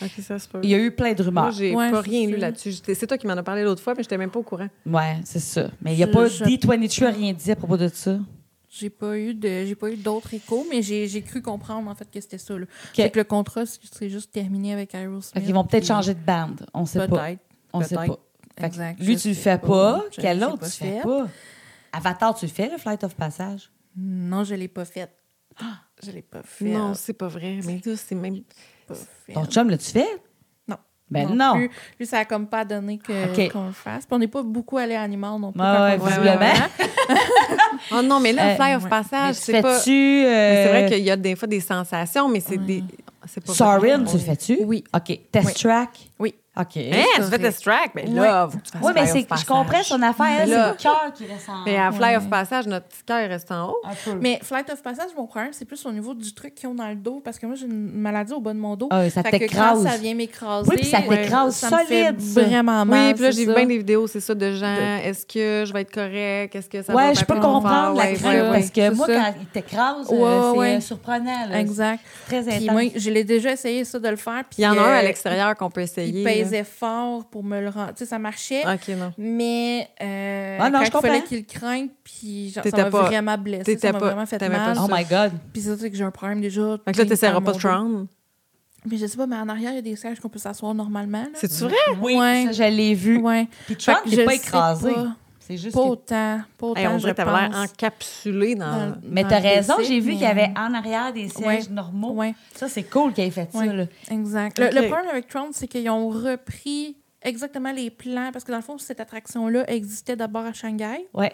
C: OK, ça se peut.
B: Il y a eu plein de rumeurs.
C: Moi, j'ai
D: Ouais,
C: pas
D: c'est
C: rien lu
D: ça.
C: là-dessus. J'étais- C'est toi qui m'en as parlé l'autre fois, mais j'étais même pas au courant.
B: Ouais, c'est ça. Mais il n'y a
D: Je-
B: pas
D: je-
B: D23 a rien dit à propos de ça.
D: J'ai pas eu de j'ai pas eu d'autres échos, mais j'ai j'ai cru comprendre en fait que c'était ça. Là. Fait que le contrat, c'est c'est juste terminé avec Aerosmith.
B: Fait qu'ils vont peut-être
D: puis
B: changer de bande. On sait pas.
D: Peut-être.
B: On sait
D: peut-être.
B: pas. Fait que
D: Exact,
B: lui,
D: je
B: tu le
D: sais
B: fais
D: pas.
B: pas.
D: Je
B: Quel
D: l'ai
B: autre,
D: pas
B: tu fais
D: fait.
B: pas. Avatar, tu le fais, le Flight of Passage?
D: Non, je l'ai pas fait.
B: Ah!
D: Je l'ai pas fait.
C: Non, c'est pas vrai. Mais là, c'est même.
D: pas fait.
B: Ton chum, l'as-tu fait?
D: non.
B: Ben non.
D: plus. Lui, ça a comme pas donné que-
B: Ok.
D: qu'on le fasse. Puis on n'est pas beaucoup allé à Animal non plus.
B: Ouais,
D: quand
B: ouais,
D: on-
B: visiblement.
C: Oh non, mais là,
B: Euh,
C: Fly of
B: Mais
D: ouais.
C: Passage,
B: tu
C: c'est pas.
B: fais-tu.
C: Mais C'est vrai
B: euh,
C: qu'il y a des fois des sensations, mais c'est des. C'est pas
B: Sorin,
C: vrai.
B: tu le fais-tu?
D: Oui.
B: OK. Test
D: Oui.
B: track?
D: Oui.
B: OK.
C: Hein, tu
D: C'est
C: fais des
D: correct.
C: tracks, mais là, faut que tu fasses
B: Oui, mais
C: Fly
B: c'est,
C: of
B: je
C: Passage.
B: comprends son affaire. elle,
C: Là.
B: C'est le cœur qui reste en.
C: Mais à Fly of
D: Ouais.
C: Passage, notre petit cœur reste en haut.
B: Un peu.
D: euh, Mais Flight of Passage, mon problème, c'est plus au niveau du truc qu'ils ont dans le dos. Parce que moi, j'ai une maladie au bas de mon dos.
B: Ah oui, ça
D: Fait que
B: t'écrase.
D: quand ça vient m'écraser. ben,
B: Oui, puis ça t'écrase
D: ça me fait
B: solide, ça.
D: vraiment mal.
C: oui, puis là,
D: c'est
C: j'ai vu
D: ça.
C: bien des vidéos, c'est ça, de gens. Est-ce que je vais être correct? Est-ce que ça va
B: ouais,
C: être
B: je peux
C: ma confort?
B: comprendre la
D: Ah
C: Ouais,
B: crainte
C: ouais, ouais.
B: parce que
D: c'est
B: moi,
D: ça.
B: quand il t'écrase, euh,
D: Ouais,
B: c'est
D: ouais.
B: euh, surprenant. Là.
D: Exact.
B: C'est Très
D: Puis
B: intense.
D: moi, je l'ai déjà essayé, ça, de le faire. Puis
C: Puis il y en a un à
D: euh,
C: l'extérieur qu'on peut essayer.
D: Il
C: là.
D: pesait fort pour me le rendre. Tu sais, ça marchait.
C: OK, non.
D: Mais euh,
B: Ah non, je
D: quand il fallait
B: comprends.
D: qu'il le craigne, puis genre,
C: T'étais
D: ça m'a
C: pas-
D: vraiment blessé.
C: t'étais
D: Ça m'a
C: pas-
D: vraiment fait
C: t'aimais pas
D: mal.
B: oh my God.
D: Puis c'est ça que j'ai un problème déjà.
C: Fait que là,
D: dans
C: t'essaieras pas
D: mon
C: de
D: dos.
C: Tron.
D: Mais je sais pas, mais en arrière, il y a des sièges qu'on peut s'asseoir normalement. là.
C: C'est-tu vrai?
B: Oui,
D: Ouais.
B: ça, je l'ai vu.
D: Ouais.
B: Puis Trump,
D: Fait que
B: t'es
D: je
B: pas
D: sais
B: écrasé.
D: pas.
B: C'est juste.
D: Pas
B: que-
D: autant. Pas autant.
C: Hey, on
D: je Euh,
C: dirait que t'avais l'air encapsulé dans.
D: Dans-
B: Mais t'as
D: le
B: raison,
D: PC,
B: j'ai vu
D: mais-
B: qu'il y avait en arrière des sièges
D: Ouais.
B: normaux.
D: Ouais.
B: Ça, c'est cool qu'il ait fait ça.
D: Ouais.
B: là.
D: Exact. Le,
C: Ok.
D: le problème avec Tron, c'est qu'ils ont repris exactement les plans, parce que dans le fond, cette attraction-là existait d'abord à Shanghai.
B: Ouais.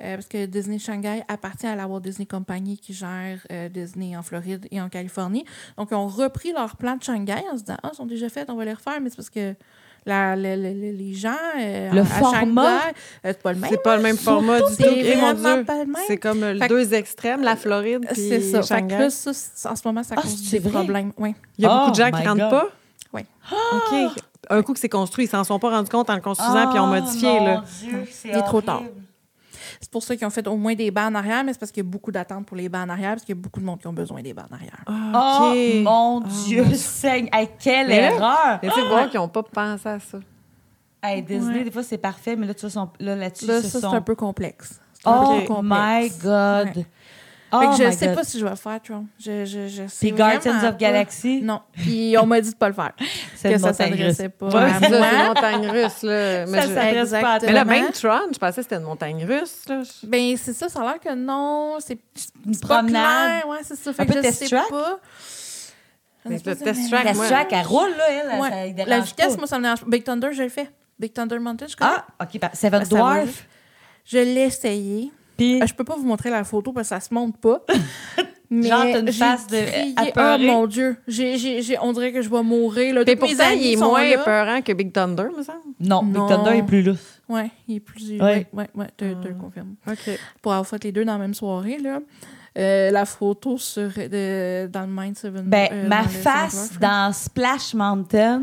D: Euh, parce que Disney Shanghai appartient à la Walt Disney Company qui gère euh, Disney en Floride et en Californie. Donc, ils ont repris leur plan de Shanghai en se disant Ah, ils sont déjà faits, on va les refaire, mais c'est parce que la- la- la- la- les gens euh,
B: Le
D: à
B: format,
D: Shanghai, euh, c'est pas le même.
C: C'est pas le même format du tout.
D: c'est
C: Eh, mon
D: vraiment
C: Dieu.
D: pas le même.
C: C'est comme euh,
D: Fait que-
C: deux extrêmes, la Floride puis
D: C'est ça. Fait que
C: Shanghai.
D: là, ça, c'est- en ce moment, ça
B: Ah,
D: cause
B: c'est
D: des
B: vrai?
D: problèmes. Oui.
C: Il y a
B: Oh
C: beaucoup de gens qui
B: my
C: ne rentrent
B: God.
C: pas.
D: Ouais.
C: OK. Un coup que c'est construit, ils s'en sont pas rendus compte en le construisant puis ils ont modifié.
B: Oh,
C: Là.
B: mon Dieu, c'est
D: Il est trop
B: horrible.
D: tard. C'est pour ça qu'ils ont fait au moins des bancs en arrière, mais c'est parce qu'il y a beaucoup d'attentes pour les bancs en arrière, parce qu'il y a beaucoup de monde qui ont besoin des bancs en arrière.
B: Oh
C: OK.
D: Ah.
B: mon Dieu, Seigneur, Hey, quelle
C: Mais là-
B: erreur!
C: Mais tu sais, voir qu'ils n'ont pas pensé à ça.
B: Hey, Disney,
D: Ouais.
B: des fois, c'est parfait, mais là, tu vois, sont- là, là-dessus,
D: Là,
B: ce
D: ça, c'est
B: sont-
D: un peu complexe. C'est un
B: Oh
D: peu complexe.
B: my God!
D: Ouais.
B: Oh
D: Fait que je
B: my
D: sais
B: God.
D: pas si je vais le faire, Tron. Je, je, je sais
B: Puis Guardians
D: vraiment
B: of
D: pas.
B: Galaxy?
D: Non. Puis on m'a dit de pas le faire.
B: C'est
D: que
B: une
D: ça
B: montagne
D: s'adressait
B: russe.
D: pas
B: Ouais,
D: à
B: c'est ça.
D: moi.
C: C'est une montagne russe. Là. Mais,
B: Ça
C: je-
B: s'adresse pas à
D: Exactement.
C: Mais là, même Tron, je pensais que c'était une montagne russe. Là. Je-
D: Ben, c'est ça, ça a l'air que non. C'est
B: Une
D: c'est pas
B: promenade.
D: clair. Ouais, c'est ça.
B: Un
D: Fait que
B: peu
D: je
B: test
D: sais
B: track?
D: pas.
C: Mais
D: Espèce
C: le
D: de-
C: test track,
B: La
C: Ouais.
B: Strack, elle roule, là, elle,
D: Ouais.
B: ça, il dérange
D: La vitesse,
B: pas.
D: moi, ça me dérange pas. Big Thunder, je le fais. Big Thunder Mountain, je connais.
B: Ah, OK, bah, Seven
D: Ça, ça va
B: Dwarf,
D: vite. Je l'ai essayé.
B: puis
D: Euh, Je peux pas vous montrer la photo parce que ça se montre pas. Mais
B: Genre, t'as une
D: j'ai
B: face de-
D: crié, Oh
B: apeurée.
D: mon Dieu, j'ai, j'ai, j'ai- on dirait que je vais mourir. Là.
C: Mais
D: Tous mes
C: pourtant,
D: amis
C: il est
D: sont
C: moins
D: là.
C: épeurant que Big Thunder, me semble.
B: non, Big
D: Non.
B: Thunder est plus lousse.
D: Ouais, il est plus. Ouais,
B: Ouais.
D: ouais, ouais, te, te le confirme.
C: OK.
D: Pour avoir fait les deux dans la même soirée, là, euh, la photo sur, euh, de- dans le Mind Seven.
B: Ben,
D: euh,
B: ma
D: dans le
B: face
D: Seven Dwarfs, là.
B: dans Splash Mountain,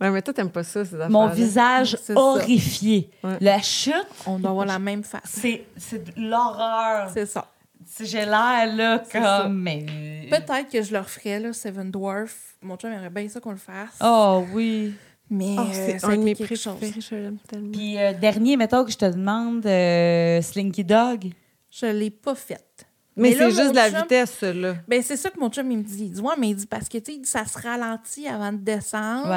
C: Ouais, mais toi, t'aimes pas ça, ces affaires
B: mon visage
D: C'est ça.
B: horrifié.
C: Ouais.
B: La chute,
D: On doit avoir la même face.
B: c'est c'est de l'horreur.
D: C'est ça.
B: Si J'ai l'air, là,
D: C'est ça.
B: comme... mais-
D: Peut-être que je le referais, là, Seven Dwarf. Mon chum aimerait bien ça qu'on le fasse.
B: Oh oui.
D: Mais
C: Oh,
D: euh,
C: c'est
D: ça
C: un de
D: a été
C: mes
D: quelque chose.
C: préférés, je l'aime tellement.
B: Puis euh, dernier, mettons que je te demande euh, Slinky Dog.
D: Je l'ai pas faite.
C: Mais,
D: là,
C: c'est juste
D: mon
C: de la
D: chum-
C: vitesse, là.
D: Ben, c'est ça que mon chum, il me dit. Il dit, ouais, mais il dit, parce que, tu sais, il dit, ça se ralentit avant de descendre.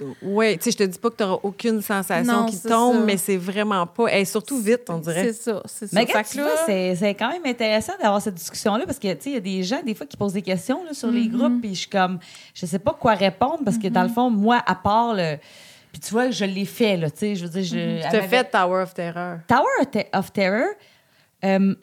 B: Ouais.
C: Oui, tu sais, je te dis pas que tu n'auras aucune sensation
D: Non,
C: qui
D: c'est
C: tombe,
D: ça.
C: mais c'est vraiment pas. Et surtout vite, on dirait.
D: C'est ça, c'est ça.
B: Mais
D: Fait
B: regarde,
D: que
B: tu
D: là,
B: vois, c'est c'est quand même intéressant d'avoir cette discussion-là parce que, tu sais, il y a des gens, des fois, qui posent des questions là, sur
C: Mm-hmm.
B: les groupes, puis je suis comme, je sais pas quoi répondre parce que, dans le fond, moi, à part le. Puis tu vois, je l'ai fait, là, tu sais, je veux dire, je.
C: Mm-hmm. Tu
B: elle
C: te
B: m'avait-
C: fait Tower of Terror.
B: Tower of Te- of Terror, euh,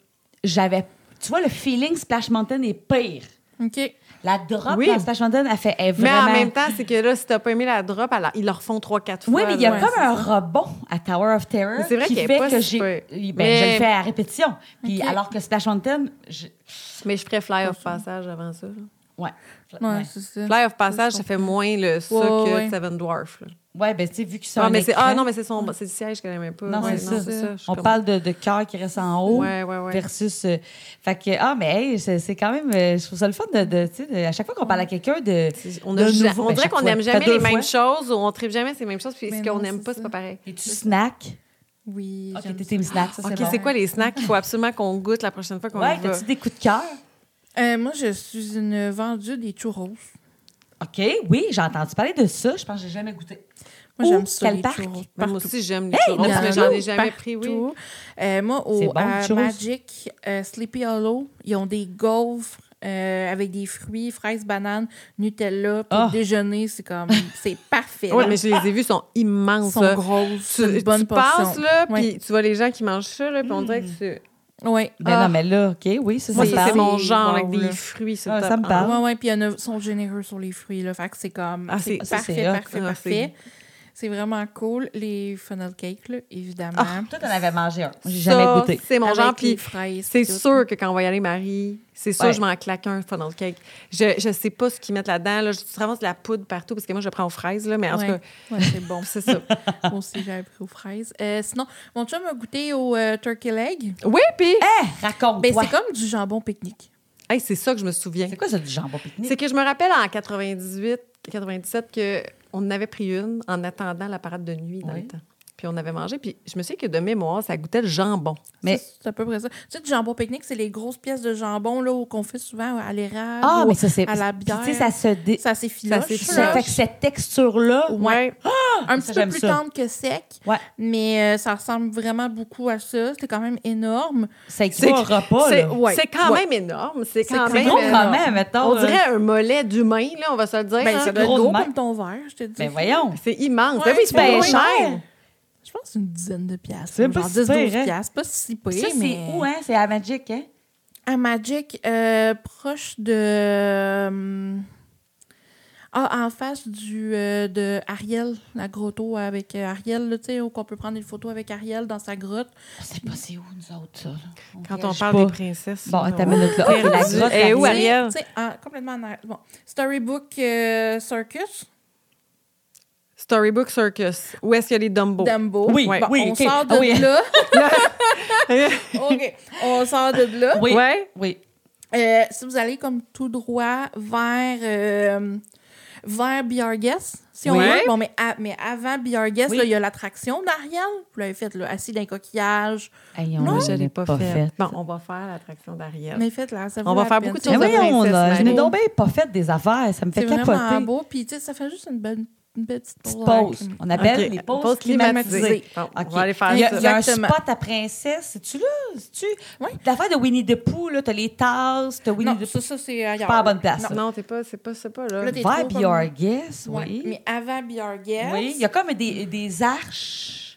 B: j'avais. Tu vois, le feeling Splash Mountain est pire.
D: OK.
B: La drop
C: Oui.
B: dans Splash Mountain, elle fait. Elle est
C: Mais
B: vraiment...
C: en même temps, c'est que là, si t'as pas aimé la drop, alors, ils le refont trois, quatre fois.
B: Oui, mais il y a
C: là.
B: comme un rebond à Tower of Terror
C: Mais c'est vrai
B: qui
C: qu'elle est
B: fait
C: pas
B: que
C: si
B: j'ai.
C: peu.
B: Ben, Je
C: Mais-
B: le fais à répétition. Puis
D: Ok.
B: alors que Splash Mountain, je-
C: Mais je ferais Fly of Passage avant ça. là.
B: Ouais.
D: Ouais, c'est ça.
C: Fly of Passage, ça fait moins le ça
D: Ouais,
C: que
D: ouais.
C: Seven Dwarf. là.
B: Ouais, ben tu sais, vu qu'ils sont.
C: Ah, mais c'est, ah
B: écran,
C: non, mais c'est, son, c'est du siège qu'elle n'aimait pas.
B: Non,
C: Ouais,
B: c'est ça.
C: je suis
B: on
C: comme-
B: parle de, de cœur qui reste en haut.
C: Ouais, ouais, ouais.
B: Versus. euh, fait que, ah, mais hey, c'est c'est quand même. euh, Je trouve ça le fun de. de, tu sais, de- à chaque fois qu'on parle à quelqu'un de.
C: On,
B: de
C: a ja-
B: nouveau,
C: on
B: ben,
C: dirait
B: chaque
C: qu'on
B: fois.
C: n'aime
B: Fait
C: jamais
B: deux
C: les mêmes
B: fois.
C: choses ou on ne jamais ces mêmes choses, puis
D: Mais
C: ce qu'on
D: non,
C: n'aime
D: c'est
C: pas, c'est
D: ça.
C: pas pareil.
B: Et tu snacks.
D: Oui.
B: Ok,
D: j'aime
B: t'es
D: ça.
B: team snacks, ça, c'est
C: Ok,
B: bon.
C: c'est quoi les snacks qu'il faut absolument qu'on goûte la prochaine fois qu'on
B: Ouais,
C: y va?
B: t'as-tu des coups de cœur?
D: Euh, moi, je suis une vendue des churros.
B: OK, oui, j'ai entendu parler de ça. Je pense que j'ai jamais goûté.
D: Moi,
B: Où?
D: j'aime ça,
B: Quel
D: les
B: parc?
D: churros.
C: Ben, Moi
D: Partout.
C: aussi, j'aime les
B: Hey,
C: churros,
B: dans
C: mais
B: le
C: j'en ai
B: lot,
C: jamais pris, oui.
D: Tout. Euh, moi,
B: C'est
D: au
B: bon,
D: à
B: churros.
D: Magic euh, Sleepy Hollow, ils ont des gaufres euh, avec des fruits, fraises, bananes, Nutella. Pour
B: Ah.
D: déjeuner, c'est comme... C'est parfait.
C: Oui,
D: là.
C: mais je les ai vus, ils sont
D: Ils
C: immenses.
D: sont
C: là.
D: grosses.
C: Tu,
D: c'est une bonne
C: tu
D: portion.
C: passes, là,
D: Ouais.
C: puis tu vois les gens qui mangent ça, là, puis on dirait que tu...
D: Oui.
B: Ben non, mais là, OK, oui, ça,
C: Moi,
B: ça me
C: ça, c'est
B: parle.
C: mon genre,
D: wow,
C: avec des
D: là.
C: fruits sur
B: Ah,
C: le top.
B: ça me parle.
D: Ouais, ouais, puis il y en a- sont généreux sur les fruits, là. Fait que c'est comme.
C: Ah,
D: c'est
C: c'est-
B: ça,
D: parfait,
B: c'est hot.
D: parfait,
C: Ah,
D: parfait. C'est vraiment cool. Les funnel cakes, là, évidemment.
B: Ah, toi, t'en avais mangé un. J'ai
C: Ça,
B: jamais goûté.
C: C'est mon
D: Avec
C: genre,
D: les
C: puis
D: fraises,
C: c'est
D: tout.
C: sûr que quand on va y aller, Marie, c'est sûr
B: Ouais.
C: je m'en claque un funnel cake. Je, je sais pas ce qu'ils mettent là-dedans. Là, je tu ramasses de la poudre partout, parce que moi, je prends aux fraises, là, mais en
D: Ouais.
C: tout cas,
D: Ouais, c'est bon.
C: c'est ça.
D: Moi aussi, j'avais pris aux fraises. Euh, sinon, mon chum a goûté au euh, turkey leg.
C: Oui, puis
B: Raconte.
D: Ben, c'est comme du jambon pique-nique.
C: Hey, c'est ça que je me souviens.
B: C'est quoi ça du jambon pique-nique?
C: C'est que je me rappelle en 98, 97 que on en avait pris une en attendant la parade de nuit dans
B: Oui.
C: le temps. Puis on avait mangé, puis je me souviens que de mémoire, ça goûtait le jambon.
B: Mais-
D: Ça, C'est à peu près ça. Tu sais, du jambon pique-nique, c'est les grosses pièces de jambon, là, où- qu'on fait souvent à l'érable.
B: Ah,
D: ou
B: mais ça, c'est.
D: À la
B: Puis,
D: bière.
B: Tu sais, ça se. dé-
D: Ça s'effiloche,
C: s'effiloche.
D: là.
B: Ça fait que cette texture-là.
C: Ouais.
B: Ça,
D: Un petit peu
B: j'aime
D: plus
B: ça.
D: tendre que sec.
B: Ouais.
D: Mais euh, ça ressemble vraiment beaucoup à ça. C'était quand même énorme.
B: Ça équivaut au repas,
C: c'est
B: Oh, là.
D: ouais.
C: c'est quand
D: Ouais.
C: même énorme. C'est
D: C'est
C: quand
D: quand
C: même.
B: Gros
D: mais-
B: quand même, mettons.
C: on
B: là.
C: dirait un mollet d'humain, là, on va se le dire.
D: Ben,
C: hein.
D: ça doit être
B: gros de
D: gros
B: même.
D: comme ton verre, je te dis.
B: Ben voyons.
C: C'est immense.
D: Ouais,
C: Ben oui, c'est
B: ben
C: pas
B: cher.
C: cher.
D: Je pense que c'est une dizaine de piastres.
B: C'est
D: Genre
B: pas si
D: 10-12
B: pire, hein.
D: piastres. Pas si pire,
B: Ça, c'est
D: mais...
B: où, hein? C'est à Magic, hein?
D: À Magic, euh, proche de... euh, Ah, en face du, euh, de Ariel, la grotto avec euh, Ariel, là, tu sais, où on peut prendre une photo avec Ariel dans sa grotte.
B: On sait pas c'est où, nous autres, ça. là.
C: Quand on
B: réagit
C: parle
B: pas.
C: des princesses.
B: Bon,
C: là,
B: attends
C: on-
B: une minute, là. Ok, la
C: perdu.
B: grotte,
C: Eh,
B: la-
C: où,
D: Tu sais,
C: Ariel?
D: tu sais, en- complètement en arrière. Bon, Storybook euh, Circus,
C: Storybook Circus. Où est-ce qu'il y a les Dumbo?
D: Dumbo.
B: Oui,
D: Bon,
B: oui,
D: on
B: ok.
D: sort de
B: Ah oui.
D: là. OK, on sort de là.
B: Oui.
C: Ouais.
B: Oui.
D: Euh, si vous allez comme tout droit vers euh, vers Biarguess, si on
C: Oui.
D: veut. Bon, mais, à- mais avant Biarguess,
B: Oui.
D: là, il y a l'attraction d'Ariel. Vous l'avez faite, là, assis d'un coquillage.
B: Hey, on
D: Non,
B: l'a
C: je l'ai pas,
B: pas
C: faite.
B: fait.
C: Bon, on va faire l'attraction d'Ariel.
D: Mais faites là, ça vaut
C: On va
D: la
C: faire
D: peine.
C: beaucoup de
D: C'est
B: Mais
C: choses
D: vrai-
C: avec
B: voyons,
C: princesse
B: là, je
C: Marie.
B: n'ai donc bien pas fait des affaires. Ça me fait
D: C'est vraiment
B: capoter.
D: beau. Puis, tu sais, ça fait juste une bonne une petite
B: Petite
D: pour
B: pause.
D: la-
B: On appelle
C: Ok.
B: les pauses,
C: Pause
B: climatisées.
C: climatisée. Bon, on
B: Ok.
C: va aller faire
B: il y a,
D: ça.
B: il y a un
D: Exactement.
B: spot à princesse. C'est-tu là? C'est-tu?
D: Oui.
B: L'affaire de Winnie the Pooh, là, t'as les tasses, t'as Winnie
D: Non,
B: the
D: ça,
B: Pooh.
D: ça c'est ailleurs.
B: Pas à bonne place.
C: Non, t'es pas, c'est pas, c'est pas là.
D: Là, t'es
B: Va
D: trop
B: Be
D: comme-
B: Our Guest,
D: Ouais.
B: oui.
D: Mais avant Biarguess.
B: Oui, il y a comme des, des arches.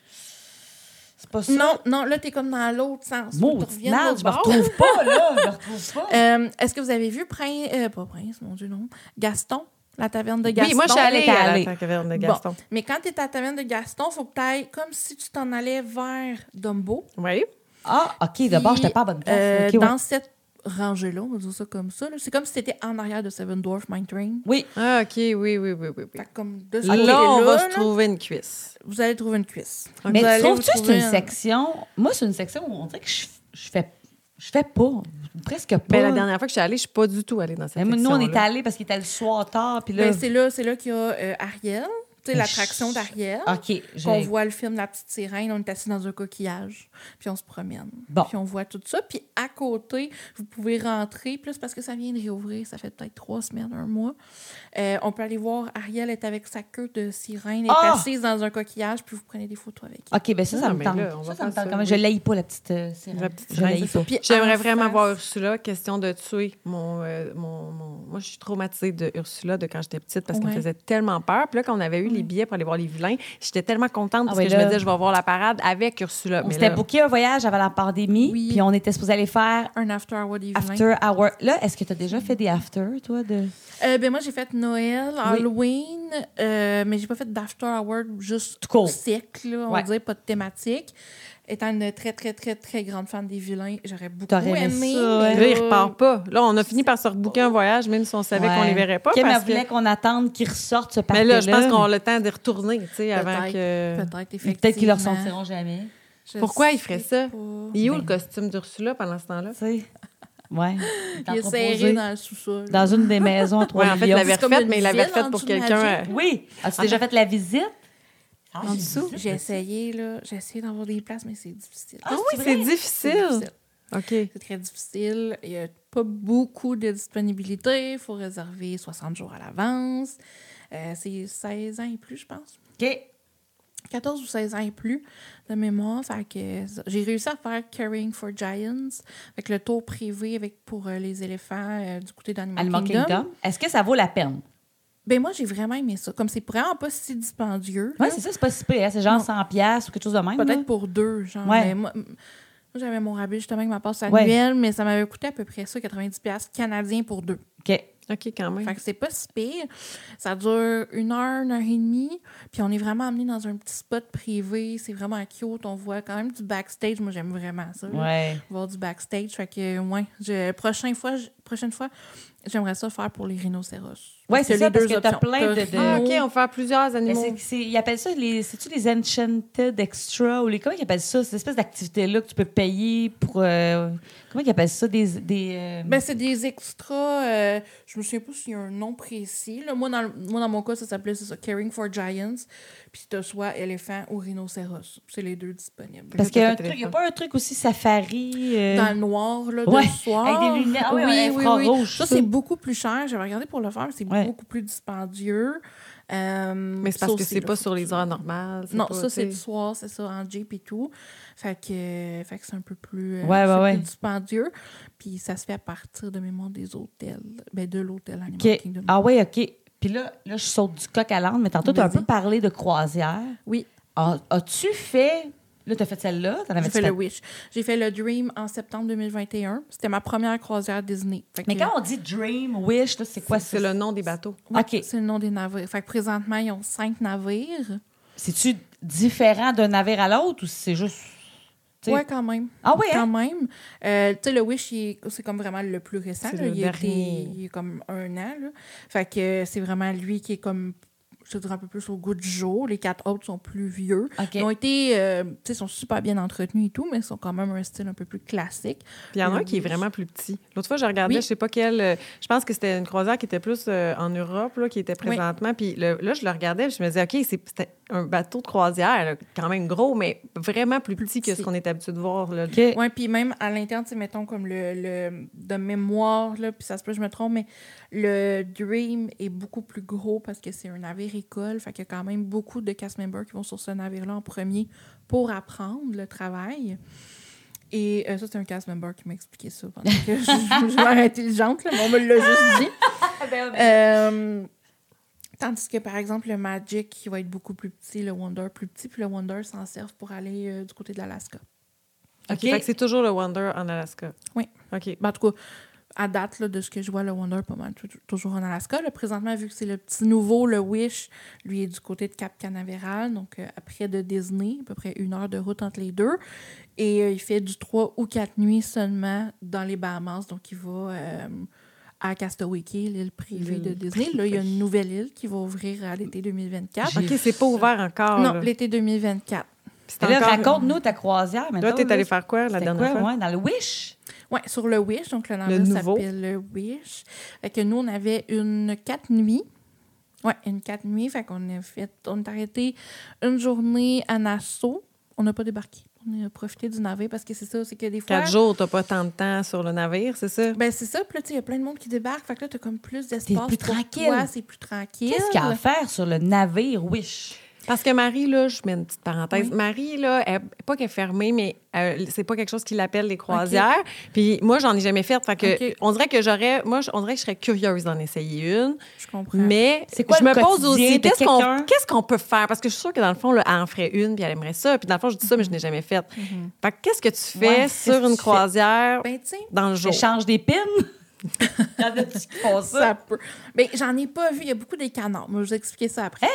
B: C'est pas ça?
D: Non, non, là, t'es comme dans l'autre sens. Faut que tu
B: Maudite
D: reviennes de
B: merde,
D: l'autre
B: je me
D: bord.
B: retrouve pas, là. Je me retrouve pas.
D: Euh, Est-ce que vous avez vu Prince, euh, pas Prince, mon Dieu, non, Gaston, la taverne de Gaston?
C: Oui, moi, je suis
B: elle
C: allée
B: était
C: à
B: allée.
C: la taverne de
D: Bon.
C: Gaston.
D: Mais quand tu es à la taverne de Gaston, faut que tu ailles comme si tu t'en allais vers Dumbo.
C: Oui.
B: Ah, OK, d'abord,
D: Puis,
B: j'étais pas à bonne place.
D: euh,
B: Ok, ouais.
D: dans cette rangée-là, on va dire ça comme ça. là, C'est comme si tu étais en arrière de Seven Dwarf Mine Train.
B: Oui,
C: Ah, OK, oui, oui, oui, oui. oui.
D: Fait que comme de ce
C: Là,
D: côté-là,
C: on va se
D: là,
C: trouver une cuisse.
D: vous allez trouver une cuisse.
B: mais
D: Vous allez
B: tu
D: vous
B: trouves-tu que c'est
D: trouver
B: une section... Moi, c'est une section où on dirait que je, je fais... Je fais pas. Presque pas.
C: Ben, la dernière fois que je suis allée, je suis pas du tout allée dans cette
B: Mais moi, nous, on est
C: section-là.
B: allés parce qu'il était le soir tard, puis là...
D: Ben, c'est là, c'est là qu'il y a euh, Ariel, tu sais,
B: Mais
D: l'attraction
B: je-
D: d'Ariel.
B: OK, je...
D: qu'on voit le film La petite sirène, on est assis dans un coquillage, puis on se promène.
B: Bon.
D: Puis on voit tout ça. Puis à côté, vous pouvez rentrer, plus parce que ça vient de réouvrir, ça fait peut-être trois semaines, un mois. Euh, on peut aller voir Ariel est avec sa queue de sirène, elle
B: Ah!
D: est assise dans un coquillage, puis vous prenez des photos avec elle.
B: OK, ben ça, ça
C: Non,
B: me
C: mais
B: tente.
C: là, on
B: ça,
C: va
B: ça me
C: faire
B: tente
C: ça,
B: quand
C: oui.
B: même. Je l'haïs pas, la petite euh, sirène.
C: La petite
B: Je
C: sirène,
B: l'haïs
C: c'est ça.
B: pas.
D: Puis
C: J'aimerais
D: en
C: vraiment
D: face-
C: voir Ursula. Question de tuer mon, euh, mon, mon- Moi, je suis traumatisée de Ursula de quand j'étais petite parce qu'elle
D: Ouais.
C: me faisait tellement peur. Puis là, quand on avait eu les billets pour aller voir les vilains, j'étais tellement contente parce
B: Ah, ouais,
C: que je me
B: là.
C: disais, je vais voir la parade avec Ursula.
B: On
C: mais
B: s'était
C: là,
B: booké un voyage avant la pandémie,
D: Oui.
B: puis on était supposé aller faire
D: Un after hour evening.
B: Ah! after hour. Là, est-ce que tu as déjà fait des after, toi? De...
D: Euh, ben moi j'ai fait Noël, Halloween, euh, mais j'ai pas fait d'after hour juste
B: Tout court.
D: sec là, on
B: Ouais.
D: dirait pas de thématique. étant une très, très, très, très grande fan des vilains, j'aurais beaucoup
B: T'aurais aimé
D: aimé.
B: ça, ouais.
D: mais
C: Là, il
D: là,
C: repart pas. Là, on a fini par se rebooker un voyage, même si on savait qu'on les verrait pas.
B: Kim, elle
C: parce que-
B: voulait qu'on attende qu'ils ressortent ce
C: Mais
B: parti
C: là, je pense qu'on a le temps de retourner, tu sais, avant
D: Peut-être,
C: que.
D: peut-être, effectivement.
B: Euh, Peut-être qu'ils ne le ressentiront jamais.
D: Je
C: Pourquoi
D: sais
C: il ferait ça?
D: pas.
C: Il est où le costume d'Ursula pendant ce temps-là?
B: Tu sais. Ouais. T'en
D: Il est
B: proposer
D: serré dans le sous-sol.
B: dans une des maisons
C: Oui, en
B: à
C: fait, il
B: Trois-Rivières.
C: l'avait
D: C'est comme
C: refaite,
D: une
C: mais il l'avait
D: ville
C: refaite
D: en
C: pour
D: dessous de
C: quelqu'un. euh.
D: Magic.
B: Oui. As-tu déjà fait la visite? Ah,
D: En dessous,
B: visite,
D: j'ai
B: là.
D: essayé, là. J'ai essayé d'avoir des places, mais c'est difficile.
C: Ah oui, c'est difficile. OK.
D: C'est très difficile. Il n'y a pas beaucoup de disponibilité. Il faut réserver 60 jours à l'avance. Euh, c'est 16 ans et plus, je pense.
B: OK.
D: 14 ou 16 ans et plus de mémoire. Fait que ça- j'ai réussi à faire Caring for Giants avec le tour privé avec pour euh, les éléphants euh, du côté d'Animal
B: Animal
D: Kingdom.
B: Kingdom. Est-ce que ça vaut la peine?
D: Ben moi, j'ai vraiment aimé ça. Comme c'est vraiment pas si dispendieux.
B: Oui,
D: là.
B: c'est ça, c'est pas si pire. hein. C'est genre 100$ piastres ou quelque chose de même. là.
D: Peut-être pour deux, genre.
B: Ouais.
D: mais moi, m- moi, j'avais mon rabais justement avec ma passe
B: Ouais.
D: annuelle, mais ça m'avait coûté à peu près ça, 90$ piastres canadiens pour deux.
B: OK.
C: OK, quand même.
D: Fait que c'est pas si pire. Ça dure une heure, une heure et demie. Puis on est vraiment amené dans un petit spot privé. C'est vraiment cute. On voit quand même du backstage. Moi, j'aime vraiment ça. là.
B: Ouais.
D: Voir du backstage. Fait que, ouais. Je, prochaine fois, je- prochaine fois, j'aimerais ça faire pour les rhinocéros.
B: Ouais,
D: Parce
B: c'est
D: que
B: ça,
D: les
B: parce
D: deux
B: que t'as
D: options.
B: plein
D: T'as
B: de-
D: rhino,
C: Ah, OK, on va faire plusieurs
B: Mais
C: animaux.
B: c'est- c'est- ils appellent ça les. C'est-tu les Enchanted Extra ou les. Comment ils appellent ça? Cette espèce d'activité-là que tu peux payer pour. euh, comment ils appellent ça? Des. des euh,
D: Ben, c'est des extras. euh, je me souviens pas s'il y a un nom précis. là. Moi, dans, le- moi, dans mon cas, ça s'appelait c'est ça, Caring for Giants. Puis t'as soit éléphant ou rhinocéros. C'est les deux disponibles.
B: parce
C: j'ai
B: qu'il y a
C: pas
B: un
C: fait
B: truc. Il n'y a
C: téléphone.
B: pas un truc aussi safari. euh,
D: Dans le noir, là,
B: Ouais,
D: de soir.
B: avec des lunettes. Ah oui, ouais, infrarouge,
D: Ça,
B: ça.
D: c'est beaucoup plus cher. J'avais regardé pour le faire, mais c'est
B: Ouais.
D: beaucoup plus dispendieux. Euh,
C: Mais c'est
D: ça
C: parce que
D: aussi,
C: c'est
D: là,
C: pas
D: faut
C: sur
D: que
C: les
D: tu-
C: heures normales.
D: Non,
C: pas,
D: ça, c'est
C: tu
D: le
C: sais.
D: soir, c'est ça, en Jeep et tout. Fait que, euh, fait que c'est un peu plus, euh,
B: Ouais, ouais,
D: c'est
B: ouais.
D: plus dispendieux. Puis ça se fait à partir de mémoire des hôtels, ben de l'hôtel Animal
B: OK.
D: Kingdom.
B: Ah oui, OK. Puis là, là, je saute du coq à l'âne, mais tantôt, tu as un
D: Vas-y.
B: peu parlé de croisière.
D: Oui,
B: Ah, As-tu fait. Là, tu as fait celle-là? T'en
D: j'ai
B: avais
D: fait le Wish. J'ai fait le Dream en septembre 2021. C'était ma première croisière Disney. Fait
B: Mais
D: que-
B: quand on dit Dream, Wish, là, c'est quoi ça?
C: C'est le nom des bateaux.
D: Ouais,
B: OK.
D: C'est le nom des navires. Fait que présentement, ils ont cinq navires.
B: C'est-tu différent d'un navire à l'autre ou c'est juste. tu sais-
D: Ouais, quand même.
B: Ah oui,
D: Quand
B: hein?
D: même. Euh, tu sais, le Wish, il est- c'est comme vraiment le plus récent.
C: C'est
D: là.
C: le
D: il, a été-
C: dernier.
D: il est comme un an. Là. Fait que euh, c'est vraiment lui qui est comme, je te dirais un peu plus au goût du jour. Les quatre autres sont plus vieux.
B: OK.
D: Ils ont été, euh, tu sais, sont super bien entretenus et tout, mais ils sont quand même un style un peu plus classique.
C: Puis il y en a
D: Le
C: un qui est
D: Wish.
C: vraiment plus petit. L'autre fois, je regardais,
D: Oui.
C: je sais pas quel. euh, je pense que c'était une croisière qui était plus euh, en Europe, là, qui était présentement. Puis le- là, je le regardais, puis je me disais, OK, c'est- c'était un bateau de croisière, là, quand même gros, mais vraiment plus petit que ce
D: petit.
C: qu'on est habitué de voir. Là.
B: OK.
D: Ouais, puis même à l'interne, tu sais, mettons comme le, le- de mémoire, là, puis ça se peut que je me trompe, mais le Dream est beaucoup plus gros parce que c'est un navire école. Fait qu'il y a quand même beaucoup de cast members qui vont sur ce navire-là en premier pour apprendre le travail. Et euh, ça, c'est un cast member qui m'a expliqué ça pendant que je, je, je l'air intelligente, là, mais on me l'a juste dit. Euh, tandis que, par exemple, le Magic, qui va être beaucoup plus petit, le Wonder plus petit, puis le Wonder s'en servent pour aller euh, du côté de l'Alaska.
C: OK. Fait que c'est toujours le Wonder en Alaska.
D: Oui.
C: OK.
D: Ben, en tout cas, à date là, de ce que je vois, le Wonder pas mal tou- toujours en Alaska. Là, présentement, vu que c'est le petit nouveau, le Wish, lui est du côté de Cap Canaveral, donc euh, après de Disney, à peu près une heure de route entre les deux. Et euh, il fait du 3 ou 4 nuits seulement dans les Bahamas, donc il va euh, à Castaway Key, l'île privée
C: L'île
D: de Disney. Là, il y a une nouvelle île qui va ouvrir à l'été 2024.
C: OK, c'est pas ouvert encore.
D: Non,
C: là.
D: l'été 2024.
C: Puis c'est
B: Là,
C: encore-
B: raconte-nous ta croisière.
C: Toi,
B: mettons,
C: t'es
B: là.
C: allé faire quoi la
B: C'était
C: dernière
B: quoi,
C: fois?
B: ouais, dans le Wish?
D: Oui, sur le Wish. Donc, le
C: Le
D: navire
C: nouveau.
D: s'appelle le Wish. Fait que nous, on avait une quatre nuits. Oui, une quatre nuits. Fait qu'on a fait, on est arrêté une journée à Nassau. On n'a pas débarqué. On a profité du navire parce que c'est ça, c'est que des fois.
C: Quatre jours, t'as pas tant de temps sur le navire, c'est ça?
D: Ben, c'est ça. Puis là, tu sais, il y a plein de monde qui débarque. Fait que là, t'as comme plus d'espace.
B: plus
D: pour
B: tranquille.
D: toi, C'est plus tranquille.
B: Qu'est-ce qu'il y a à faire sur le navire Wish?
C: Parce que Marie, là, je mets une petite parenthèse.
D: Oui.
C: Marie, là, elle- pas qu'elle est fermée, mais euh, c'est pas quelque chose qui l'appelle les croisières. Puis moi, j'en ai jamais fait. Fait que
D: OK.
C: on dirait que j'aurais. Moi, je- on dirait que je serais curieuse d'en essayer une.
D: Je comprends.
C: Mais
B: C'est quoi
C: je
B: le
C: me pose
B: quotidien
C: aussi,
B: de
C: qu'est-ce qu'on
B: quelqu'un?
C: qu'est-ce qu'on peut faire? Parce que je suis sûre que dans le fond, là, elle en ferait une, puis elle aimerait ça. Puis dans le fond, je dis ça, mais je n'ai jamais fait. Fait que qu'est-ce que tu fais
B: Mhm. Ouais, qu'est-ce
C: sur
B: que
C: une
B: tu fais?
C: croisière
D: Ben, tu sais.
C: dans le jour?
B: Échange des pins? Il y en a qui font ça.
D: Ça peut. Ben, j'en ai pas vu. Il y a beaucoup des canards. Moi, je vais vous expliquer ça après.